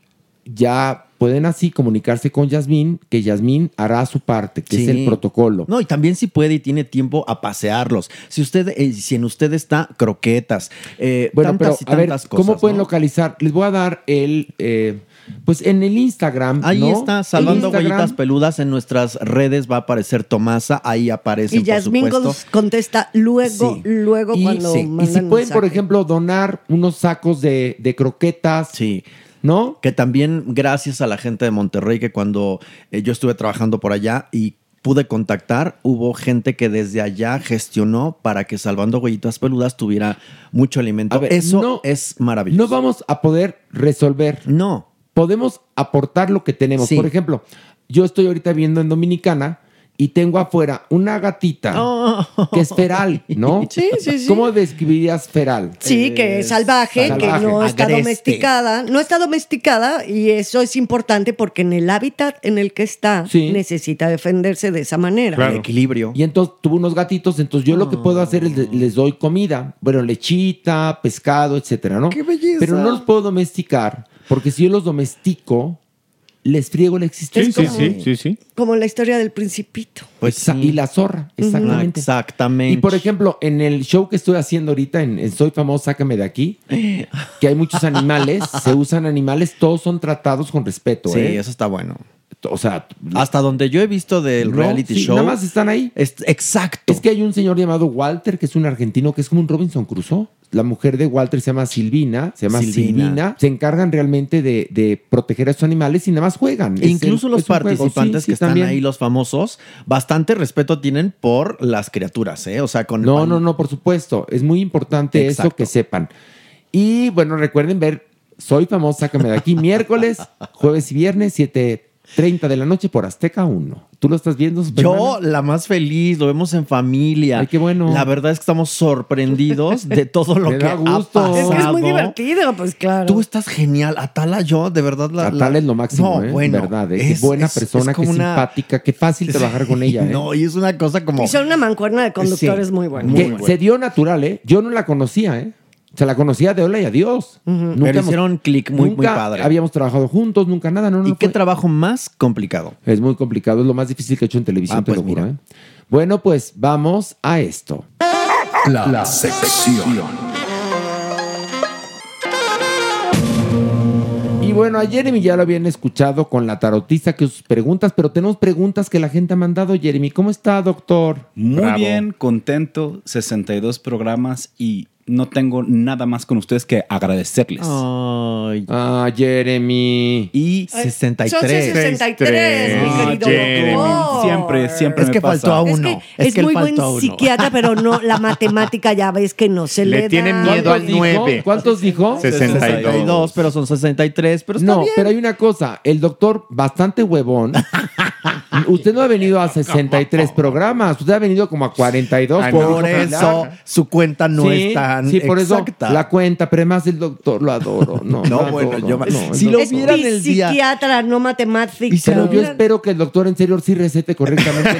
S4: ya pueden así comunicarse con Yasmín, que Yasmín hará su parte, que es
S20: Sí.
S4: el protocolo.
S20: No, y también si puede y tiene tiempo a pasearlos. Si usted, eh, si en usted está croquetas, eh,
S4: Bueno,
S20: tantas
S4: pero
S20: y
S4: a ver,
S20: tantas cosas.
S4: ¿cómo pueden
S20: ¿no?
S4: localizar? Les voy a dar el, eh, pues en el Instagram.
S20: Ahí
S4: ¿no?
S20: está,
S4: El
S20: salvando
S4: Instagram.
S20: huellitas peludas en nuestras redes va a aparecer Tomasa, ahí aparece.
S8: Y Yasmín
S20: por supuesto.
S8: cons- contesta luego,
S20: Sí.
S8: luego
S4: Y,
S8: cuando
S4: sí, y
S8: mandan
S4: si pueden, por
S8: mensaje.
S4: ejemplo, donar unos sacos de, de croquetas.
S20: Sí.
S4: ¿No?
S20: Que también gracias a la gente de Monterrey, que cuando eh, yo estuve trabajando por allá y pude contactar, hubo gente que desde allá gestionó para que Salvando Huellitas Peludas tuviera mucho alimento.
S4: A ver,
S20: Eso
S4: no-
S20: es maravilloso.
S4: No vamos a poder resolver.
S20: No.
S4: Podemos aportar lo que tenemos.
S20: Sí.
S4: Por ejemplo, yo estoy ahorita viendo en Dominicana y tengo afuera una gatita que es feral, ¿no?
S8: Oh. Sí, sí, sí.
S4: ¿Cómo describirías feral?
S8: Sí, que es salvaje,
S4: eh, salvaje.
S8: que no está
S4: Agreste.
S8: domesticada. No está domesticada y eso es importante porque en el hábitat en el que está
S4: Sí.
S8: necesita defenderse de esa manera.
S20: equilibrio.
S4: Y entonces tuvo unos gatitos, entonces yo lo que puedo hacer
S8: Oh.
S4: es le- les doy comida, bueno, lechita, pescado, etcétera, ¿no? ¡Qué
S20: belleza!
S4: Pero no los puedo domesticar, porque si yo los domestico, les friego la existencia.
S8: Sí, sí, sí, sí, Como la historia del principito.
S20: Pues
S4: Exa- Y la zorra,
S8: Ujú.
S4: exactamente.
S20: Exactamente.
S4: Y por ejemplo, en el show que estoy haciendo ahorita, en, en Soy Famoso, Sácame de Aquí, que hay muchos animales, se usan animales, todos son tratados con respeto.
S20: Sí,
S4: ¿eh?
S20: eso está bueno.
S4: O sea,
S20: hasta donde yo he visto del
S4: No,
S20: reality
S4: sí,
S20: show.
S4: Nada más están ahí.
S20: exacto.
S4: Es que hay un señor llamado Walter, que es un argentino, que es como un Robinson Crusoe. La mujer de Walter se llama Silvina, se llama
S20: Silvina.
S4: Silvina. Se encargan realmente de, de proteger a estos animales y nada más juegan.
S20: E Incluso los participantes que están
S4: ahí
S20: ahí, los famosos, bastante respeto tienen por las criaturas, ¿eh? O sea, con
S4: No, no, no, por supuesto. Es muy importante eso
S20: Exacto.
S4: que sepan. Y bueno, recuerden ver Soy Famosa, sácame de aquí miércoles, jueves y viernes, 7.30 de la noche por Azteca 1. ¿Tú lo estás viendo?
S20: Yo, la más feliz, lo vemos en familia.
S4: Ay, qué bueno.
S20: La verdad es que estamos sorprendidos de todo lo
S4: Me
S20: que
S4: da
S20: ha
S4: gusto.
S20: pasado.
S8: Es que es muy divertido, pues claro.
S20: Tú estás genial. Atala, yo, de verdad. La,
S4: Natal
S20: la-
S4: es lo máximo,
S20: No,
S4: ¿eh?
S20: bueno,
S4: verdad, ¿eh? Qué buena persona, qué
S20: como una-
S4: simpática, qué fácil trabajar con ella, ¿eh?
S20: No, y es una cosa como...
S8: Y son una mancuerna de conductores
S4: Sí.
S8: muy buena.
S4: Que Se dio natural, ¿eh? Yo no la conocía, ¿eh? Se la conocía de hola y adiós. Nunca
S20: Pero
S4: hemos-
S20: hicieron clic muy, muy
S4: nunca
S20: padre.
S4: Habíamos trabajado juntos, nunca nada. No, no,
S20: ¿Y
S4: no
S20: qué
S4: fue-
S20: trabajo más complicado?
S4: Es muy complicado, es lo más difícil que he hecho en televisión,
S20: Ah,
S4: te
S20: pues
S4: lo juro, ¿eh? Bueno, pues vamos a esto.
S3: La, sección.
S4: Y bueno, a Jeremy ya lo habían escuchado con la tarotista que sus preguntas, pero tenemos preguntas que la gente ha mandado. Jeremy, ¿cómo está, doctor?
S19: Muy bien, contento, 62 programas y no tengo nada más con ustedes que agradecerles.
S20: Ay.
S4: Ah, Jeremy.
S19: Y
S8: Ay, son 63, mi
S4: Ah,
S8: querido doctor.
S19: Siempre, siempre
S20: Es
S19: me
S20: que
S19: pasa.
S20: faltó a uno.
S8: Es, que es muy buen psiquiatra, pero no, la matemática ya ves que no se le,
S20: Le tiene
S8: da.
S20: miedo al
S4: ¿Cuántos dijo?
S20: nueve.
S4: ¿Cuántos dijo?
S20: 62, pero son 63, pero está
S4: no,
S20: bien.
S4: pero hay una cosa, el doctor bastante huevón. Usted no ha venido a 63 programas, usted ha venido como a 42.
S20: Ay, por Ah, eso su cuenta no
S4: Sí,
S20: es tan
S4: sí, por eso
S20: exacta.
S4: la cuenta, pero además el doctor lo adoro. No,
S20: No,
S4: lo
S20: bueno,
S4: adoro.
S20: yo me-
S4: No,
S20: si
S4: el
S20: lo
S4: doctor.
S20: vieran
S8: Sí,
S20: el día.
S8: psiquiatra, no matemática.
S4: Pero yo espero que el doctor en serio sí recete correctamente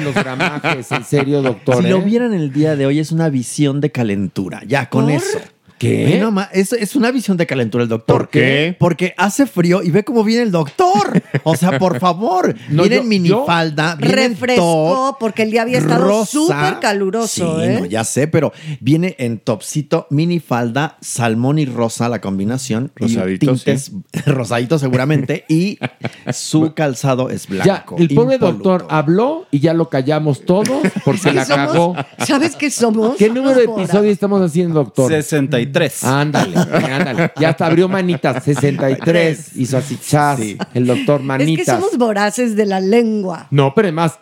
S4: los gramajes, en serio, doctor.
S20: Si
S4: ¿eh?
S20: lo vieran el día de hoy, es una visión de calentura. Ya, con
S4: ¿Por
S20: eso.
S4: qué?
S20: Ve nomás, es, es una visión de calentura el doctor.
S4: ¿Por qué?
S20: Porque hace frío y ve cómo viene el doctor. O sea, por favor.
S4: No,
S20: viene
S4: yo-
S20: en minifalda. viene en top,
S8: refrescó porque el día había estado
S20: rosa.
S8: súper caluroso,
S20: Sí,
S8: ¿eh?
S20: no, ya sé, pero viene en topsito, minifalda, salmón y rosa la combinación. y
S7: Rosadito,
S20: tintes rosadito seguramente. y su calzado es
S4: Ya,
S20: blanco.
S4: el pobre
S20: impoluto.
S4: doctor habló y ya lo callamos todos porque la
S8: somos-
S4: cagó.
S8: ¿Sabes qué somos?
S4: ¿Qué número de
S8: Somos
S4: episodio estamos haciendo, doctor?
S19: 63.
S4: Ándale, ándale. Ya hasta abrió manitas, 63. Hizo así, chas, el doctor
S8: voraz. Es que
S4: manitas.
S8: somos voraces de la lengua.
S4: No, pero además,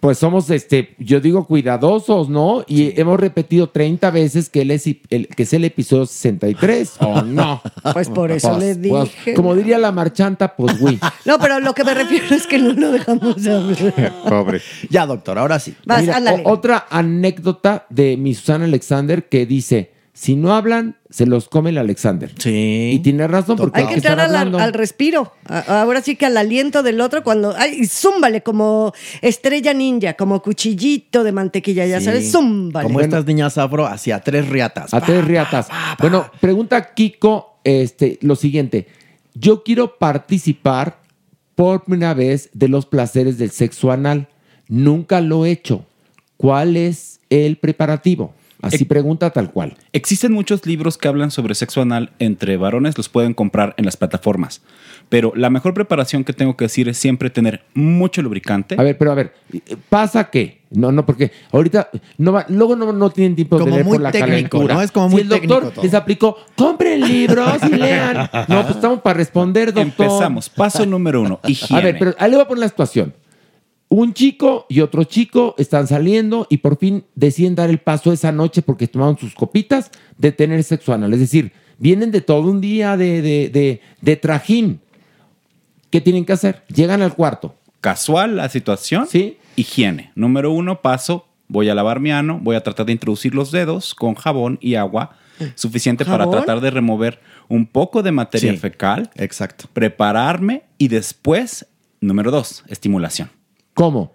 S4: pues somos, este, yo digo, cuidadosos, ¿no? Y hemos repetido 30 veces que, él es, i- el, que es el episodio 63,
S20: Oh,
S4: ¿o no?
S8: Pues por eso le
S4: pues,
S8: dije.
S4: como diría la marchanta, pues, güey.
S8: No, pero lo que me refiero es que no lo dejamos hablar.
S20: Pobre. Ya, doctor, ahora sí.
S8: Vas,
S4: Mira,
S8: ándale.
S4: o- otra anécdota de mi Susana Alexander que dice, si no hablan, se los come el Alexander.
S20: Sí.
S4: Y tiene razón porque
S8: Hay
S4: hay
S8: que
S4: estar
S8: entrar al,
S4: hablando.
S8: al respiro. A- Ahora sí que al aliento del otro cuando... ¡Ay, zúmbale! Como estrella ninja, como cuchillito de mantequilla, ya
S20: Sí.
S8: sabes, zúmbale.
S20: Como estas niñas afro hacia tres riatas.
S4: A tres riatas. Bueno, pregunta Kiko este, lo siguiente. Yo quiero participar por primera vez de los placeres del sexo anal. Nunca lo he hecho. ¿Cuál es el preparativo? Así pregunta tal cual.
S19: Existen muchos libros que hablan sobre sexo anal entre varones, los pueden comprar en las plataformas. Pero la mejor preparación que tengo que decir es siempre tener mucho lubricante.
S4: A ver, eh, pero a ver, ¿pasa qué? No, no, porque ahorita no va- luego no, no tienen tiempo
S20: Como
S4: de leer
S20: muy
S4: por la
S20: técnico,
S4: calentura.
S20: ¿no? Es como
S4: Si
S20: muy
S4: el doctor
S20: técnico todo.
S4: les aplicó, compren libros y lean. No, pues estamos para responder, doctor.
S19: Empezamos. Paso número uno, higiene.
S4: A ver, pero ahí le voy a poner la situación. Un chico y otro chico están saliendo y por fin deciden dar el paso esa noche porque tomaron sus copitas de tener sexo anal. Es decir, vienen de todo un día de, de, de, de trajín. ¿Qué tienen que hacer? Llegan al cuarto.
S19: Casual la situación.
S4: Sí.
S19: Higiene. Número uno, paso. Voy a lavar mi ano, voy a tratar de introducir los dedos con jabón y agua suficiente para
S4: ¿Jabón?
S19: tratar de remover un poco de materia
S20: Sí,
S19: fecal. Exacto. Prepararme y después, número dos, estimulación.
S4: ¿Cómo?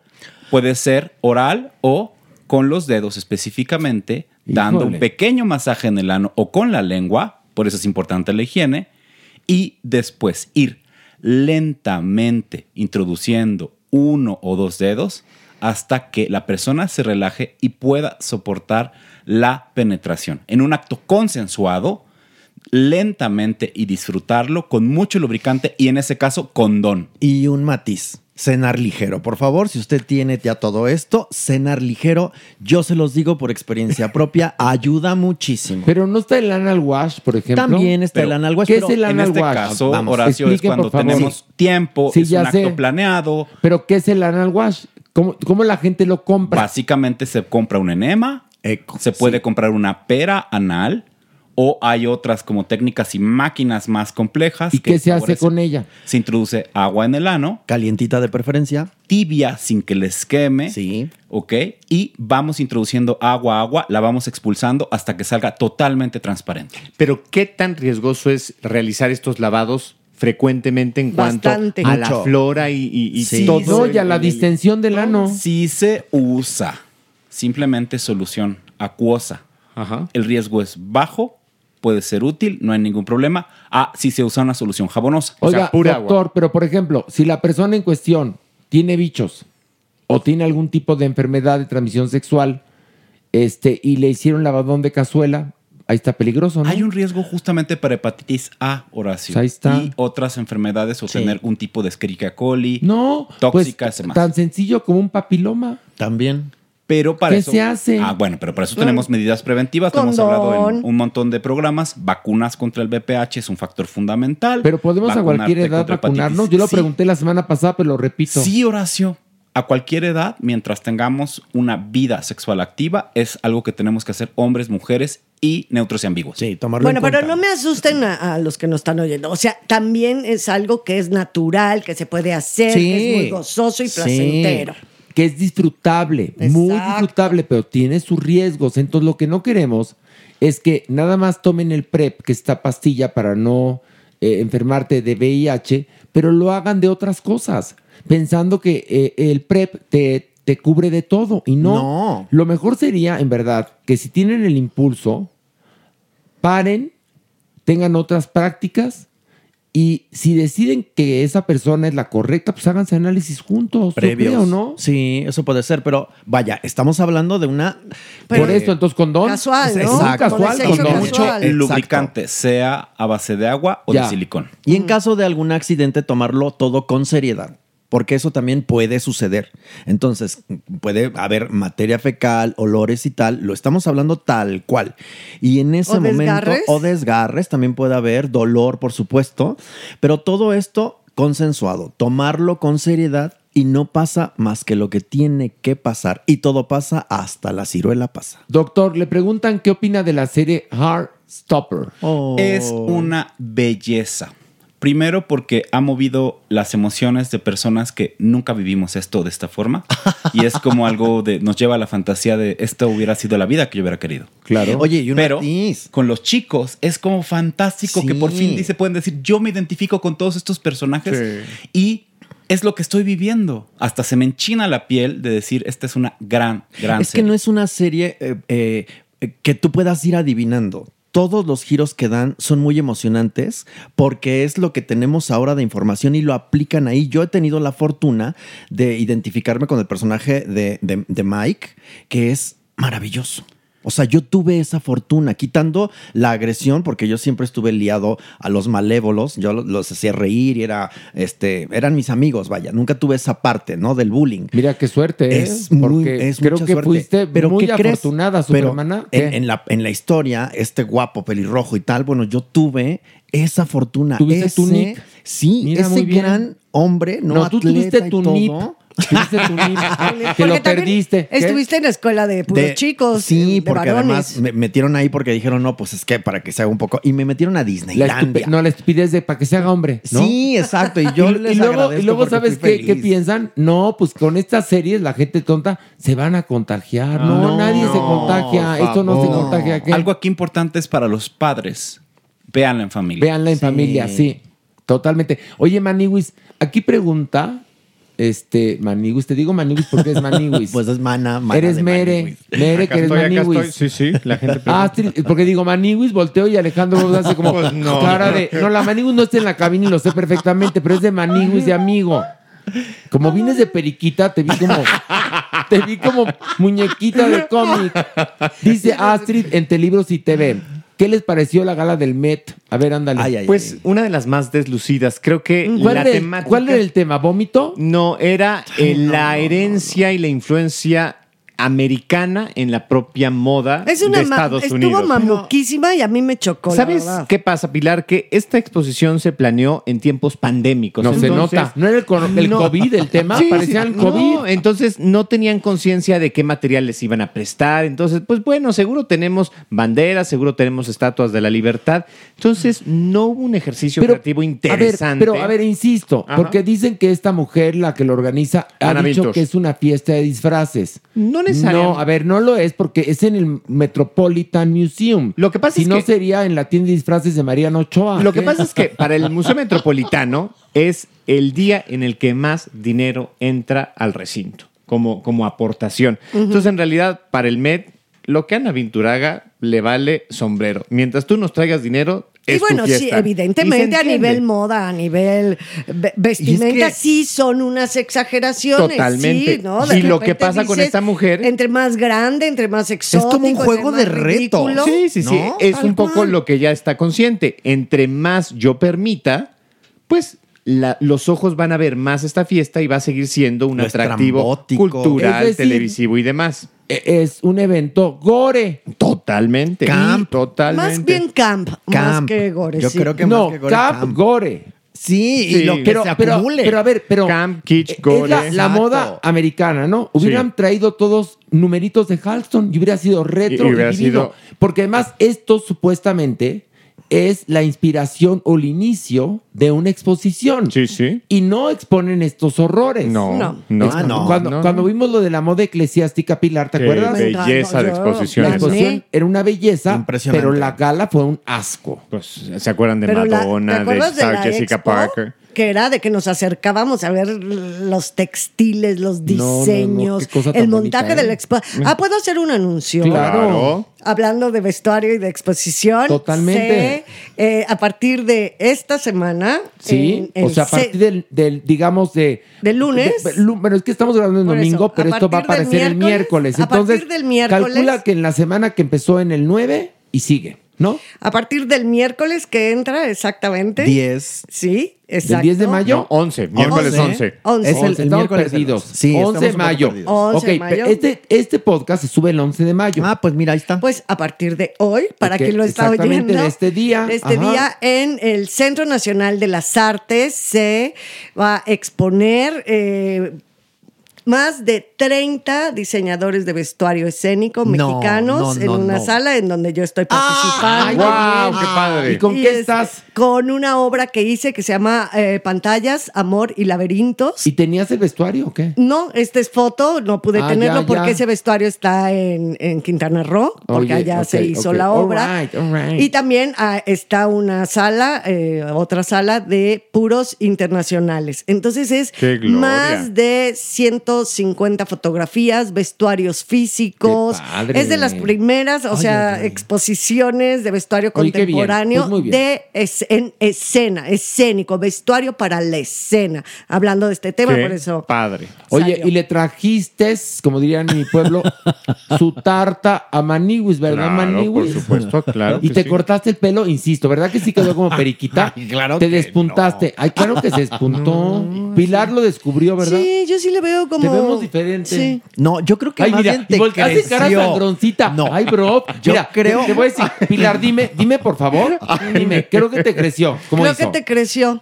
S19: Puede ser oral o con los dedos específicamente, dando un
S4: Híjole.
S19: pequeño masaje en el ano o con la lengua, por eso es importante la higiene, y después ir lentamente introduciendo uno o dos dedos hasta que la persona se relaje y pueda soportar la penetración. En un acto consensuado, lentamente y disfrutarlo con mucho lubricante y en ese caso condón.
S20: Ah, Y un matiz. Cenar ligero, por favor, si usted tiene ya todo esto, cenar ligero, yo se los digo por experiencia propia, ayuda muchísimo.
S4: Pero no está el anal wash, por ejemplo.
S20: También está el anal wash,
S4: ¿Qué
S20: pero
S4: es el
S20: en
S4: anal
S20: este
S4: wash?
S20: caso,
S4: Vamos,
S19: Horacio,
S4: expliquen,
S19: es cuando
S4: por favor.
S19: tenemos tiempo,
S4: Sí,
S19: es
S4: ya
S19: un
S4: sé.
S19: acto planeado.
S4: Pero ¿qué es el anal wash? ¿Cómo, cómo la gente lo compra?
S19: Básicamente se compra un enema,
S4: Eh,
S19: se puede comprar una pera anal o hay otras como técnicas y máquinas más complejas.
S4: ¿Y qué se hace
S19: favorece-
S4: con ella?
S19: Se introduce agua en el ano.
S20: Calientita de preferencia.
S19: Tibia sin que les queme.
S20: Sí.
S19: Ok. Y vamos introduciendo agua, agua, la vamos expulsando hasta que salga totalmente transparente.
S7: Pero ¿qué tan riesgoso es realizar estos lavados frecuentemente en cuanto
S19: Bastante.
S7: a la
S19: Mucho.
S7: flora y, y- y
S19: Sí,
S7: todo?
S19: no, y a la
S4: distensión del ano.
S19: Sí se usa. Simplemente solución acuosa. El riesgo es bajo, puede ser útil, no hay ningún problema. Ah, si se usa una solución jabonosa.
S4: Oiga,
S19: o sea, pura
S4: doctor,
S19: agua.
S4: pero por ejemplo, si la persona en cuestión tiene bichos o tiene algún tipo de enfermedad de transmisión sexual este, y le hicieron lavadón de cazuela, ahí está peligroso, ¿no?
S19: Hay un riesgo justamente para hepatitis A, Horacio.
S4: Pues ahí está.
S19: Y otras enfermedades o tener un tipo de Escherichia coli.
S4: No,
S19: Tóxicas y demás.
S4: pues, tan sencillo como un papiloma.
S20: También.
S19: Pero para
S4: ¿Qué
S19: eso.
S4: se hace?
S19: Ah, bueno, pero para eso
S4: Mm.
S19: tenemos medidas preventivas. lo Hemos
S4: Condón.
S19: hablado en un montón de programas. Vacunas contra el VPH es un factor fundamental.
S4: Pero podemos a cualquier
S19: Vacunarte
S4: edad
S19: contra hepatitis.
S4: vacunarnos. Yo lo
S19: Sí,
S4: pregunté la semana pasada, pero lo repito.
S19: Sí, Horacio. A cualquier edad, mientras tengamos una vida sexual activa, es algo que tenemos que hacer hombres, mujeres y neutros y ambiguos.
S20: Sí, tomarlo
S8: Bueno, pero no me asusten a, a los que nos están oyendo. O sea, también es algo que es natural, que se puede hacer, que es muy gozoso y placentero.
S4: Que es disfrutable, muy disfrutable, pero tiene sus riesgos. Entonces, lo que no queremos es que nada más tomen el PrEP, que es esta pastilla para no eh, enfermarte de VIH, pero lo hagan de otras cosas, pensando que eh, el PrEP te, te cubre de todo. Y no.
S20: No.
S4: Lo mejor sería, en verdad, que si tienen el impulso, paren, tengan otras prácticas. Y si deciden que esa persona es la correcta, pues háganse análisis juntos. yo creo, ¿no?
S20: Sí, eso puede ser, pero vaya, estamos hablando de una.
S4: Por esto, entonces, condón. Casual, ¿no?
S20: Exacto.
S4: Con el Casual, sexo condón.
S19: mucho
S4: casual.
S20: Exacto.
S19: lubricante, sea a base de agua o
S20: Ya.
S19: de silicón.
S20: Y en
S4: Mm.
S20: caso de algún accidente, tomarlo todo con seriedad, porque eso también puede suceder. Entonces, puede haber materia fecal, olores y tal, lo estamos hablando tal cual. Y en ese
S8: ¿O
S20: momento,
S8: desgarres?
S20: o desgarres, también puede haber dolor, por supuesto, pero todo esto consensuado, tomarlo con seriedad. Y no pasa más que lo que tiene que pasar. Y todo pasa hasta la ciruela pasa.
S4: Doctor, le preguntan qué opina de la serie Hard Stopper.
S20: Oh.
S19: Es una belleza. Primero porque ha movido las emociones de personas que nunca vivimos esto de esta forma. Y es como algo de... Nos lleva a la fantasía de esta hubiera sido la vida que yo hubiera querido.
S20: Claro. Oye, y un
S19: Pero
S20: matiz.
S19: con los chicos es como fantástico que por
S20: Sí.
S19: fin dice, pueden decir, yo me identifico con todos estos personajes y es lo que estoy viviendo. Hasta se me enchina la piel de decir, esta es una gran, gran
S20: es que no es una serie eh, eh, eh, que tú puedas ir adivinando. todos los giros que dan son muy emocionantes porque es lo que tenemos ahora de información y lo aplican ahí. Yo he tenido la fortuna de identificarme con el personaje de, de- de Mike, que es maravilloso. O sea, yo tuve esa fortuna, quitando la agresión, porque yo siempre estuve liado a los malévolos, yo lo- los hacía reír y era, este, eran mis amigos, vaya, nunca tuve esa parte, ¿no? Del bullying.
S4: Mira qué suerte, ¿eh?
S20: Es muy-
S4: Porque
S20: es
S4: creo
S20: mucha
S4: que
S20: suerte.
S4: fuiste
S20: Pero
S4: muy
S20: ¿qué crees?
S4: afortunada,
S20: Pero
S4: Supermana.
S20: En,
S4: ¿Qué?
S20: en la, en la historia, este guapo pelirrojo y tal, bueno, yo tuve esa fortuna.
S4: ¿Tuviste
S20: ese,
S4: tu nip?
S20: Sí,
S4: Mira,
S20: ese
S4: muy bien.
S20: gran hombre, ¿no?
S4: No, tú
S20: Atleta
S4: tuviste
S20: y
S4: tu
S20: todo.
S4: nip. Tuviste tu nip. que
S8: Porque
S4: lo
S8: también
S4: perdiste. ¿Qué?
S8: Estuviste en la escuela de puros
S20: De-
S8: chicos.
S20: Sí,
S8: de
S20: porque
S8: varones.
S20: además me metieron ahí porque dijeron, no, pues es que para que se haga un poco. Y me metieron a
S4: La estupe-
S20: Disneylandia.
S4: no, la estupidez de para que se haga hombre. ¿no?
S20: Sí, exacto. Y yo
S4: y,
S20: les
S4: y luego,
S20: agradezco
S4: y luego
S20: porque
S4: ¿sabes
S20: fui
S4: qué, qué
S20: feliz.
S4: piensan? No, pues con estas series la gente tonta se van a contagiar. No,
S20: Ah,
S4: nadie se contagia. Esto no se contagia. ¿qué?
S19: Algo aquí importante es para los padres. Véanla en familia.
S4: Veanla en familia, sí. Totalmente. Oye, Maniwis, aquí pregunta, este, Maniwis, te digo Maniwis porque es Maniwis.
S20: pues es mana, mana
S4: Eres
S20: de
S4: Mere,
S20: Maniwis.
S4: Mere que eres Maniwis.
S12: Sí, sí, la gente
S4: Ah, Astrid, porque digo Maniwis, volteo y Alejandro Bobs hace como
S12: Pues no.
S4: cara de. No, la Maniwis no está en la cabina y lo sé perfectamente, pero es de Maniwis de amigo. Como vienes de periquita, te vi como. Te vi como muñequita de cómic. Dice Astrid en Telibros y TV. ¿Qué les pareció la gala del Met? A ver, ándale. Mm,
S7: pues una de las más deslucidas. Creo que
S4: ¿Cuál
S7: la
S4: era el-
S7: temática.
S4: cuál era el tema? ¿Vómito?
S7: No, era eh, la herencia y la influencia americana en la propia moda
S8: Es una
S7: de
S8: ma-
S7: Estados
S8: estuvo
S7: Unidos.
S8: mamuquísima y a mí me chocó. la
S7: ¿Sabes
S8: verdad.
S7: qué pasa, Pilar? Que esta exposición se planeó en tiempos pandémicos.
S4: No se
S7: Entonces-
S4: nota. ¿No era el, cor- el
S7: No.
S4: COVID el tema?
S7: Sí,
S4: Parecía
S7: sí.
S4: el COVID.
S7: No, entonces no tenían conciencia de qué material les iban a prestar. Entonces, pues bueno, seguro tenemos banderas, seguro tenemos estatuas de la libertad. Entonces, no hubo un ejercicio creativo interesante.
S4: A ver, pero a ver, insisto,
S7: Ajá.
S4: porque dicen que esta mujer, la que lo organiza, ha
S7: Ana
S4: dicho
S7: Vintour.
S4: que es una fiesta de disfraces.
S7: No necesariamente.
S4: No, a ver, no lo es porque es en el Metropolitan Museum. Lo que pasa si
S7: es
S4: no
S7: que-
S4: sería en la tienda de disfraces de Mariano Ochoa.
S7: Lo que
S4: ¿Qué?
S7: pasa es que para el Museo Metropolitano es el día en el que más dinero entra al recinto como, como aportación.
S12: Ujú.
S7: Entonces, en realidad, para el MED, lo que a Ana Vinturaga le vale sombrero. Mientras tú nos traigas dinero, es
S8: y
S7: tu
S8: bueno, sí,
S7: fiesta. Y se
S8: evidentemente a
S7: entiende.
S8: nivel moda, a nivel ve- vestimenta, sí son unas exageraciones.
S7: Totalmente.
S8: sí, ¿no?
S7: Y lo que
S8: repente
S7: pasa con esta mujer-
S8: Entre más grande, entre más exótico. entre más ridículo.
S7: Sí, sí, sí.
S8: ¿no?
S7: Es
S8: Tal
S7: un poco
S8: cual.
S7: lo que ya está consciente. Entre más yo permita, pues la- los ojos van a ver más esta fiesta y va a seguir siendo un
S20: Lo
S7: atractivo
S20: estrambótico.
S7: cultural,
S4: Es decir,
S7: televisivo y demás.
S8: e,
S4: Es un evento gore.
S7: Totalmente.
S4: Camp.
S7: Y Totalmente.
S8: Más bien camp, más
S7: Camp.
S8: que gore.
S7: Yo
S8: sí.
S7: creo que más
S4: No,
S7: que gore,
S4: cap,
S7: camp.
S4: gore.
S20: Sí,
S7: y lo que se acumule.
S4: Pero, a ver, pero. eh, es
S7: gore.
S4: la, la
S7: Exacto.
S4: moda americana, ¿no? Hubieran traído todos numeritos de Halston y hubiera sido retro.
S7: Y- y hubiera
S4: divino.
S7: sido-
S4: Porque además, esto supuestamente es la inspiración o el inicio de una exposición. Sí,
S7: sí.
S4: Y no exponen estos horrores.
S7: No, No. no,
S4: Expo-
S7: no,
S4: Cuando,
S7: no,
S4: cuando vimos lo de la moda eclesiástica, Pilar, ¿te
S7: Qué
S4: acuerdas?
S7: belleza de exposiciones.
S4: La exposición era una belleza,
S7: Impresionante.
S4: pero la gala fue un asco.
S7: Pues, ¿Se acuerdan de
S8: Pero la- ¿te
S7: Madonna, de
S8: acuerdas de
S7: Sarah
S8: la
S7: Jessica
S8: expo?
S7: Parker?
S8: que era de que nos acercábamos a ver los textiles, los
S7: No, no, no, qué
S8: diseños,
S7: cosa tan
S8: el montaje
S7: bonita,
S8: de la
S7: ¿eh?
S8: exposición. Ah, puedo hacer un anuncio.
S7: Claro.
S8: Hablando de vestuario y de exposición.
S4: Totalmente.
S8: sé, eh, a partir de esta semana.
S4: Sí,
S8: en- en
S4: o sea, a
S8: se-
S4: partir del, del, digamos, de...
S8: ¿Del lunes?
S4: de- lu- bueno, es que estamos grabando el
S8: Por eso,
S4: domingo,
S8: a
S4: pero esto va a
S8: partir del
S4: aparecer el miércoles.
S8: miércoles, a partir
S4: Entonces,
S8: del miércoles.
S4: calcula que en la semana que empezó en el 9 y sigue, ¿no?
S8: a partir del miércoles que entra, exactamente.
S4: 10.
S8: Sí, exacto.
S4: ¿Del 10 de mayo?
S7: No, 11, miércoles 11.
S8: 11.
S4: Es el,
S8: Estamos
S4: miércoles
S8: perdidos.
S4: 2.
S8: Sí, estamos
S4: 11 de
S8: un poco
S4: mayo.
S8: perdidos. 11 de
S4: Ok, pero
S8: mayo.
S4: Este, este podcast se sube el 11 de mayo. Ah,
S20: pues mira, ahí está.
S8: Pues a partir de hoy, para
S4: Ok,
S8: quien lo está
S4: exactamente,
S8: oyendo.
S4: de este día.
S8: de Este
S4: Ajá.
S8: día en el Centro Nacional de las Artes se va a exponer eh, más de 30 diseñadores de vestuario escénico
S4: No,
S8: mexicanos
S4: no,
S8: en
S4: no,
S8: una
S4: no. Ah,
S8: sala en donde yo estoy participando.
S4: ¡Guau, qué padre! ¿Y con qué
S8: es-
S4: estás?
S8: Con una obra que hice que se llama eh, Pantallas, Amor y Laberintos.
S4: ¿Y tenías el vestuario o qué?
S8: No, esta es foto, no pude
S4: Ah,
S8: tenerlo
S4: ya,
S8: porque
S4: ya.
S8: ese vestuario está en, en Quintana Roo,
S4: Oye,
S8: porque allá
S4: ok,
S8: se hizo
S4: ok.
S8: la
S4: All
S8: obra.
S4: right, all right.
S8: Y también ah, está una sala, eh, otra sala de puros internacionales. Entonces es
S4: ¡Qué gloria!
S8: más de 100, 250 fotografías, vestuarios físicos.
S4: padre.
S8: Es de las primeras, o
S4: Oye,
S8: sea, exposiciones de vestuario
S4: Oye, qué bien.
S8: contemporáneo
S4: Pues muy bien.
S8: de es- en escena, escénico, vestuario para la escena. Hablando de este tema, por eso.
S4: Padre. Oye, y le trajiste, como dirían en mi pueblo, su tarta a Maniwis, ¿verdad,
S12: Claro,
S4: Maniwis?
S12: por supuesto, claro
S4: Y
S12: que
S4: te
S12: sí.
S4: cortaste el pelo, insisto, ¿verdad que sí quedó como periquita? claro. Te despuntaste. Ay, claro que se despuntó. Pilar lo descubrió, ¿verdad?
S8: Sí, yo sí le veo como.
S4: Te vemos diferente.
S8: Sí.
S20: No, yo creo
S4: que Ay,
S20: más
S4: mira,
S20: bien te
S4: y volteaste cara
S20: creció.
S4: sangroncita. Ay, bro.
S20: Yo
S4: mira,
S20: creo-
S4: Te, te voy a decir, Pilar, dime, dime por favor. Dime, creo que te creció. ¿Cómo
S8: Creo
S4: hizo?
S8: que te creció.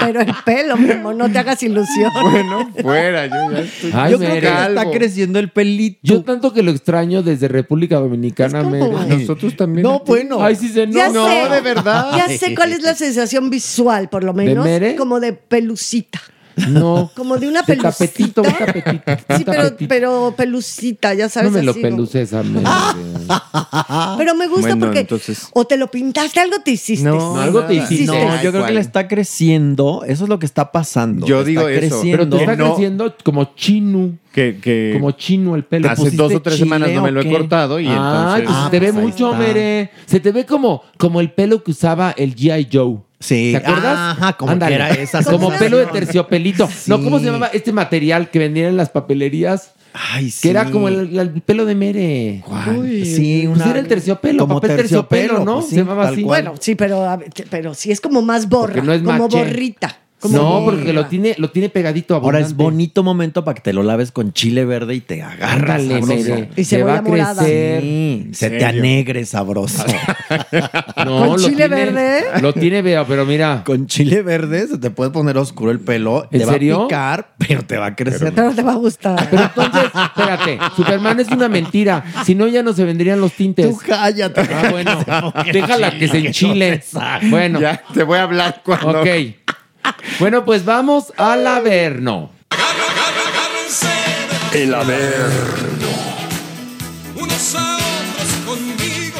S8: Pero el pelo, mi amor, no te hagas ilusión.
S12: Bueno, fuera, yo ya estoy.
S4: Ay,
S12: yo creo que
S4: Mere.
S12: está creciendo
S20: el pelito.
S4: Yo tanto que lo extraño desde República Dominicana, Mere.
S12: Nosotros también.
S4: No, bueno. Ay, sí se
S8: Ya
S4: enoja.
S8: sé, Ya sé cuál es la sensación visual, por lo menos.
S4: mere?
S8: Como de pelucita.
S4: No.
S8: Como de una
S4: De
S8: pelucita.
S4: tapetito, un tapetito.
S8: Sí, pero, pero pelucita, ya sabes.
S4: No me lo
S8: así, como-
S4: peluces a mí.
S8: Pero me gusta
S20: Bueno,
S8: porque
S20: entonces-
S8: o te lo pintaste, algo te hiciste.
S20: No, yo creo que le está creciendo. Eso es lo que está pasando.
S12: Yo
S20: Te está
S12: digo eso.
S20: creciendo.
S12: Pero te está Que no-
S4: creciendo como chinu.
S12: Que, que
S4: Como chino el pelo.
S12: Hace dos o tres semanas no me lo he cortado y
S4: Ah,
S12: entonces.
S4: pues se te ve mucho, Mere. Se te ve como, como el pelo que usaba el G.I. Joe.
S20: Sí.
S4: ¿Te acuerdas?
S20: Ajá, como
S4: Ándale.
S20: que era esa
S4: Como
S20: sensación.
S4: pelo de terciopelito. No, ¿cómo se llamaba este material que vendían en las papelerías?
S20: Ay,
S4: Que era como el, el pelo de Mere.
S20: Uy. Sí,
S4: Pues
S20: una-
S4: era el terciopelo,
S20: como
S4: papel terciopelo,
S20: terciopelo,
S4: ¿no?
S20: pues sí,
S4: se llamaba
S20: tal
S4: así.
S20: cual.
S8: Bueno, sí, pero, a ver, pero sí es como más borra.
S4: Porque no es
S8: como
S4: maché.
S8: borrita. como
S4: No,
S8: borra.
S4: porque lo tiene, lo tiene pegadito a
S20: Ahora es bonito momento para que te lo laves con chile verde y te agarras.
S4: Ándale,
S20: sabroso.
S4: Mere. Y se va a crecer.
S20: Sí, se te anegre sabroso.
S4: No, lo tiene- Lo tiene veo, pero mira.
S20: Con chile verde se te puede poner oscuro el pelo.
S4: ¿En
S20: te va
S4: serio?
S20: a picar, pero te va a crecer.
S8: Pero te va a gustar.
S4: Ah, Pero entonces, espérate, Superman es una mentira. Si no, ya no se vendrían los tintes. Tú
S20: cállate.
S4: Ah, bueno. Déjala que se enchile. Bueno.
S12: Ya, te voy a hablar cuando.
S4: Ok. Bueno, pues vamos al Averno.
S3: El haber.
S15: Unos a otros conmigo.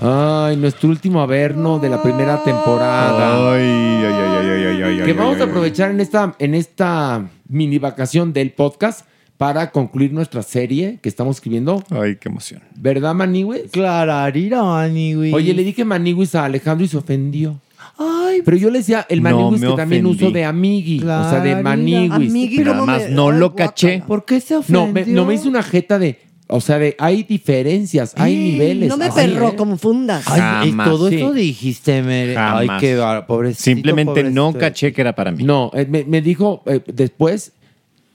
S4: Ay, nuestro último Averno de la primera temporada.
S12: Ay, ay, ay, ay, ay, ay, ay,
S4: que
S12: ay,
S4: vamos
S12: ay,
S4: a
S12: ay.
S4: aprovechar en esta, en esta mini vacación del podcast para concluir nuestra serie que estamos escribiendo.
S12: Ay, qué emoción.
S4: ¿Verdad, Maniwis?
S20: Clararira, Maniwis.
S4: Oye, le dije Maniwis a Alejandro y se ofendió.
S20: Ay,
S4: Pero yo le decía el
S12: No,
S4: Maniwis
S12: me
S4: que también
S12: ofendí.
S4: uso de amigui, o sea, de
S12: Clarita.
S4: Maniwis.
S12: Amigui, Pero ¿cómo además me- no Ay, lo guácala. caché.
S20: ¿Por qué se
S4: No, me, no me hizo una jeta de, o sea, de hay diferencias, hay niveles.
S8: No me
S4: así,
S8: perro,
S4: ¿eh?
S8: confundas.
S9: Ay, y
S12: Jamás,
S9: todo
S4: sí.
S9: eso dijiste, Mere. Ay,
S12: Jamás.
S9: qué bar- pobrecito.
S12: Simplemente no
S9: pobrecito.
S12: caché que era para mí.
S4: No, eh, me, me dijo eh, después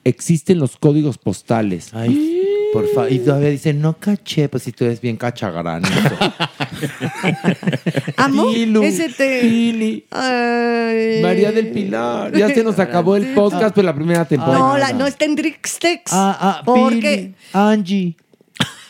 S4: existen los códigos postales.
S9: Ay, por favor. Y todavía dice, no caché, pues si tú eres bien cachagrán.
S8: Amo
S4: Pilu,
S8: ese te- Ay.
S4: Eh. María del Pilar, ya se nos acabó el podcast de la primera temporada.
S8: No, la- no está en Drixtex.
S9: Ah, ah,
S8: porque
S9: Angie.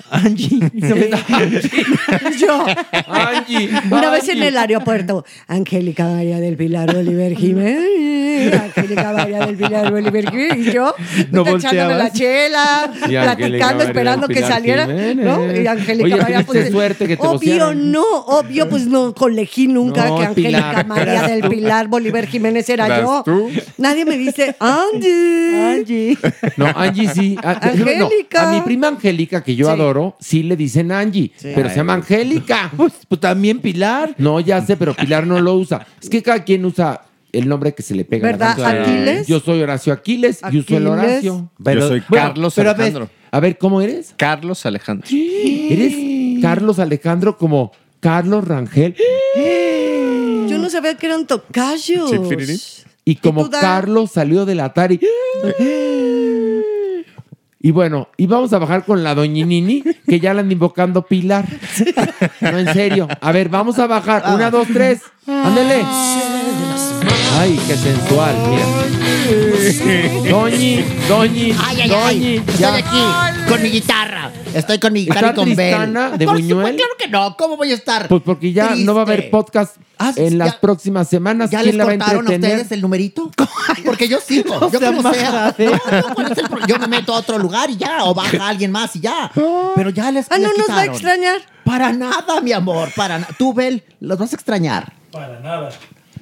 S9: Angie.
S8: yo,
S4: Angie.
S8: una vez en el aeropuerto, Angélica María del Pilar Oliver Jiménez, Angélica María del Pilar Oliver Jiménez, y yo,
S4: No
S8: echándome
S4: volteabas.
S8: la chela,
S4: Y Angélica
S8: platicando,
S4: María
S8: esperando
S4: del
S8: que
S4: Pilar
S8: saliera,
S4: Jiménez.
S8: ¿no? Y Angélica
S4: Oye,
S8: María, pues,
S4: tuviste suerte que te
S8: obvio
S4: vocearon.
S8: no, obvio, pues no colegí nunca
S4: No,
S8: que Angélica
S4: Pilar,
S8: María
S4: eras
S8: del
S4: tú.
S8: Pilar Bolívar Jiménez era
S4: ¿Eras
S8: yo.
S4: tú?
S8: Nadie me dice, Angie.
S4: No, Angie sí. A, eh, no,
S8: Angélica.
S4: a mi prima Angélica, que yo adoro, sí le dicen Angie, pero se llama Angélica. Pues, también Pilar. No, ya sé, pero Pilar no lo usa. Es que cada quien usa el nombre que se le pega.
S8: ¿Verdad?
S4: Claro.
S8: Aquiles.
S4: Yo soy Horacio Aquiles, y uso el
S8: Aquiles.
S4: Horacio.
S12: Yo soy
S4: bueno,
S12: Carlos
S4: pero a ver-
S12: Alejandro.
S4: A ver, ¿cómo eres?
S12: Carlos Alejandro.
S4: ¿Eres Carlos Alejandro como Carlos Rangel?
S8: Yo no sabía que eran tocayos.
S4: Y como
S8: Dan?
S4: Carlos salió del Atari. Y bueno, y vamos a bajar con la doñinini, que ya la anda invocando Pilar. No, en serio. A ver, vamos a bajar. Una, dos, tres. Ándele. Ay, qué sensual. Mira. Doñi, doñi,
S13: Ay, ay,
S4: doñi.
S13: ay. Estoy
S4: ya.
S13: aquí con mi guitarra. Estoy con mi guitarra
S4: ¿Está
S13: y con Bel.
S4: Tristana de
S13: Por
S4: Buñuel?
S13: supuesto, claro que no. ¿Cómo voy a estar?
S4: Pues porque ya no va a haber
S13: Triste. Ah,
S4: podcast en las próximas semanas.
S13: ¿Ya les
S4: ¿Quién la va a
S13: cortaron a
S4: entretener?
S13: ustedes el numerito? Porque yo sigo. yo
S4: sean
S13: como
S4: más
S13: sea. No, no, ¿cuál es el pro- yo me meto a otro lugar y ya. O baja alguien más y ya. Pero ya les
S8: Ah, no
S13: les
S8: nos va a
S13: quitaron.
S8: extrañar.
S13: Para nada, mi amor. Para na- Tú, Bel, los vas a extrañar.
S21: Para nada.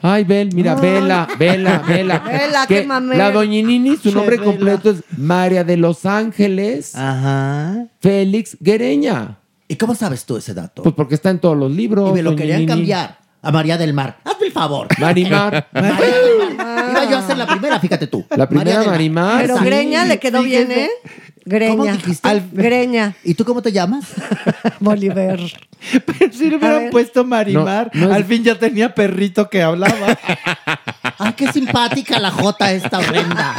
S4: Ay, Bel, mira, Vela, Vela, Vela.
S8: Vela,
S4: Que
S8: qué mamera.
S4: La Doñinini, su
S8: Che,
S4: nombre
S8: Vela.
S4: completo es María de Los Ángeles Ajá. Félix Guereña.
S13: ¿Y cómo sabes tú ese dato?
S4: Pues porque está en todos los libros.
S13: Y me lo querían
S4: Doñinini.
S13: cambiar a María del Mar. Hazme el favor.
S4: Marimar.
S13: María del Mar. Iba yo a ser la primera, fíjate tú.
S4: La primera
S13: del Mar.
S4: Marimar.
S8: Pero
S13: Ah, Sí.
S8: Greña le quedó bien, ¿eh? Greña.
S13: ¿Cómo dijiste?
S8: Greña.
S13: ¿Y tú cómo te llamas?
S8: Bolívar.
S13: Pero si le hubieran puesto Marimar, al fin ya tenía perrito que hablaba. Ay, qué simpática la Jota esta horrenda.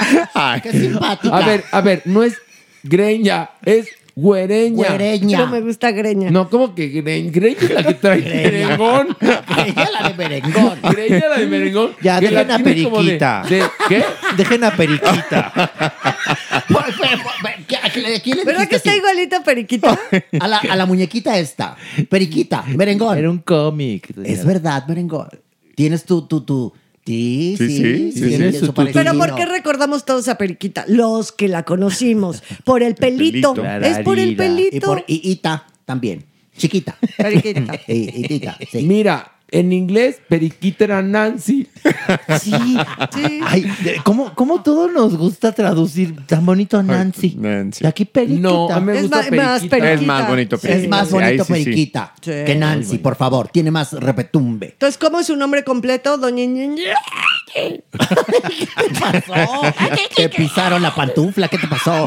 S13: Qué simpática.
S4: A ver, a ver, no es Greña, es Güereña.
S13: Güereña.
S8: No me gusta Greña.
S4: No, ¿cómo que Gre- Greña es la que trae merengón?
S13: Greña la de merengón.
S4: Greña la de merengón.
S13: Ya,
S4: que la
S13: dejen a
S4: tiene como de-
S13: Periquita.
S4: de- ¿Qué?
S13: Dejen a Periquita. ¿A quién le dijiste
S8: ¿Verdad que está
S13: así?
S8: igualita Periquita?
S13: A la, a la muñequita esta. Periquita, merengón.
S14: Era un cómic.
S13: Es verdad, merengón. Tienes tu, tu, tu. Sí, sí, sí.
S8: Tiene
S13: eso
S8: su
S13: parece
S8: Pero ¿por
S13: divino.
S8: qué recordamos todos a Periquita? Los que la conocimos. Por el pelito. Es por el pelito.
S13: Y por y Ita también. Chiquita.
S8: Periquita.
S13: Y- y Ita, sí.
S4: Mira, en inglés, Periquita era Nancy.
S13: Sí,
S14: Ay, ¿cómo, ¿Cómo todo nos gusta traducir tan bonito a Nancy? Nancy. Y aquí periquita.
S4: No, a mí me
S8: Es
S4: gusta
S8: ma- más
S4: Periquita.
S8: Es más bonito
S13: Es más bonito Periquita
S8: Sí.
S13: que Nancy, por favor. Tiene más repetumbe.
S8: Entonces, ¿cómo es su nombre completo? Doña Ñe- Ñe- Oh,
S13: Te pisaron la pantufla, ¿qué te pasó?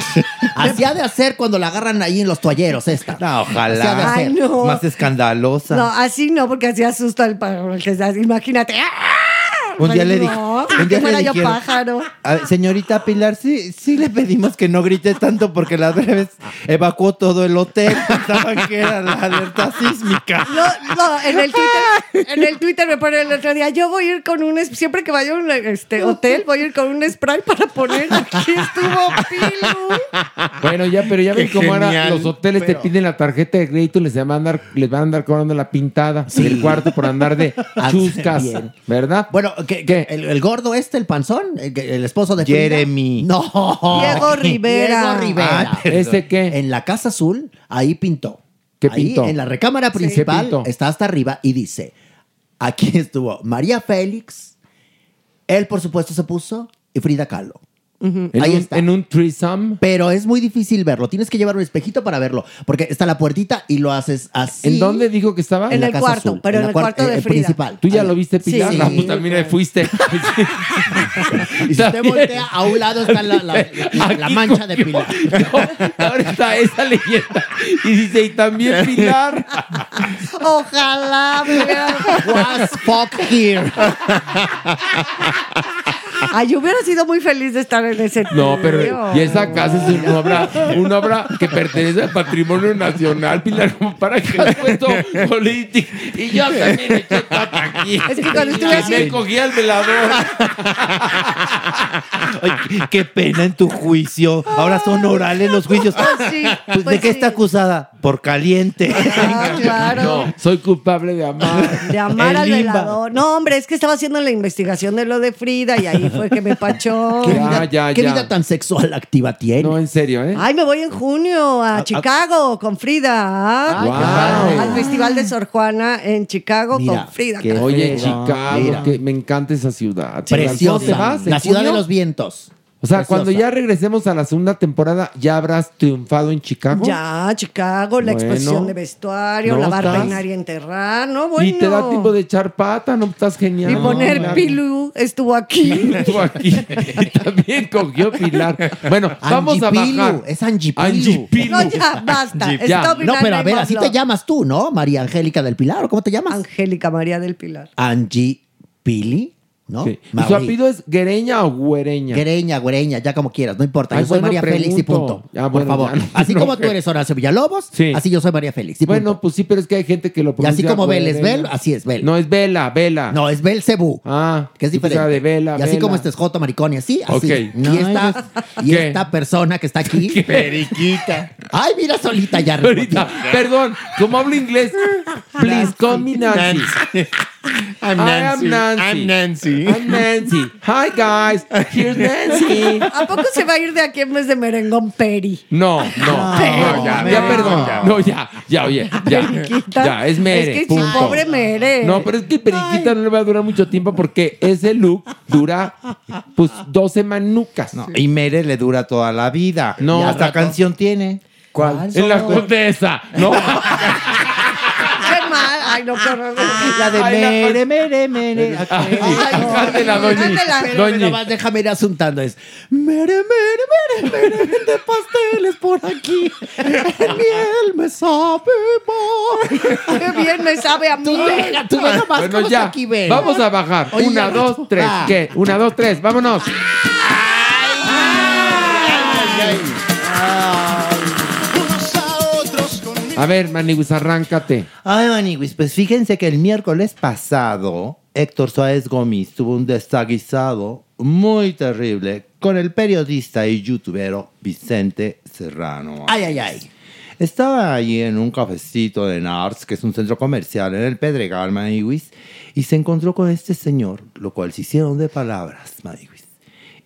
S13: Así ha de hacer cuando la agarran ahí en los toalleros ¿eh? esta.
S14: No,
S13: Así ha de
S14: ojalá.
S8: Ay,
S13: hacer.
S8: no.
S14: Más escandalosa.
S8: No, así no, porque así asusta al pájaro. que se hace- Imagínate. ¡Ah!
S14: Un día
S8: Ay,
S14: le
S8: no,
S14: dije- un
S8: que
S14: día le
S8: fuera yo
S14: dijeron-
S8: pájaro.
S14: A ver, señorita Pilar, sí, sí le pedimos que no grite tanto porque la otra vez evacuó todo el hotel. Pensaban que era la alerta sísmica.
S8: No, no, en el Twitter, en el Twitter me pone el otro día, yo voy a ir con un, es- siempre que vaya a un este, hotel, voy a ir con un spray para poner, aquí estuvo Pilu.
S4: Bueno, ya, pero ya
S8: Qué
S4: ven cómo ahora
S8: genial,
S4: los hoteles
S8: pero-
S4: te piden la tarjeta de crédito y les van a andar, les van a andar cobrando la pintada del cuarto por andar de chuscas.
S13: Bien.
S4: ¿Verdad?
S13: Bueno, que, que el, el gordo este, el panzón, el, que- el esposo de Frida.
S14: Jeremy.
S13: No.
S8: Diego Rivera.
S13: Diego Rivera.
S4: Ah, perdón. ¿Ese qué?
S13: En la Casa Azul, ahí pintó.
S4: ¿Qué
S13: Ahí,
S4: pintó?
S13: en la recámara
S4: Sí. ¿Qué
S13: principal
S4: pintó?
S13: está hasta arriba y dice, aquí estuvo María Félix, él por supuesto se puso y Frida Kahlo.
S4: En
S13: Ahí
S4: un-
S13: está.
S4: En un threesome.
S13: Pero es muy difícil verlo. Tienes que llevar un espejito para verlo. Porque está la puertita y lo haces así.
S4: ¿En dónde dijo que estaba?
S13: En En la el Casa cuarto, Azul. pero En en la el cuar- cuarto de el Frida. principal.
S4: ¿Ah? ¿Tú ya
S13: Ahí.
S4: lo viste,
S13: Sí.
S4: Pilar? Ah, pues,
S13: Sí.
S4: La puta, mira, fuiste.
S13: Y si usted
S4: También.
S13: voltea, a un lado está la, la- la- la mancha de Pilar.
S4: Ahora está esa leyenda. Y dice, y también Pilar.
S8: Ojalá, mira.
S13: Was fuck here.
S8: Ay, yo hubiera sido muy feliz de estar en ese
S4: No, pero
S8: trío.
S4: y esa casa es una obra, una obra que pertenece al patrimonio nacional, Pilar, como para que el puesto político. Y yo también eché tapa aquí.
S8: Es que cuando estuve
S4: Y
S8: así-
S4: me cogí al velador.
S14: Ay, qué pena en tu juicio. Ahora son orales los juicios.
S8: Pues sí,
S14: Pues,
S8: pues
S14: ¿De qué
S8: sí.
S14: está acusada? Por caliente.
S8: Ah, claro.
S4: No, soy culpable de amar.
S8: De amar
S4: El
S8: al
S4: Limba.
S8: velador. No, hombre, es que estaba haciendo la investigación de lo de Frida y ahí fue que me pachó.
S13: ¿Qué,
S4: Ya,
S13: vida,
S4: ya,
S13: qué
S4: ya.
S13: vida tan sexual activa tiene? Ah,
S4: No, en serio, ¿eh?
S8: Ay, me voy en junio a Chicago con Frida. Ah,
S4: Ah, Ay, qué padre.
S8: Al Festival de Sor Juana en Chicago
S13: Mira,
S8: con Frida.
S4: Que
S8: Kahlo.
S4: Oye,
S13: fregón.
S4: Chicago,
S13: Mira.
S4: que me encanta esa ciudad. ¿Cómo te
S13: Preciosa.
S4: vas?
S13: La
S4: ¿En
S13: ciudad de
S4: junio?
S13: los vientos.
S4: O sea,
S13: Preciosa.
S4: cuando ya regresemos a la segunda temporada, ¿ya habrás triunfado en Chicago?
S8: Ya, Chicago, la
S4: Bueno.
S8: exposición de vestuario,
S4: No,
S8: la barra
S4: estás-
S8: Inaria en Terrano, bueno.
S4: Y te da tiempo de echar pata, no estás genial.
S8: Y poner
S4: Pilar.
S8: Pilu estuvo aquí.
S4: Estuvo aquí. Y también cogió Pilar. Bueno, vamos a
S13: Angipilu,
S4: bajar.
S13: es Angipilu.
S4: Angipilu.
S8: No, ya, basta.
S4: Ya.
S8: Stop
S13: No,
S8: in
S13: pero a
S8: name
S13: ver,
S8: of
S13: así te
S8: love.
S13: llamas tú, ¿no? María Angélica del Pilar, ¿o cómo te llamas?
S8: Angélica María del Pilar.
S13: Angie Pili, ¿no?
S4: Sí. ¿Y
S13: Mauri.
S4: su apellido es Guereña o Güereña?
S13: Greña, Güereña, ya como quieras, no importa.
S4: Ay,
S13: yo soy
S4: bueno,
S13: María
S4: pregunto.
S13: Félix y punto.
S4: Ya,
S13: por
S4: bueno,
S13: favor.
S4: ya no
S13: así
S4: te
S13: como tú
S4: enojes.
S13: eres Horacio Villalobos,
S4: Sí.
S13: así yo soy María Félix. Y punto.
S4: Bueno, pues sí, pero es que hay gente que lo
S13: y así
S4: pronuncia
S13: como Bel es
S4: Güereña.
S13: Bel, así es Bel. No,
S4: No, es Vela, Vela.
S13: es Bel Cebú.
S4: Ah,
S13: Que es
S4: yo pensaba
S13: diferente.
S4: de Vela,
S13: y así
S4: Vela.
S13: como este es Joto Maricón y así, así.
S4: Ok.
S13: Y, esta, y
S4: ¿Qué?
S13: esta persona que está aquí.
S4: Periquita.
S13: Ay, mira solita ya.
S4: Ahorita, perdón, como hablo inglés, please, come me Nancy. I'm Nancy. I'm Nancy. I'm Nancy. Hi, guys. Here's Nancy.
S8: ¿A poco se va a ir de aquí en vez de merengón Peri?
S4: No, no. no, ya, ya, perdón. No, ya, ya, oye. Ya, ya es Mere.
S8: Es que
S4: punto.
S8: sí, pobre Mere.
S4: No, pero es que Periquita no le va a durar mucho tiempo porque ese look dura, pues, 12 manucas.
S14: Y Mere le dura toda la vida.
S4: No.
S14: No. Hasta canción tiene.
S4: ¿Cuál? En la condesa. No.
S8: Qué mal. Ay, no, qué horror.
S14: La de
S8: Ay, no.
S14: mere, mere, mere.
S8: Ay, no.
S4: Cántela, Doñi.
S8: Cántela.
S13: Pero me lo vas- déjame ir asuntando. Es mere, mere, mere, mere, vende pasteles por aquí. El miel me sabe más.
S8: Qué bien me sabe a mí.
S13: Tú venga, tú venga más
S4: Bueno,
S13: cómo
S4: ya.
S13: está aquí, ven.
S4: Vamos a bajar.
S13: Oye,
S4: Una,
S13: ya.
S4: dos, tres.
S13: Va.
S4: ¿Qué? Una, dos, tres. Vámonos. A ver, Maniguis, arráncate.
S14: Ay, Maniguis, pues fíjense que el miércoles pasado, Héctor Suárez Gómez tuvo un desaguisado muy terrible con el periodista y youtubero Vicente Serrano.
S13: Ay, ay, ay.
S14: Estaba allí en un cafecito de Nars, que es un centro comercial en el Pedregal, Maniguis, y se encontró con este señor, lo cual se hicieron de palabras, Maniguis.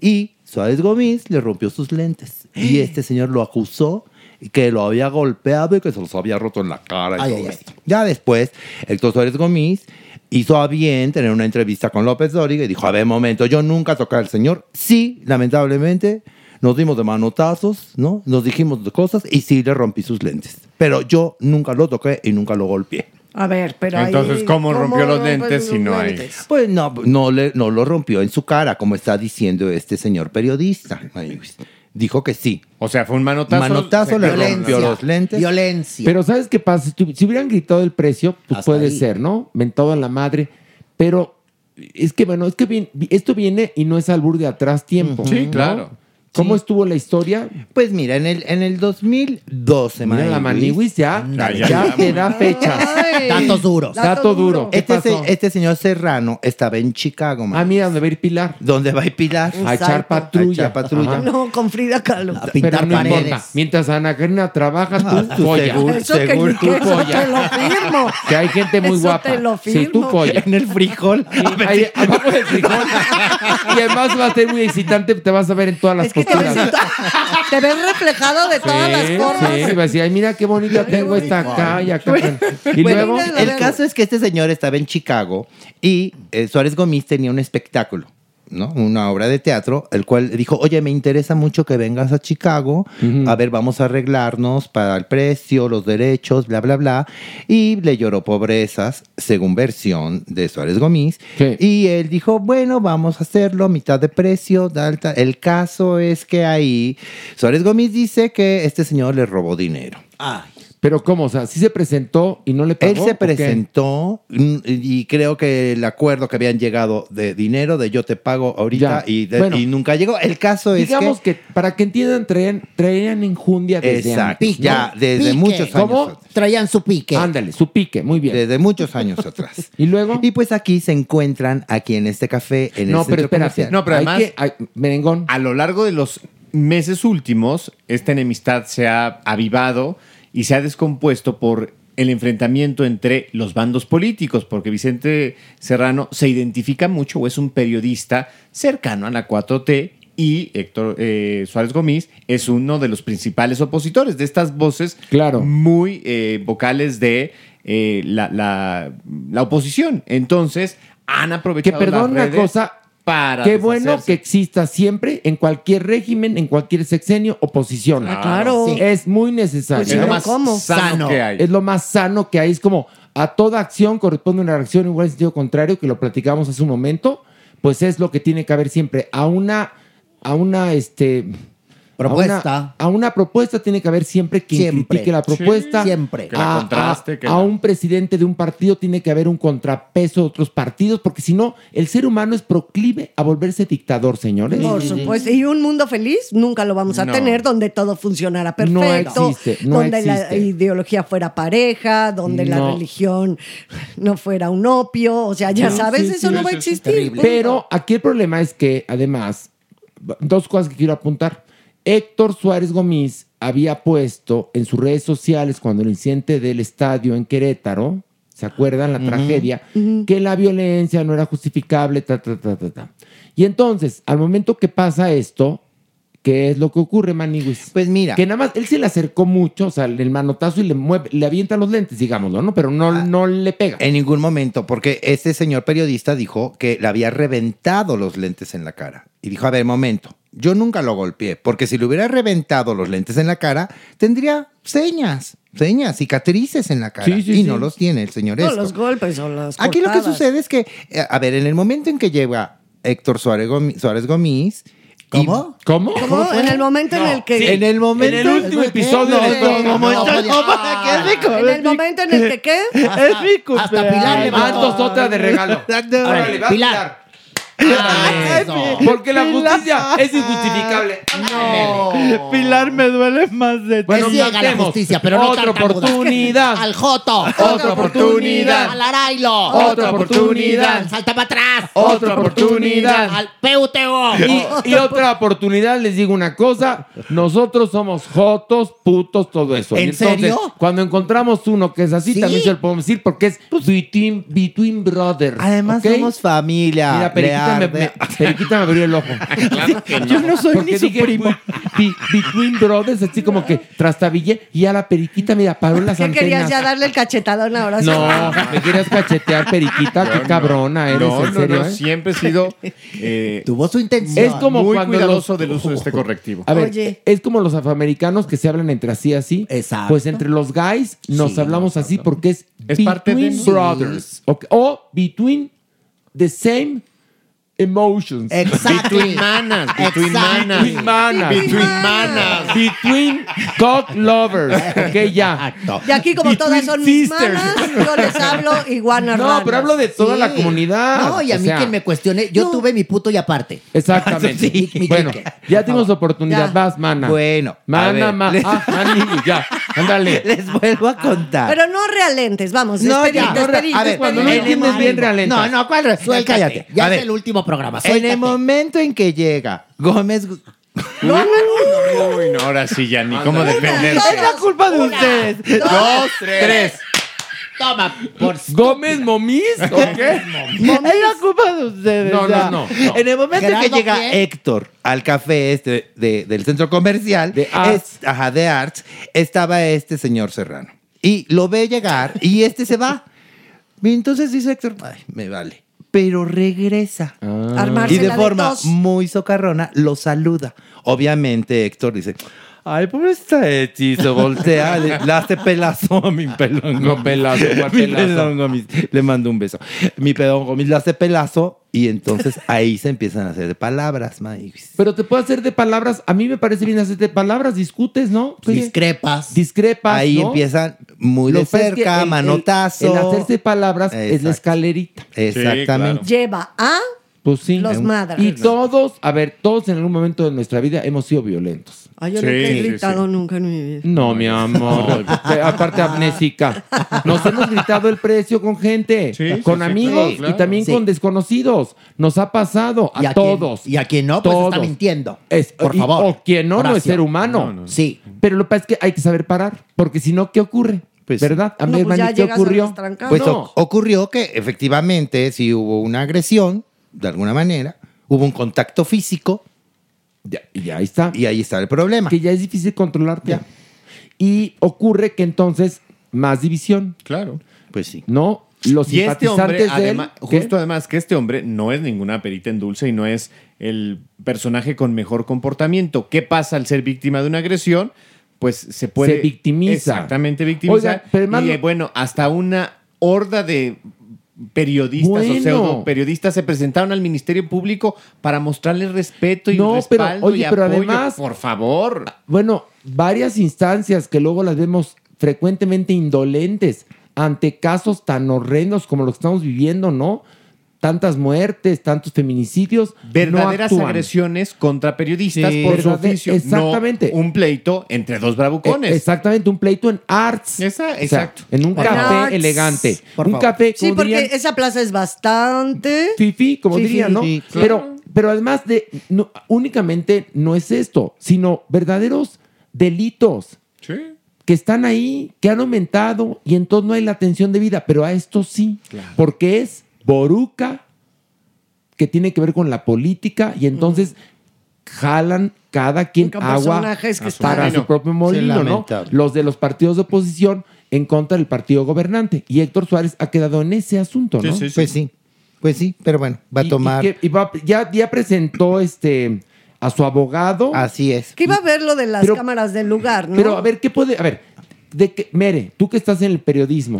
S14: Y Suárez Gómez le rompió sus lentes. Y
S13: ¡Eh!
S14: este señor lo acusó que lo había golpeado y que se los había roto en la cara y
S13: Ay,
S14: todo
S13: ay, ay.
S14: esto. Ya después, Héctor Suárez Gómez hizo a bien tener una entrevista con López Dóriga y dijo, a ver, momento, yo nunca toqué al señor. Sí, lamentablemente, nos dimos de manotazos, ¿no? Nos dijimos de cosas y sí le rompí sus lentes. Pero yo nunca lo toqué y nunca lo golpeé.
S8: A ver, pero ahí-
S14: Entonces, ¿cómo rompió los
S8: rompes
S14: lentes si
S8: los
S14: no hay?
S8: lentes?
S14: Pues no, no, le, no lo rompió en su cara, como está diciendo este señor periodista. Ay, pues, Dijo que sí.
S12: O sea, fue un manotazo.
S14: Manotazo le rompió los lentes.
S13: Violencia.
S4: Pero ¿sabes qué pasa? Si, tu- si hubieran gritado el precio, pues
S14: Hasta
S4: puede
S14: ahí.
S4: ser, ¿no? Mentado a la madre. Pero es que, bueno, es que vien- vi- esto viene y no es albur de atrás tiempo.
S14: Sí,
S4: ¿no?
S14: claro.
S4: ¿Cómo estuvo la historia?
S14: Pues mira, en el, en el 2012,
S4: Mira, la Maniwis ya, ya, te da fechas.
S8: Ay.
S13: Datos duros.
S4: Dato duro. ¿Qué
S14: Este, se-
S4: pasó?
S14: este señor Serrano estaba en Chicago, man.
S4: Ah, mira, donde va a ir Pilar.
S14: ¿Dónde va a ir Pilar?
S4: A echar patrulla.
S14: A echar patrulla.
S4: Ajá.
S8: No, con Frida Kahlo.
S4: Pero no importa. Mientras Ana Karina trabaja, tú
S14: Ah, tú
S4: polla.
S14: seguro.
S8: Eso que ni
S4: tú
S8: que eso te lo
S4: polla.
S8: firmo.
S4: Que hay gente muy
S8: Eso
S4: guapa.
S8: te lo
S4: Sí, tú
S8: firmo.
S4: polla.
S14: En el frijol. A ver,
S4: Ahí, abajo del frijol. Y además va a ser muy excitante, te vas a ver en todas las
S8: Es que te ves,
S4: posturas.
S8: en to- te ves reflejado de todas las
S4: Sí,
S8: formas.
S4: sí, va a decir, ay, mira qué bonita tengo esta acá y acá. Y
S14: Bueno,
S4: luego,
S8: mira,
S14: el caso es que este señor estaba en Chicago y eh, Suárez Gómez tenía un espectáculo, ¿no? Una obra de teatro, el cual dijo, oye, me interesa mucho que vengas a Chicago, a ver, vamos a arreglarnos para el precio, los derechos, bla, bla, bla. Y le lloró pobrezas, según versión de Suárez Gómez.
S4: Sí.
S14: Y él dijo, bueno, vamos a hacerlo, mitad de precio, tal, tal. El caso es que ahí Suárez Gómez dice que este señor le robó dinero.
S4: Pero cómo, o sea, sí se presentó y no le pagó.
S14: Él se
S4: ¿o qué?
S14: presentó mm, y creo que el acuerdo que habían llegado de dinero, de yo te pago ahorita
S4: Ya.
S14: y, de-
S4: Bueno.
S14: y nunca llegó. El caso es
S4: Digamos
S14: que...
S4: que, para que entiendan, traían, traían enjundia desde
S14: Exacto,
S4: antes, ¿no?
S14: ya desde
S13: Pique.
S14: muchos años
S4: ¿Cómo?
S14: atrás.
S13: Traían su pique.
S4: Ándale, su pique, muy bien.
S14: Desde muchos años atrás.
S4: Y luego...
S14: Y pues aquí se encuentran, aquí en este café, en el
S4: no, pero
S14: centro
S4: espérate.
S14: comercial.
S12: No, pero
S4: hay
S12: además-
S4: que- hay- merengón.
S12: a lo largo de los meses últimos, esta enemistad se ha avivado y se ha descompuesto por el enfrentamiento entre los bandos políticos, porque Vicente Serrano se identifica mucho o es un periodista cercano a la 4T y Héctor eh, Suárez Gómez es uno de los principales opositores de estas voces
S4: Claro.
S12: muy eh, vocales de eh, la, la- la oposición. Entonces, han
S4: Que
S12: aprovechado
S4: perdón
S12: las
S4: una
S12: redes
S4: cosa.
S12: para
S4: Qué bueno
S12: deshacerse.
S4: que exista siempre, en cualquier régimen, en cualquier sexenio, oposición.
S8: Ah, claro.
S4: Sí. Es muy necesario.
S8: Pues sí,
S12: Es lo
S8: Pero
S12: más
S8: ¿cómo?
S12: sano,
S13: Sano.
S12: que hay.
S4: Es lo más sano que hay. Es como a toda acción corresponde una reacción igual en sentido contrario, que lo platicamos hace un momento. Pues es lo que tiene que haber siempre. A una, a una, este. a una-
S13: Propuesta.
S4: A una, propuesta tiene que haber siempre quien
S13: Siempre.
S4: critique la propuesta.
S13: Siempre.
S12: Que la contraste,
S4: a-
S12: que
S4: a
S12: la-
S4: un presidente de un partido tiene que haber un contrapeso de otros partidos, porque si no, el ser humano es proclive a volverse dictador, señores.
S8: Por supuesto. Y un mundo feliz nunca lo vamos a
S12: No.
S8: tener donde todo funcionara perfecto.
S4: No existe, no
S8: donde la
S4: existe.
S8: ideología fuera pareja, donde la
S4: No.
S8: religión no fuera un opio. O sea, ya
S4: No,
S8: sabes,
S4: sí,
S8: eso
S4: sí,
S8: no
S4: sí,
S8: va
S4: sí,
S8: a
S4: sí,
S8: existir. punto.
S4: Pero aquí el problema es que, además, dos cosas que quiero apuntar. Héctor Suárez Gómez había puesto en sus redes sociales cuando el incidente del estadio en Querétaro, ¿se acuerdan? La tragedia, que la violencia no era justificable, ta, ta, ta, ta, ta. Y entonces, al momento que pasa esto, ¿qué es lo que ocurre, Maniguis? Pues mira. Que nada más, él se le acercó mucho, o sea, el manotazo y le mueve, le avienta los lentes, digámoslo, ¿no? Pero no, no le pega.
S14: Ah. En ningún momento, porque este señor periodista dijo que le había reventado los lentes en la cara. Y dijo, a ver, momento, yo nunca lo golpeé, porque si le hubiera reventado los lentes en la cara, tendría señas, señas, cicatrices en la cara.
S8: Sí, sí,
S14: y
S8: sí.
S14: no los tiene el señor
S8: No,
S14: este.
S8: los golpes o las
S14: Aquí lo que
S8: cortadas.
S14: sucede es que, eh, a ver, en el momento en que llega Héctor Suárez, Gomi- Suárez Gomis... ¿Cómo?
S4: ¿Cómo?
S8: ¿Cómo? En el momento en el que...
S14: En el momento... No, no, no, no, no, no,
S8: En el momento en el que qué?
S13: Es mi cumpleaños. Hasta Pilar le va a
S4: Mantos, otra de regalo.
S13: Exacto.
S4: Órale, va,
S13: Pilar.
S4: Porque la justicia es injustificable.
S13: No. Pilar, me duele más de ti.
S4: Bueno,
S13: Es ciega la
S4: cantemos.
S13: justicia, pero no
S4: Otra
S13: tartamuda.
S4: oportunidad.
S13: Al Joto.
S4: Otra oportunidad.
S13: Al Arailo.
S4: Otra oportunidad.
S13: Al Salta para atrás.
S4: Otra oportunidad.
S13: Al PUTO.
S4: Y, y otra oportunidad, les digo una cosa, nosotros somos jotos, putos, todo eso.
S13: ¿En
S4: Y entonces,
S13: serio?
S4: Cuando encontramos uno que es así,
S13: ¿Sí?
S4: también se lo podemos decir porque es between, between brothers.
S14: Además
S4: ¿ok?
S14: somos familia.
S4: Mira, Periquita me,
S14: le
S4: me,
S14: arde.
S4: Periquita me abrió el ojo. Yo no soy ni su primo. Between brothers, así como que trastabillé y a la Periquita, mira, paró las
S8: ¿Qué querías
S4: antenas.
S8: ya darle el cachetadón ahora? sí?
S4: No, me quieres cachetear, Periquita, qué cabrona eres,
S7: No,
S4: en
S7: no,
S4: serio.
S7: no,
S4: eh?
S7: siempre he sido eh,
S13: Tuvo su intención.
S4: Es como
S7: muy
S4: cuando
S7: cuidadoso
S4: los-
S7: del uso de este correctivo.
S4: A ver,
S13: Oye.
S4: es como los afroamericanos que se hablan entre así así.
S13: Exacto.
S4: Pues entre los guys nos
S13: Sí,
S4: hablamos así porque es,
S7: Es parte de-
S4: between
S7: Sí.
S4: brothers Ok, o between the same emotions.
S13: Exacto.
S7: Between manas, between
S13: Exacto.
S7: manas.
S4: Between manas.
S7: Between manas.
S4: Between cock lovers. Ok, ya.
S8: Y aquí como todas son mis manas, yo les hablo iguanas
S4: No,
S8: ranas.
S4: pero hablo de toda
S13: Sí.
S4: la comunidad.
S13: No, y a
S4: O
S13: mí
S4: sea,
S13: quien me cuestione, yo tuve mi puto y aparte.
S4: Exactamente.
S13: Sí. Mi- mi
S4: bueno,
S13: tique.
S4: ya tuvimos oportunidad.
S13: Ya.
S4: Vas, mana.
S14: Bueno, a
S4: Mana,
S14: ver,
S4: mana.
S14: les-
S4: Ah, mani, ya. Ándale.
S14: Les vuelvo a contar.
S8: Pero no realentes, vamos.
S14: No,
S8: despedite,
S14: ya.
S8: despedite,
S14: A ver,
S8: despedite.
S4: cuando no entiendes bien, realentas.
S13: No, no, ¿cuál? re-
S14: Suéltate.
S13: Cállate. Ya
S14: A
S13: es
S14: ver.
S13: el último programa.
S14: en el
S13: suéltate.
S14: momento en que llega Gómez...
S7: Uy, no, ahora sí ya ni cómo defenderse.
S13: Una,
S14: Es la culpa de ustedes.
S7: Dos, tres.
S13: Toma, por
S4: ¿Gómez Momis o qué?
S14: Es la culpa de ustedes.
S4: No, no,
S14: ya.
S4: no, no.
S14: En el momento en que
S13: Gerardo,
S14: llega
S13: ¿quién?
S14: Héctor al café este de- del centro comercial,
S4: De Arts.
S14: es- ajá, de Arts, estaba este señor Serrano. Y lo ve llegar y este se va. Y entonces dice Héctor, "Ay, me vale. Pero regresa.
S4: Ah.
S8: Armarse
S14: Y de
S8: la
S14: forma
S8: tos.
S14: muy socarrona lo saluda. Obviamente Héctor dice, ay, pobre esta Eti, se voltea, le, le hace pelazo a mi pelón.
S4: No, pelazo, ¿cuál
S14: Mi
S4: pelazo?
S14: pelón Gomis. le mando un beso. Mi pelón Gomis le hace pelazo y entonces ahí se empiezan a hacer de palabras, pues, maíz.
S4: Pero te puede hacer de palabras. A mí me parece bien hacer de palabras. Discutes, ¿no? Oye,
S13: discrepas.
S4: Pues discrepas.
S14: Pues Ahí
S4: ¿no?
S14: empiezan muy
S4: Lo
S14: de
S4: que pasa es que
S14: cerca,
S4: el- el-
S14: manotazo.
S4: El, hacerse palabras es la
S14: Exacto.
S4: escalerita.
S14: Exactamente. Em,
S8: Lleva a...
S4: Pues sí.
S8: Los madras.
S4: Y todos, a ver, todos en algún momento de nuestra vida hemos sido violentos.
S8: Ay, yo
S7: Sí,
S8: nunca he
S7: sí, sí.
S8: gritado nunca en mi vida.
S4: No, mi amor. Te- Aparte
S14: Ah,
S4: amnésica. Nos hemos gritado el precio con gente,
S7: Sí, sí,
S4: con
S7: sí,
S4: amigos
S7: claro, claro.
S4: y también
S13: Sí.
S4: con desconocidos. Nos ha pasado a,
S13: Y a quien-
S4: todos.
S13: y a quien no, pues, está
S4: Todos.
S13: mintiendo.
S4: Es-
S13: Por
S4: y-
S13: favor,
S4: O quien no, no es
S13: Horacio.
S4: ser humano.
S13: Sí.
S4: Pero lo que pasa es que hay que saber parar, porque si no, ¿qué ocurre?
S14: Pues-
S4: ¿Verdad? A
S8: No,
S4: mí,
S8: pues ya
S4: hermano, ¿qué
S8: llegas a
S4: ocurrió?
S8: las trancadas.
S14: Pues
S4: no.
S14: o- ocurrió que efectivamente si hubo una agresión, de alguna manera, hubo un contacto físico
S4: Ya- y ahí está.
S14: y ahí está el problema.
S4: que ya es difícil controlarte. Y ocurre que entonces más división,
S7: Claro.
S14: Pues sí.
S4: ¿no? Los
S7: Y este hombre,
S4: simpatizantes de él,
S7: además-
S4: ¿qué?
S7: justo además que este hombre no es ninguna perita en dulce y no es el personaje con mejor comportamiento. ¿Qué pasa al ser víctima de una agresión? Pues se puede...
S4: Se victimiza.
S7: Exactamente, victimiza.
S4: Oiga, pero además
S7: y
S4: no-
S7: eh, bueno, hasta una horda de periodistas
S4: Bueno.
S7: o pseudo periodistas se presentaron al Ministerio Público para mostrarle respeto y
S4: No, pero,
S7: respaldo
S4: oye,
S7: y
S4: pero
S7: apoyo.
S4: además-
S7: Por favor.
S4: Bueno, varias instancias que luego las vemos frecuentemente indolentes ante casos tan horrendos como los que estamos viviendo, ¿no? Tantas muertes, tantos feminicidios. no
S7: verdaderas
S4: actúan.
S7: agresiones contra periodistas
S4: Sí.
S7: por su
S4: Verdade-
S7: oficio.
S4: exactamente.
S7: No un pleito entre dos
S4: Eh,
S7: bravucones.
S4: Exactamente, un pleito en arts.
S7: Esa-
S4: O sea,
S7: exacto.
S4: en un
S8: En
S4: café
S8: arts.
S4: elegante.
S13: Por
S4: un
S13: favor.
S4: café
S8: Sí,
S4: como
S8: porque
S4: dirían,
S8: esa plaza es bastante...
S4: Fifi, como
S8: Fifi.
S4: dirían, ¿no?
S8: Sí,
S4: pero, pero además de, no, únicamente no es esto, sino verdaderos delitos
S7: Sí.
S4: que están ahí, que han aumentado y entonces no hay la atención debida, pero a esto sí, porque es Boruca que tiene que ver con la política y entonces jalan cada quien
S8: Con
S4: agua
S8: personajes que están-
S4: para su
S8: Molino.
S4: propio
S8: Sí,
S4: molino, ¿no?
S8: lamentable.
S4: Los de los partidos de oposición en contra del partido gobernante y Héctor Suárez ha quedado en ese asunto,
S14: Sí,
S4: ¿no?
S14: sí, sí. Pues sí. Pues sí, pero bueno, va a
S4: Y- y
S14: tomar-
S4: que- y va- ya, ya presentó este a su abogado.
S14: Así es.
S8: Que iba a ver lo de las
S4: Pero-
S8: cámaras del lugar, ¿no?
S4: Pero a ver, ¿qué puede.? A ver, de que, Mere, tú que estás en el periodismo,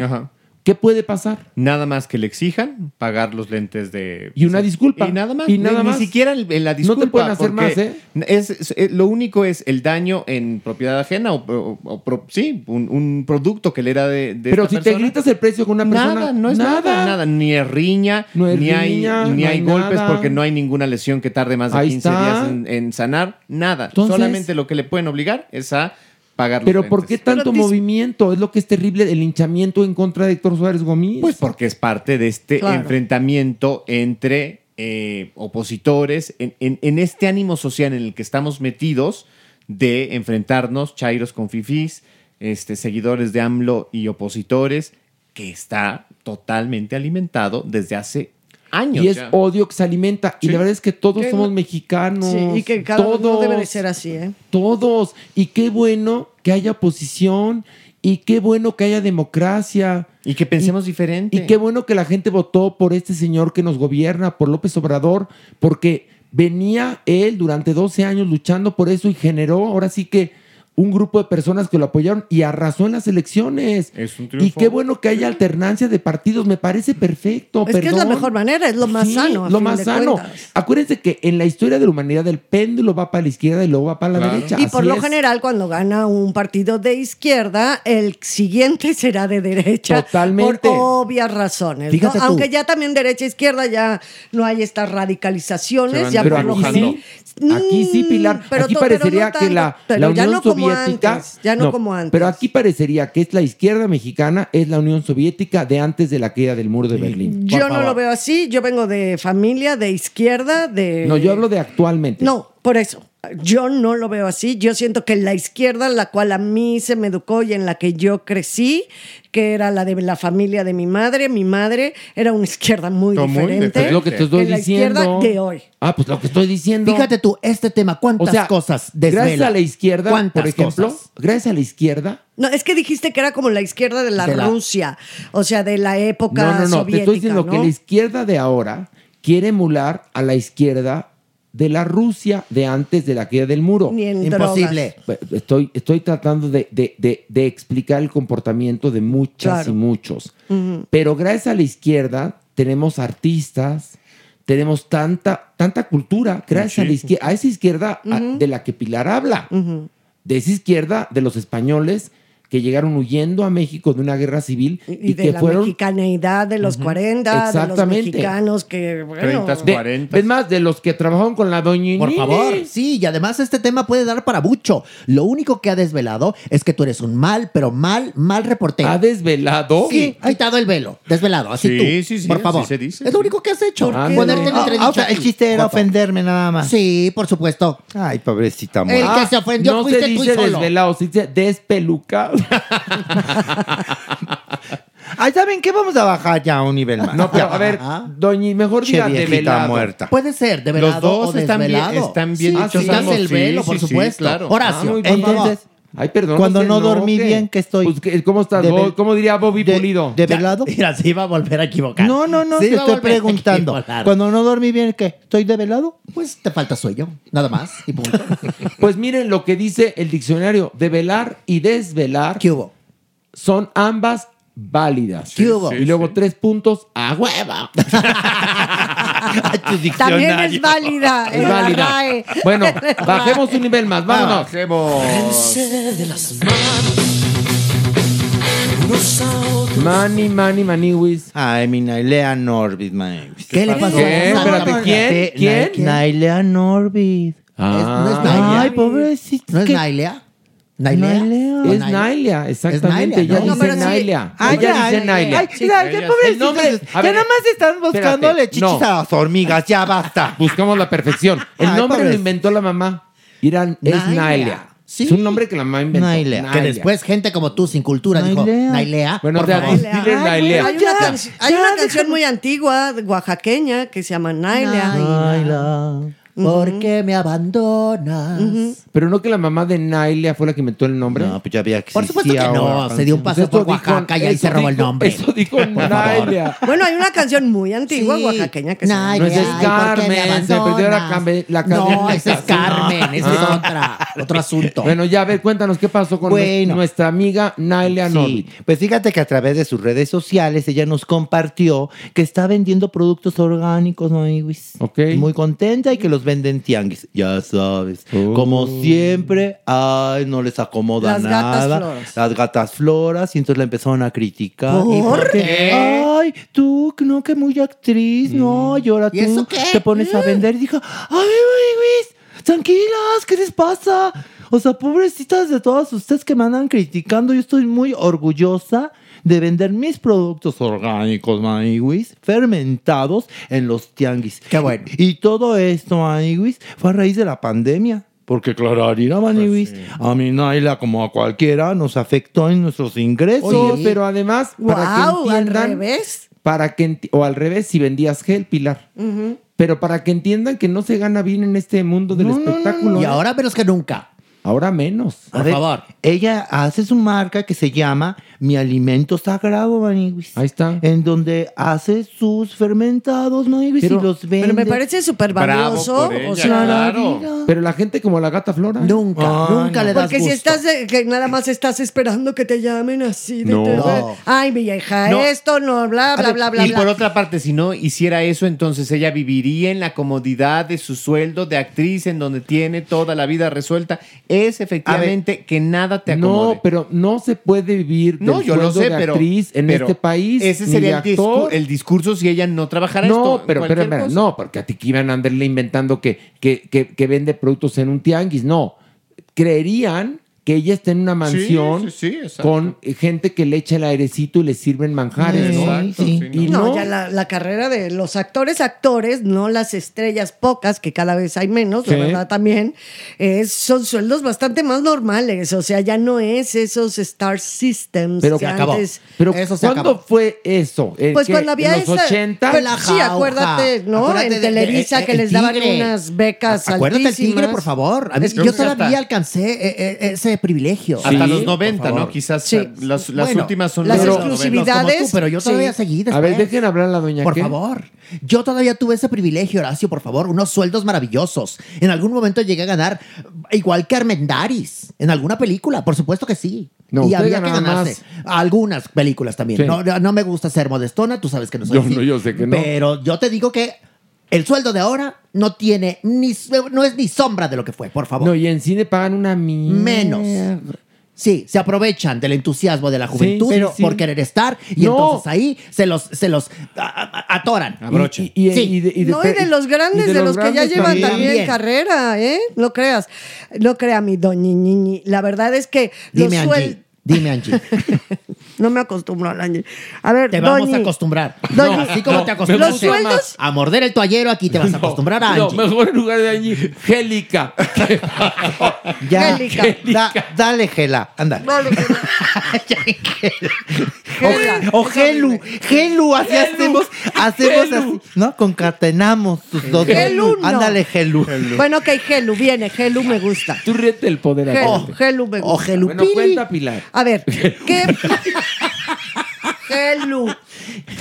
S4: ¿qué puede pasar?
S12: Nada más que le exijan pagar los lentes de...
S4: Y una disculpa.
S12: Y nada más.
S4: Y nada
S12: ni,
S4: más.
S12: Ni siquiera el- la disculpa.
S4: No te pueden hacer
S12: porque
S4: más, ¿eh?
S12: es- es- eh, lo único es el daño en propiedad ajena o, o- o pro- sí, un, un producto que le era de, de
S4: Pero
S12: esta
S4: si te
S12: persona.
S4: gritas el precio con una persona.
S12: Nada, no es nada, nada, Ni es riña,
S4: No es
S12: ni hay,
S4: riña,
S12: ni
S4: no
S12: hay
S4: hay
S12: golpes
S4: nada.
S12: porque no hay ninguna lesión que tarde más de
S4: Ahí
S12: 15
S4: está.
S12: días en, en sanar. Nada.
S4: Entonces-
S12: Solamente lo que le pueden obligar es a pagar los
S4: Pero
S12: lentes.
S4: ¿por qué tanto movimiento? Es lo que es terrible, el hinchamiento en contra de Héctor Suárez Gómez. Pues
S12: porque es parte de este
S4: Claro.
S12: enfrentamiento entre eh, opositores, en, en- en este ánimo social en el que estamos metidos de enfrentarnos, chairos con fifís, este, seguidores de AMLO y opositores, que está totalmente alimentado desde hace años.
S4: Y es
S12: ya.
S4: odio que se alimenta. Y
S12: Sí.
S4: la verdad es que todos
S12: Que
S4: somos
S12: no-
S4: mexicanos.
S8: Sí, y que cada
S4: todos,
S8: no debe de ser así, ¿eh?
S4: Todos. Y qué bueno que haya oposición. Y qué bueno que haya democracia.
S12: Y que pensemos diferente.
S4: Y qué bueno que la gente votó por este señor que nos gobierna, por López Obrador, porque venía él durante 12 años luchando por eso y generó ahora sí que un grupo de personas que lo apoyaron y arrasó en las elecciones.
S12: Es un
S4: Y
S12: triunfo.
S4: qué bueno que haya alternancia de partidos, me parece perfecto.
S8: Es que es la
S4: perdón.
S8: mejor manera, es lo más
S4: Sí,
S8: sano. a
S4: Lo
S8: fin
S4: más
S8: de
S4: sano.
S8: cuentas.
S4: Acuérdense que en la historia de la humanidad el péndulo va para la izquierda y luego va para la derecha.
S8: Y por
S4: así
S8: lo
S4: es.
S8: general, cuando gana un partido de izquierda, el siguiente será de derecha.
S4: Totalmente.
S8: Por obvias razones. ¿no?
S4: Fíjate tú.
S8: Aunque ya también derecha e izquierda ya no hay estas radicalizaciones. Ya
S4: pero
S8: por lo
S4: aquí
S8: general- Mm,
S4: sí, aquí sí, Pilar.
S8: pero
S4: aquí
S8: to- pero
S4: parecería
S8: no
S4: que
S8: tanto,
S4: la,
S8: pero
S4: la
S8: ya
S4: Unión
S8: no como
S4: Soviética.
S8: antes, ya no como antes.
S4: Pero aquí parecería que es la izquierda mexicana, es la Unión Soviética de antes de la caída del muro de Berlín.
S8: Yo no lo veo así. Yo vengo de familia, de izquierda, de.
S4: No, yo hablo de actualmente.
S8: No, por eso. Yo no lo veo así. Yo siento que la izquierda, la cual a mí se me educó y en la que yo crecí, que era la de la familia de mi madre, mi madre era una izquierda muy
S4: Muy
S8: diferente.
S4: diferente. Es lo que te estoy
S8: la
S4: diciendo.
S8: izquierda de hoy.
S4: Ah, pues lo que estoy diciendo.
S13: Fíjate tú, este tema, ¿cuántas
S4: O sea,
S13: cosas desvela?
S4: gracias a la izquierda,
S13: ¿Cuántas
S4: por ejemplo,
S13: cosas?
S4: gracias a la izquierda.
S8: No, es que dijiste que era como la izquierda de la,
S4: De la-
S8: Rusia, o sea, de la época
S4: No, no, no. Te
S8: soviética,
S4: estoy diciendo
S8: ¿no?
S4: que la izquierda de ahora quiere emular a la izquierda de la Rusia de antes de la caída del muro.
S8: Ni en Imposible.
S4: Estoy, estoy tratando de, de- de- de explicar el comportamiento de muchas
S8: Claro.
S4: y muchos.
S8: Ujú.
S4: Pero gracias a la izquierda tenemos artistas, tenemos tanta, tanta cultura, gracias a, la
S13: Muchísimo.
S4: izquier- a esa izquierda a-
S13: Ujú.
S4: de la que Pilar habla, de esa izquierda de los españoles que llegaron huyendo a México de una guerra civil y,
S8: Y, de
S4: que
S8: la
S4: fueron
S8: mexicaneidad de los 40, de los
S4: Exactamente.
S8: mexicanos que, bueno,
S4: De- Es más, de los que trabajaron con la doña
S13: Por favor, sí, y además este tema puede dar para mucho. Lo único que ha desvelado es que tú eres un mal, pero mal, mal reportero.
S4: ¿Ha desvelado?
S13: Sí, ha quitado el velo. Desvelado, así
S12: Sí,
S13: tú.
S12: sí, sí,
S13: Por
S12: así
S13: favor.
S12: se dice.
S13: Es lo único que has hecho.
S14: ¿Por qué?
S13: Ponerte en
S14: Ah,
S13: entredicho.
S14: ah, el
S13: aquí,
S14: chiste era
S13: guapo.
S14: ofenderme nada más.
S13: Sí, por supuesto.
S14: Ay, pobrecita
S13: El
S14: mujer.
S13: que se ofendió
S4: no
S13: fuiste
S4: se
S13: tú y
S4: dice
S13: solo.
S4: desvelado, se dice despelucado.
S14: Ay, ¿saben qué? Vamos a bajar ya a un nivel más.
S4: No, pero a ver, doña, mejor
S14: Che,
S4: diga
S14: viejita
S4: develado.
S14: muerta.
S13: Puede ser, develado
S14: Los dos
S13: o
S14: están bien-
S13: desvelado.
S14: están bien
S13: Sí,
S14: dichos
S13: quitas
S14: ambos.
S13: el
S14: Sí,
S13: velo,
S14: sí,
S13: por
S14: sí,
S13: supuesto.
S14: claro.
S4: Ah,
S13: Horacio,
S4: muy
S13: por
S4: bien.
S13: favor.
S4: Entonces, ay, perdón.
S14: Cuando
S4: se
S14: no dormí
S4: enoje.
S14: bien que estoy.
S4: Pues, ¿qué- ¿Cómo estás,
S14: De
S4: Bob?
S14: vel-
S4: ¿Cómo diría Bobby Pulido?
S13: Ya, Mira, se iba a volver a equivocar.
S14: No, no, no,
S13: Se
S14: te
S13: iba a
S14: estoy
S13: volver a
S14: preguntando.
S13: equivocar.
S14: Cuando no dormí bien, ¿qué? ¿Estoy develado?
S13: Pues te falta sueño, nada más y punto.
S4: Pues miren lo que dice el diccionario. Develar y desvelar. Son ambas válidas.
S13: ¿Qué hubo?
S4: Y luego tres puntos a hueva.
S8: también es válida.
S4: Es
S8: eh,
S4: válida.
S8: la RAE.
S4: Bueno, bajemos un nivel más. Vámonos.
S3: de las manos unos a otros.
S4: Manny, Manny, Maniwis.
S14: Ay, mi Nailea Norbit, man.
S13: ¿Qué le pasó?
S4: ¿Qué? Espérate,
S13: Sácame.
S4: ¿quién? ¿Quién?
S14: Nailea Norbit.
S4: Ah.
S13: no es Nailea.
S14: Ay, pobrecita.
S13: ¿No es
S14: ¿Qué?
S13: Nailea? pues, ¿Nailea?
S14: Nailea.
S4: Es
S13: Naila.
S4: Nailia, exactamente.
S13: Nailia,
S4: Ella
S13: ¿no? No,
S4: dice
S13: pero sí.
S4: Nailia.
S14: Ay,
S4: Ella
S14: ya,
S4: dice Nailia.
S14: Ay, mira, qué
S4: El nombre-
S14: pobrecita.
S4: a
S14: Ya
S4: ver,
S14: nada más están
S4: espérate,
S14: buscándole chichis
S4: no.
S14: a las hormigas. Ya basta.
S4: Buscamos la perfección. El
S14: Ay,
S4: nombre lo
S14: pobrecita.
S4: inventó la mamá. Irán, es
S13: Nailia.
S4: Nailia. Es un nombre que la mamá inventó.
S13: Nailea. Que después gente como tú, sin cultura, dijo,
S4: Nailea.
S13: Nailea.
S4: Bueno,
S13: por
S4: de-
S13: favor.
S4: dile Nailea. Ah,
S8: Hay
S4: Nailea.
S8: una, can-
S4: Ya,
S8: hay una
S4: ya,
S8: canción muy antigua, oaxaqueña, que se llama Naila.
S13: Naila, ¿por qué me abandonas?
S4: Pero no que la mamá de Nailea fue la que inventó el nombre. No,
S14: pues ya había
S13: Por supuesto que no, se dio un paso por Oaxaca y ahí se robó el nombre.
S4: Eso dijo
S13: Por favor.
S4: Nailea.
S8: Bueno, hay una canción muy antigua, oaxaqueña, que se llama
S4: No, esa es
S13: Ay, ¿por qué me
S4: Carmen. Se perdió la,
S13: abandonas?
S4: Carmen- la Carmen. Ah.
S13: No, ese es Carmen, ese es otra, otro asunto.
S4: Bueno, ya a ver, cuéntanos qué pasó con
S14: Bueno.
S4: nuestra amiga Nailea
S14: Sí,
S4: Norby.
S14: Pues fíjate que a través de sus redes sociales ella nos compartió que está vendiendo productos orgánicos, amiguis. Muy contenta y que los vende en tianguis. Ya sabes. Como siempre, ay, no les acomoda
S13: Las gatas
S14: nada.
S13: floras.
S14: Las gatas floras. Y entonces la empezaron a criticar.
S13: ¿Por
S14: ¿Y
S13: qué?
S14: Ay, tú, no, que muy actriz. No,
S4: Mm.
S14: y ahora
S13: ¿Y
S14: tú
S13: eso qué?
S14: te pones a vender. Y dijo, ay, amiguis, tranquilas, ¿qué les pasa? O sea, pobrecitas de todas ustedes que me andan criticando, yo estoy muy orgullosa de vender mis productos orgánicos, maíguis, fermentados en los tianguis. Qué bueno. Y todo esto, maíguis, fue a raíz de la pandemia. Porque Clararina Maniwis, a mi Naila como a cualquiera, nos afectó en nuestros ingresos.
S4: Oye, pero además, para que
S8: Guau, al
S4: entiendan,
S8: revés.
S4: para que enti- o al revés, si vendías gel, Pilar.
S8: Ujú.
S4: Pero para que entiendan que no se gana bien en este mundo del espectáculo.
S13: Y
S4: ¿eh?
S13: ahora menos que nunca.
S4: Ahora menos.
S13: Por favor.
S14: Ella hace su marca que se llama Mi Alimento Sagrado, Maniguis. Ahí
S4: está.
S14: En donde hace sus fermentados, Maniguis, y
S4: Pero-
S14: los vende.
S8: Pero me parece súper valioso. o sea,
S4: Pero la gente como la gata flora.
S13: Nunca, nunca le das
S8: Porque si
S13: gusto.
S8: estás, de- que nada más estás esperando que te llamen así. de-
S7: No.
S8: te- Ay, mi hija,
S7: No.
S8: esto no, bla, bla, bla, bla.
S7: y
S8: bla.
S7: por otra parte, si no hiciera eso, entonces ella viviría en la comodidad de su sueldo de actriz, en donde tiene toda la vida resuelta. Es efectivamente que nada te acomode.
S4: No, pero no se puede vivir del
S7: No, yo lo
S4: sueldo
S7: sé,
S4: de
S7: pero,
S4: actriz en
S7: pero
S4: este país.
S7: Ese
S4: ni
S7: sería el,
S4: de
S7: discu-
S4: actor.
S7: el discurso si ella no trabajara esto.
S4: No,
S7: en
S4: pero, pero,
S7: cualquier
S4: pero,
S7: cosa.
S4: no, porque a ti que iban a andarle inventando que, que, que, que vende productos en un tianguis. No, creerían que ella está en una mansión
S7: sí, sí, exacto.
S4: con gente que le echa el airecito y le sirven manjares, ¿no?
S7: Exacto, sí,
S4: Y
S8: no,
S4: no,
S8: ya la, la carrera de los actores, actores, no las estrellas pocas, que cada vez hay menos,
S4: Sí.
S8: la verdad también, es- son sueldos bastante más normales. O sea, ya no es esos Star Systems
S4: pero,
S8: que antes.
S4: pero
S13: Eso se
S4: ¿cuándo
S13: acabó.
S4: fue eso? ¿En
S8: Pues
S4: qué?
S8: cuando había
S4: ¿En los
S8: esa-
S4: 80?
S8: pues la- Sí,
S4: Ah,
S8: acuérdate,
S13: jauja.
S8: ¿no? En
S13: de- de-
S8: Televisa
S13: eh,
S8: que
S13: el
S8: les daban
S13: tigre.
S8: unas becas
S13: Acuérdate el tigre,
S8: altísimas.
S13: por favor. A mí-
S8: Es-
S13: yo
S8: creo que
S13: todavía
S8: hasta-
S13: alcancé eh, eh, ese privilegio.
S7: Hasta
S4: Sí,
S7: los
S4: por
S7: 90, ¿no?
S13: favor.
S7: Quizás
S8: Sí.
S7: las, las
S13: Bueno,
S7: últimas son
S8: las
S7: de los
S8: exclusividades.
S7: 90.
S13: Como tú, pero yo todavía
S8: Sí.
S13: seguí
S4: A
S13: después.
S4: ver, dejen hablar a la doña
S13: Por
S4: ¿qué?
S13: favor. Yo todavía tuve ese privilegio, Horacio, por favor. Unos sueldos maravillosos. En algún momento llegué a ganar igual que Armendaris. En alguna película, por supuesto que sí.
S4: No,
S13: y
S4: usted
S13: había que
S4: ganaba
S13: ganarse. Algunas películas también.
S4: Sí.
S13: No, no- no me gusta ser modestona, tú sabes que no soy
S4: Yo
S13: así.
S4: no, yo sé que no.
S13: Pero yo te digo que el sueldo de ahora no tiene ni no es ni sombra de lo que fue, por favor.
S4: No, y en cine pagan una mierda.
S13: Menos. Sí, se aprovechan del entusiasmo de la juventud
S4: Sí, pero-
S13: por querer estar y
S4: No.
S13: entonces ahí se los, se los a- a- atoran.
S4: Y, y- y-
S13: Sí.
S4: y de, y de-
S8: no, y de los grandes,
S4: y
S8: de, los, que ya
S4: grandes
S8: llevan también,
S13: también.
S8: carrera, ¿eh? No creas, no crea mi doñiñiñi. La verdad es que los
S13: Dime
S8: sueldos...
S13: Angie, dime Angie,
S8: No me acostumbro al Angie. A ver,
S13: te vamos a
S8: doñi.
S13: acostumbrar.
S8: Doñi.
S13: No, así como
S8: No,
S13: te
S8: los
S13: acostumbras
S8: sueldos-
S13: a morder el toallero, aquí te vas a acostumbrar a
S4: No,
S13: Angie.
S4: mejor en lugar de Angie, Gélica.
S14: Ya,
S8: Angélica.
S14: da- dale, Gela, anda.
S8: Dale, Gela.
S14: O, o Gelu, Gelu, así hacemos, hacemos así, ¿no? Concatenamos sus dos.
S8: Gelu, no.
S14: Ándale, Gelu.
S8: Bueno, ok, Gelu, viene, Gelu me gusta.
S4: Tú ríete el poder.
S8: Gelu,
S4: acuérdate.
S8: Gelu me gusta.
S13: O Gelu
S4: Bueno, cuenta, Pilar.
S8: A ver, ¿qué? Gelu,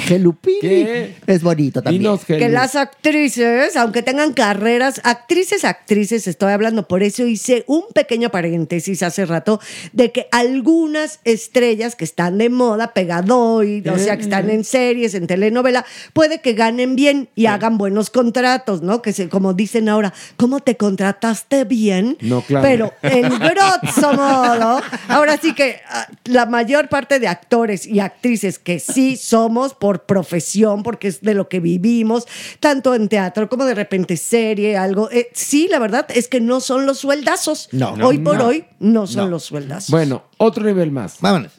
S13: Gelupini.
S4: ¿Qué?
S13: Es bonito también.
S4: Dinos, Gelu.
S8: que las actrices, aunque tengan carreras, actrices, actrices, estoy hablando, por eso hice un pequeño paréntesis hace rato de que algunas estrellas que están de moda, pegadoy, o sea, que están
S4: Eh.
S8: en series, en telenovela, puede que ganen bien y hagan buenos contratos, ¿no? Que se, como dicen ahora, ¿cómo te contrataste bien?
S4: No, claro.
S8: Pero en grosso modo, ahora sí que ah, la mayor parte de actores y actrices que sí somos por profesión, porque es de lo que vivimos, tanto en teatro como de repente serie, algo, eh, sí, la verdad es que no son los sueldazos.
S13: No,
S8: hoy por
S4: no.
S8: hoy no son los sueldazos.
S4: Bueno, otro nivel más.
S14: Vámonos.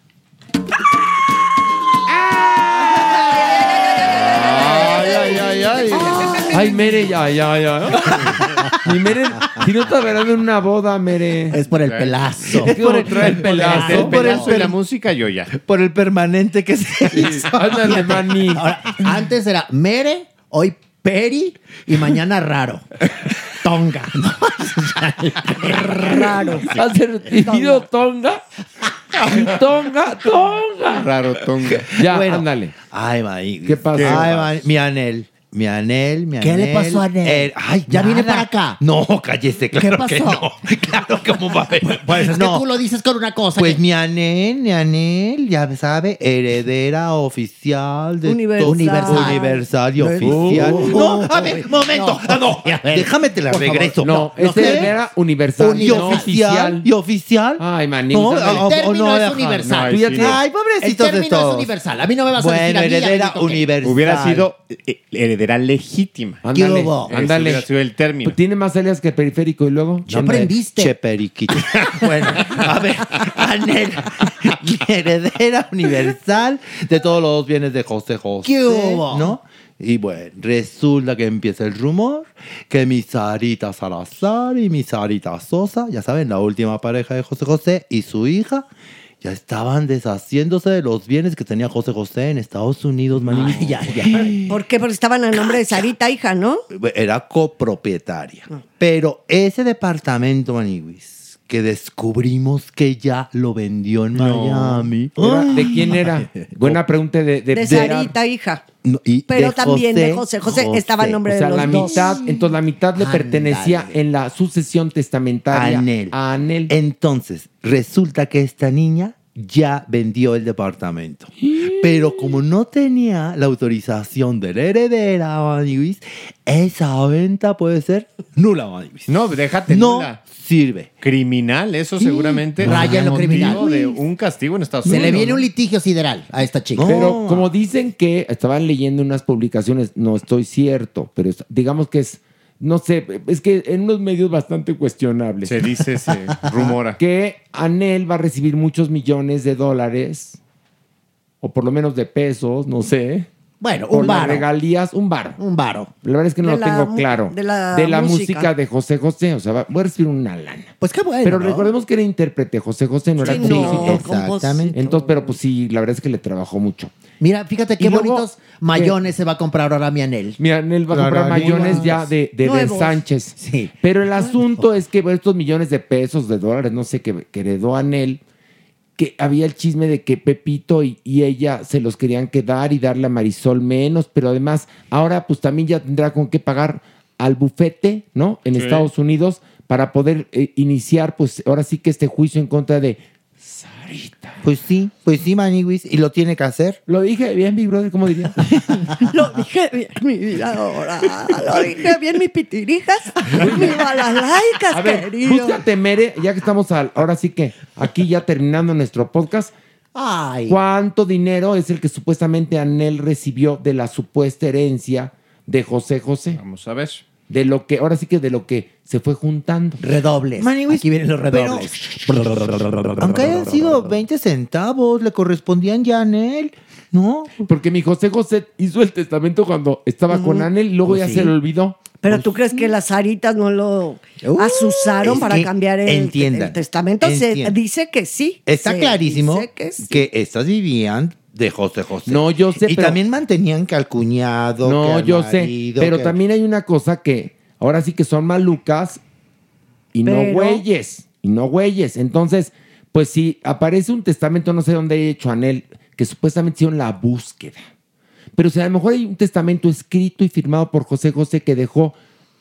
S4: Ay, Mere, ya, ya, ya. Y Mere, si no está verano en una boda, Mere.
S13: Es por el pelazo.
S4: Es por el, el pelazo.
S7: El pelazo y la música, yo ya.
S13: Por el permanente que se hizo.
S4: Ándale, maní.
S13: Ahora, antes era Mere, hoy Peri y mañana raro. Tonga. ¿no?
S4: raro. Acertido tonga. Tonga, tonga.
S14: Oh,
S7: Raro, tonga.
S4: Ya, ándale.
S13: Ay, maí.
S4: ¿Qué pasó?
S13: Ay, maí. Mi anel. Mi anel, mi ¿Qué anel. le pasó a Anel? Eh, ay, Ya nada. viene para acá. No, cállese, claro ¿Qué pasó? que no. Claro, ¿cómo va a venir? Pues es que no. tú lo dices con una cosa. Pues que- mi anel, mi anel, ya sabe, heredera oficial de
S8: Universal.
S13: todo- universal, universal y oficial. Uh, no, uh, a ver, uh, momento, no, no, no, a ver, déjame te la por favor, regreso.
S4: No,
S13: no,
S4: este
S13: ¿qué?
S4: era universal.
S13: y
S4: no
S13: oficial, y oficial.
S4: Ay, maní.
S13: No,
S4: ándale.
S13: ah, el término no, es ajá, universal.
S7: no,
S13: Tú ya
S7: sí.
S13: tienes- Ay, el pobrecitos de término todos. es universal. A mí no me vas a bueno, decir a mí, ya me heredera dijo que- universal.
S7: Hubiera sido eh, heredera legítima.
S4: Ándale,
S13: ¿Qué hubo?
S7: Ándale.
S4: ándale.
S7: Hubiera sido el término.
S4: Pues Tiene más alias que periférico y luego.
S13: No, hombre, aprendiste? Che periquito. bueno, a ver, Anel, mi heredera universal de todos los bienes de José José. ¿Qué hubo? ¿No? Y bueno, resulta que empieza el rumor que mi Sarita Salazar y mi Sarita Sosa, ya saben, la última pareja de José José y su hija, ya estaban deshaciéndose de los bienes que tenía José José en Estados Unidos, maní. Ay, ay,
S8: ¿Por qué? Porque estaban a nombre de Sarita, hija, ¿no?
S13: era copropietaria. Pero ese departamento, Maniwis, que descubrimos que ya lo vendió en Miami. Ah.
S4: Era-
S13: ¡ay!
S4: ¿De quién era? Buena pregunta de, de,
S8: De
S4: de-
S8: Sarita, hija.
S13: No, y
S8: Pero
S13: de
S8: también de José. José, estaba a
S4: O
S8: nombre de
S4: sea,
S8: los
S4: la
S8: dos.
S4: mitad, entonces la mitad le pertenecía
S13: Ándale.
S4: en la sucesión testamentaria
S13: Anel.
S4: a Anel.
S13: Entonces, resulta que esta niña ya vendió el departamento. Pero como no tenía la autorización de la heredera, Maniwis, esa venta puede ser nula, Maniwis.
S7: No, déjate.
S13: No
S7: nula.
S13: sirve.
S7: Criminal, eso seguramente.
S13: raya en lo
S7: motivo
S13: criminal.
S7: de un castigo en Estados
S13: Se
S7: Unidos.
S13: le viene
S7: ¿no?
S13: un litigio sideral a esta chica.
S4: Pero como dicen que estaban leyendo unas publicaciones, no estoy cierto, pero es- digamos que es, no sé, es que en unos medios bastante cuestionables.
S7: Se dice, se rumora.
S4: que Anel va a recibir muchos millones de dólares, o por lo menos de pesos, no sé,
S13: bueno,
S4: por las regalías, un bar.
S13: Un varo.
S4: La verdad es que no
S8: De
S4: lo
S8: la
S4: tengo
S8: mu-
S4: claro.
S8: de
S4: música.
S8: la música.
S4: de José José, o sea, va, voy a recibir una lana.
S13: Pues qué bueno.
S4: Pero
S13: ¿no?
S4: recordemos que era intérprete, José José no era
S8: Sí,
S4: compositor.
S13: exactamente.
S4: Entonces, pero pues sí, la verdad es que le trabajó mucho.
S13: Mira, fíjate
S4: Y
S13: qué
S4: luego-
S13: bonitos mayones se va a comprar ahora mi anel.
S4: Mira, Anel va a comprar
S13: Claro,
S4: millones
S13: algunas.
S4: ya de, de, de
S8: Nuevos.
S4: Sánchez.
S13: Sí.
S4: Pero el asunto es que bueno, estos millones de pesos, de dólares, no sé, que, que heredó Anel, que había el chisme de que Pepito y, y ella se los querían quedar y darle a Marisol menos, pero además ahora pues también ya tendrá con qué pagar al bufete, ¿no? En Estados Unidos para poder eh, iniciar pues ahora sí que este juicio en contra de...
S14: Pues sí, pues sí, Maniwis, y lo tiene que hacer.
S4: Lo dije bien, Big Brother, ¿cómo diría?
S8: Lo dije bien, mi vida ahora. Lo dije bien, mis pitirijas. Mis balalaicas,
S4: A ver,
S8: querido.
S4: búscate, Mere, ya que estamos al- ahora sí que aquí ya terminando nuestro podcast.
S13: Ay.
S4: ¿Cuánto dinero es el que supuestamente Anel recibió de la supuesta herencia de José José?
S7: Vamos a ver.
S4: De lo que, ahora sí que de lo que se fue juntando.
S13: Redobles.
S14: Maniwis,
S13: Aquí vienen los
S14: pero-
S13: redobles.
S14: Aunque hayan sido 20 centavos, le correspondían ya a Anel, ¿no?
S4: Porque mi José José hizo el testamento cuando estaba con Anel, y luego
S13: Pues
S4: ya
S13: sí.
S4: se le olvidó.
S8: Pero tú crees que las aritas no lo
S13: Uh,
S8: asusaron
S13: es
S8: para
S13: que
S8: cambiar el,
S14: entiendan,
S8: el testamento. Se
S14: entiendan.
S8: dice que sí.
S14: Está
S8: Se
S14: clarísimo
S8: dice que sí.
S14: que estas vivían de José José.
S4: No, yo sé,
S14: Y
S4: pero-
S14: también mantenían que al cuñado, que
S4: No,
S14: al
S4: yo sé.
S14: marido,
S4: Pero
S14: que al-
S4: también hay una cosa que ahora sí que son malucas y no
S8: Pero-
S4: güeyes. Y no güeyes. Entonces, pues si aparece un testamento, no sé dónde he hecho Anel, que supuestamente hicieron la búsqueda. Pero si a lo mejor hay un testamento escrito y firmado por José José que dejó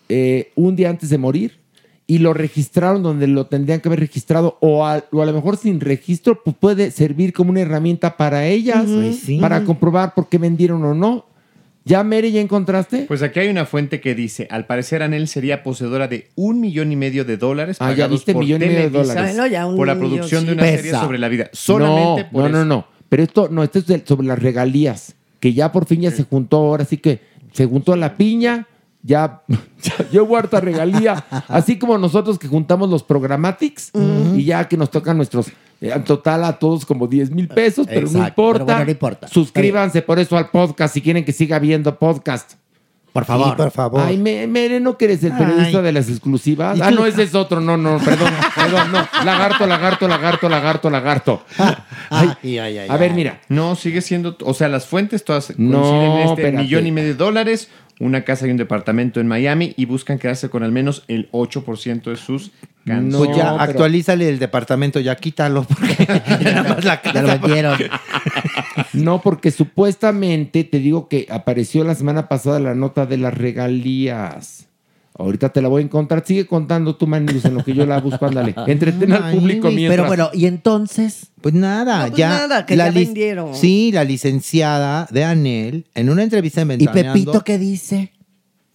S4: eh, un día antes de morir y lo registraron donde lo tendrían que haber registrado o a, o a lo mejor sin registro, pues puede servir como una herramienta para ellas,
S14: sí.
S4: para comprobar por qué vendieron o no. ¿Ya, Mary, ya encontraste?
S7: Pues aquí hay una fuente que dice, al parecer Anel sería poseedora de un millón y medio de dólares
S4: Ah, ya
S7: pagados
S4: viste,
S7: por
S4: millón y medio de
S7: Televisa
S4: dólares.
S8: Bueno, ya un
S7: por la
S8: millón,
S7: producción de
S8: sí.
S7: una serie
S13: Pesa.
S7: sobre la vida. Solamente
S4: no,
S7: por
S4: no,
S7: eso.
S4: no, no. Pero esto, no, esto es de- sobre las regalías, que ya por fin ya se juntó, ahora sí que se juntó la piña, ya, ya yo guarda regalía, así como nosotros que juntamos los programatics y ya que nos tocan nuestros, eh, en total a todos como 10 mil pesos, pero no
S13: Exacto,
S4: importa.
S13: pero bueno, no importa.
S4: Suscríbanse por eso al podcast si quieren que siga viendo podcast.
S14: Por favor.
S4: Sí, por favor. Ay, me- Mere, ¿no que eres el periodista de las exclusivas?
S14: ¿Y
S4: Ah,
S14: tú?
S4: no, ese es otro. No, no, perdón, perdón, no. Lagarto, lagarto, lagarto, lagarto, lagarto.
S14: Ay, ay, ay,
S4: A ver, mira.
S7: No, sigue siendo, o sea, las fuentes todas
S4: No,
S7: coinciden en este
S4: espérate.
S7: millón y medio de dólares, una casa y un departamento en Miami y buscan quedarse con al menos el 8% de sus ganancias.
S14: pues ya,
S7: pero-
S14: actualízale el departamento, ya quítalo, porque ya nada más la casa.
S4: No, porque supuestamente te digo que apareció la semana pasada la nota de las regalías. Ahorita te la voy a encontrar. Sigue contando tu Manilus en lo que yo la busco. Ándale. Entreten Ah. al
S14: Ay,
S4: público
S14: güey,
S4: mientras.
S14: pero bueno,
S13: y entonces.
S14: Pues nada,
S8: No, pues
S14: ya.
S8: nada, que ya
S14: lic-
S8: vendieron.
S14: Sí, la licenciada de Anel, en una entrevista en
S13: ¿Y
S14: Ventaneando-
S13: Pepito qué dice?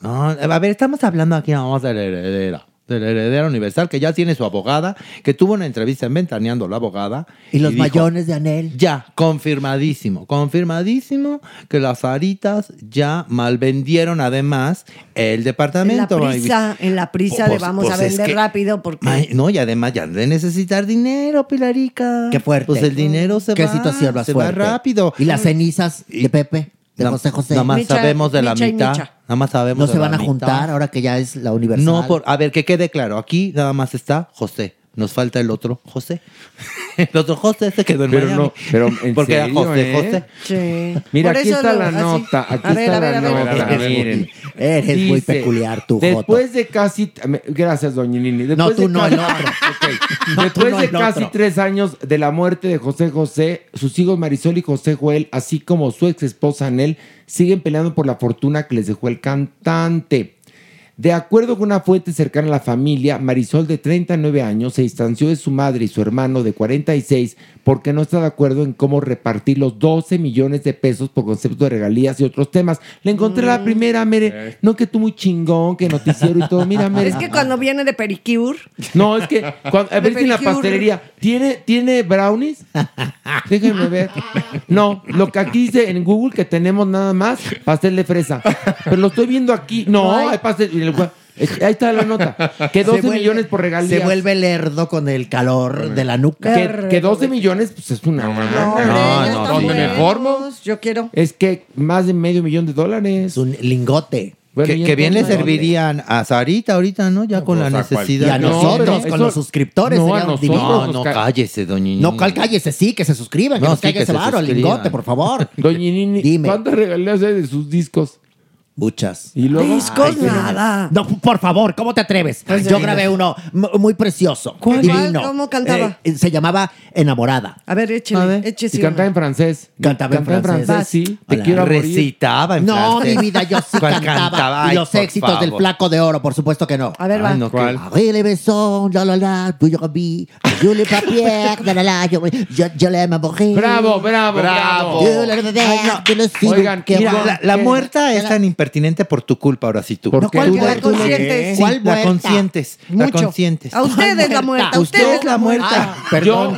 S14: No, a ver, estamos hablando aquí nada más de la heredera, de la heredera universal, que ya tiene su abogada, que tuvo una entrevista en Ventaneando la abogada.
S13: Y los
S14: dijo,
S13: mayones de Anel.
S14: Ya, confirmadísimo, confirmadísimo que las aritas ya malvendieron además el
S8: En la
S14: departamento.
S8: prisa, en la prisa de
S14: Pues-
S8: vamos
S14: pues
S8: a
S14: es
S8: vender
S14: que-
S8: rápido porque
S13: ¿Eh?
S14: Ay, no, y además ya han de necesitar dinero, Pilarica.
S13: Qué fuerte.
S14: Pues el dinero se
S13: ¿Qué
S14: va.
S13: situación más
S14: se
S13: fuerte?
S14: va rápido.
S13: ¿Y las cenizas de Pepe? De
S14: Na-
S13: José José.
S14: Nada más
S8: Micha-
S14: sabemos de la
S8: Micha y
S14: mitad.
S8: Micha.
S14: Nada más sabemos
S13: ¿No
S14: de
S13: se
S14: la
S13: van a
S14: mitad.
S13: juntar ahora que ya es la universal?
S14: No, por, a ver, que quede claro. Aquí nada más está José. Nos falta el otro José. El otro José se quedó en
S4: Pero
S14: Miami.
S4: no, pero en
S14: Porque era
S4: serio,
S14: José,
S4: ¿eh?
S14: José.
S8: Sí.
S4: Mira,
S8: Por
S4: aquí
S8: eso
S4: está
S8: lo-
S13: ah,
S4: la
S8: así.
S4: nota. Aquí
S8: a ver,
S4: está
S8: a ver,
S4: la
S8: a ver.
S4: nota.
S13: Eres muy-
S4: Miren.
S13: eres muy peculiar, tú, Joto.
S4: Después de casi. Gracias, doña Nini.
S13: No,
S4: Después
S13: tú
S4: de
S13: no,
S4: casi-
S13: el otro.
S4: Ok.
S13: No,
S4: Después
S13: tú no,
S4: de
S13: el
S4: casi
S13: otro.
S4: tres años de la muerte de José José, sus hijos Marisol y José Joel, así como su ex esposa Anel, siguen peleando por la fortuna que les dejó el cantante. De acuerdo con una fuente cercana a la familia, Marisol de 39 años se distanció de su madre y su hermano de 46 porque no está de acuerdo en cómo repartir los 12 millones de pesos por concepto de regalías y otros temas. Le encontré
S8: Mm.
S4: la primera, Mere. No que tú muy chingón, que noticiero y todo. Mira, Mere.
S8: Es que cuando viene de Pericure,
S4: No, es que cuando a ver si en la
S8: pedicure.
S4: pastelería tiene tiene brownies. Déjenme ver. No, lo que aquí dice en Google que tenemos nada más pastel de fresa. Pero lo estoy viendo aquí. No,
S13: No hay.
S4: hay pastel. y el gua- es- Ahí está la nota. Que 12
S13: Se vuelve-
S4: millones por regalías.
S13: Se vuelve lerdo con el calor de la nuca.
S4: que, que 12 millones pues es una
S8: no,
S4: lana.
S8: no,
S14: no,
S8: no,
S14: ¿dónde
S7: me formo?
S8: Yo quiero.
S4: Es que más de medio millón de dólares.
S13: Es un lingote.
S4: Bueno,
S14: Que,
S4: y
S14: que bien le
S4: entonces-
S14: servirían a Sarita ahorita, ¿no? Ya con la
S7: pues, a
S13: Y
S14: necesidad.
S13: a
S14: que-
S4: no,
S13: nosotros,
S4: pero
S13: con
S4: eso-
S13: los suscriptores,
S4: no,
S13: sería
S4: a
S13: un
S4: nosotros.
S13: dinero.
S14: No, no, cállese, doña
S13: No,
S14: Nini.
S13: cal- cállese, sí, que se suscriban,
S14: Mm.
S13: que
S14: No,
S13: nos
S14: sí,
S13: caiga
S14: que
S13: ese
S14: se
S13: varo, el
S14: suscriban.
S13: lingote, por favor.
S4: Doña Nini,
S13: Dime.
S4: ¿cuántas regalías hay de sus discos?
S13: Muchas.
S4: Y luego
S8: Discos
S13: Ay,
S8: nada. Pues
S13: No, por favor, ¿cómo te atreves? Yo grabé uno m- muy precioso.
S8: ¿Cuál?
S13: divino.
S8: ¿Cuál? ¿Cómo cantaba?
S13: Eh, se llamaba Enamorada.
S8: A ver, échele,
S14: A ver.
S8: échese
S4: y cantaba en francés.
S13: Cantaba en francés.
S4: sí. Te
S13: Hola.
S4: quiero a morir.
S14: Recitaba en
S13: No,
S14: francés.
S13: mi vida, yo sí
S14: ¿Cuál
S13: cantaba.
S14: Ay,
S13: Y los
S14: por
S13: éxitos del
S14: favor.
S13: Flaco de Oro, por supuesto que no.
S8: A ver, va.
S14: Ay, no,
S7: ¿Cuál?
S13: Avril et Besson, la la la, Bouillon-Rabbi, Jules Papier, la la la, yo, yo, yo l'aime à mourir.
S4: Bravo, bravo, bravo.
S13: Yo la bebé, yo lo sigo,
S4: Oigan,
S13: qué
S4: mira,
S13: bueno.
S14: La, la
S8: Eh,
S4: ¿Qué?
S14: muerta es
S13: La-
S14: tan impertinente por tu culpa ahora sí tú.
S4: ¿Por
S13: No,
S4: qué?
S13: ¿cuál
S4: Tú
S13: que
S4: de-
S8: la
S4: tú de-
S8: consientes?
S14: Sí,
S13: ¿Cuál
S14: la
S13: muerta?
S14: consientes, la
S13: Mucho.
S14: consientes.
S8: A usted es la Ah, muerta, usted es la muerta.
S13: Ay,
S4: Perdón,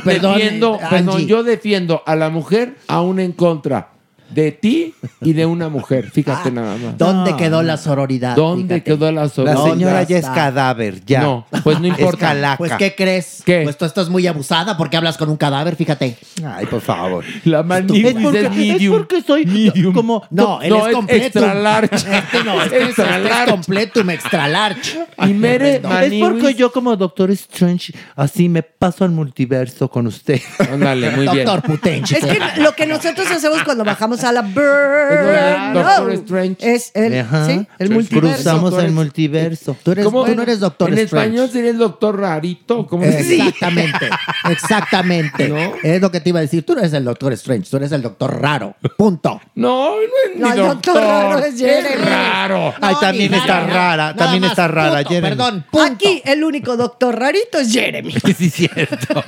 S13: perdón,
S4: yo
S13: perdón.
S4: Defiendo,
S13: eh,
S4: perdón,
S13: Angie.
S4: yo defiendo a la mujer aún en contra de ti y de una mujer. Fíjate nada más.
S13: Ah, ¿Dónde quedó la sororidad?
S4: ¿Dónde
S13: Fíjate.
S4: quedó la
S14: La
S4: sororidad?
S14: señora ya es
S13: está.
S14: cadáver, ya.
S4: No, pues no
S14: Es
S4: importa.
S14: calaca.
S13: Pues, ¿qué crees?
S4: ¿Qué?
S13: Pues tú estás muy abusada porque hablas con un cadáver, fíjate.
S14: Ay, por favor.
S4: La manita
S14: Es porque- es porque soy como-
S13: No, él
S4: No,
S13: es
S4: es
S13: completo.
S4: extra large.
S13: Este no, este, es-
S4: Extra
S13: este es
S4: large.
S13: completo, extra large.
S4: Y Mere
S14: Es
S4: Maniwis-
S14: porque yo como Doctor Strange así me paso al multiverso con usted.
S4: Ándale, muy bien.
S13: Doctor Putenchi.
S8: Es que lo que nosotros hacemos cuando bajamos a la
S4: verdad,
S8: bird
S4: Doctor Strange.
S8: es el,
S14: Ajá.
S8: sí, el
S4: Sí,
S8: multiverso.
S14: Cruzamos el multiverso.
S13: Tú, eres, tú no eres Doctor
S4: en
S13: Strange. Eh,
S4: español sería el doctor rarito. ¿Cómo se dice?
S13: Exactamente, exactamente.
S4: ¿No?
S13: Es lo que te iba a decir. Tú no eres el Doctor Strange, tú eres el Doctor Raro. Punto.
S4: No, no es ni
S8: No, el
S4: doctor.
S8: doctor raro es
S4: es
S8: Jeremy.
S4: raro.
S14: Ay, también
S13: ni
S14: está
S13: nada.
S14: rara,
S13: Nada
S14: también
S13: más,
S14: está rara,
S13: punto,
S14: Jeremy.
S13: Perdón, punto.
S8: Aquí el único doctor rarito es Jeremy.
S14: Sí, cierto.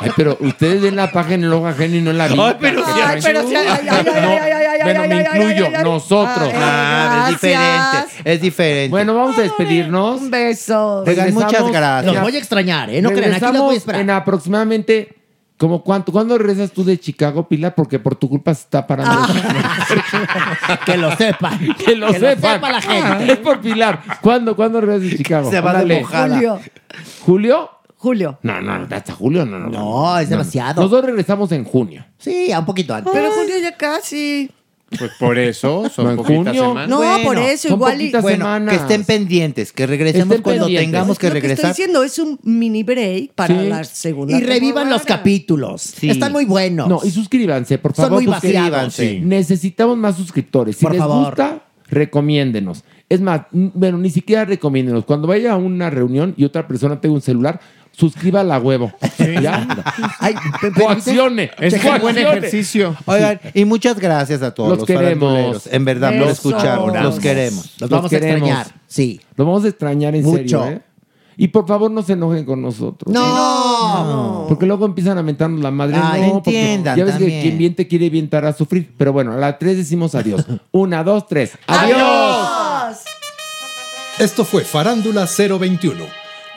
S4: Ay, pero ustedes ven la página en Loja Geni, no la vi.
S14: Ay, pero sí,
S8: Ay, pero sí, ay, ay, ay,
S4: No,
S8: ay, ay, ay, ay,
S4: bueno,
S8: ay,
S4: me
S8: ay, ay,
S4: incluyo,
S8: ay, ay.
S4: nosotros.
S14: Ah, es
S8: Gracias. Ah,
S14: diferente, es diferente.
S4: Bueno, vamos a despedirnos.
S8: Un beso.
S14: Oigan,
S4: regresamos.
S14: muchas gracias.
S13: Los voy a extrañar, ¿eh? No crean, aquí los voy a
S4: Regresamos
S13: esperar.
S4: en aproximadamente... ¿Cómo cuánto? ¿Cuándo regresas tú de Chicago, Pilar? Porque por tu culpa se está parando.
S13: Ah. Que lo sepan.
S4: que lo sepan. Ah,
S13: sepa la gente.
S4: Es por Pilar. ¿Cuándo, cuándo regresas de Chicago?
S14: Se va de
S4: Ándale.
S14: mojada.
S8: Julio,
S4: ¿Julio?
S8: Julio.
S4: No, no, hasta julio no. No,
S13: No, es demasiado.
S4: Nosotros regresamos en junio.
S13: Sí, a un poquito antes.
S8: Pero Julio ya casi.
S7: Pues por eso, son
S14: No, en
S7: poquitas
S14: junio.
S7: semanas.
S8: No, por eso, igual y-
S14: bueno,
S8: semanas.
S14: que estén pendientes, que regresemos
S8: Estén
S14: cuando
S8: pendientes.
S14: tengamos que
S8: Lo estoy
S14: regresar.
S8: diciendo es un mini break para
S14: Sí.
S8: la segunda.
S22: Y revivan los
S8: temporada.
S22: capítulos. Están muy buenos.
S4: No, y suscríbanse, por
S22: Son
S4: favor.
S22: muy
S4: porque
S22: vaciados. Sí.
S4: Necesitamos más suscriptores. Si
S22: Por
S4: les
S22: favor.
S4: gusta, recomiéndenos. Es más, n- bueno, ni siquiera recomiéndenos. Cuando vaya a una reunión y otra persona tenga un celular, suscríbala a huevo. ¿Ya? Coaccione.
S14: Es
S4: coaccione.
S14: buen ejercicio. Oigan, y muchas gracias a todos
S4: Los
S14: los,
S4: queremos.
S14: faranduleros. En verdad,
S4: Los
S14: por escucharnos. Los
S4: adoramos.
S14: queremos.
S4: Los vamos a
S22: queremos. extrañar, sí.
S4: Los vamos a extrañar en
S22: Mucho.
S4: serio, ¿eh? Y por favor, no se enojen con nosotros.
S22: No.
S4: Porque luego empiezan a mentarnos la madre.
S22: Ay,
S4: no, porque
S22: entiendan
S4: Ya ves que
S22: también.
S4: quien bien te quiere, bien te hará sufrir. Pero bueno, a la tres decimos adiós. Una, dos, tres.
S11: Esto fue Farándula 021.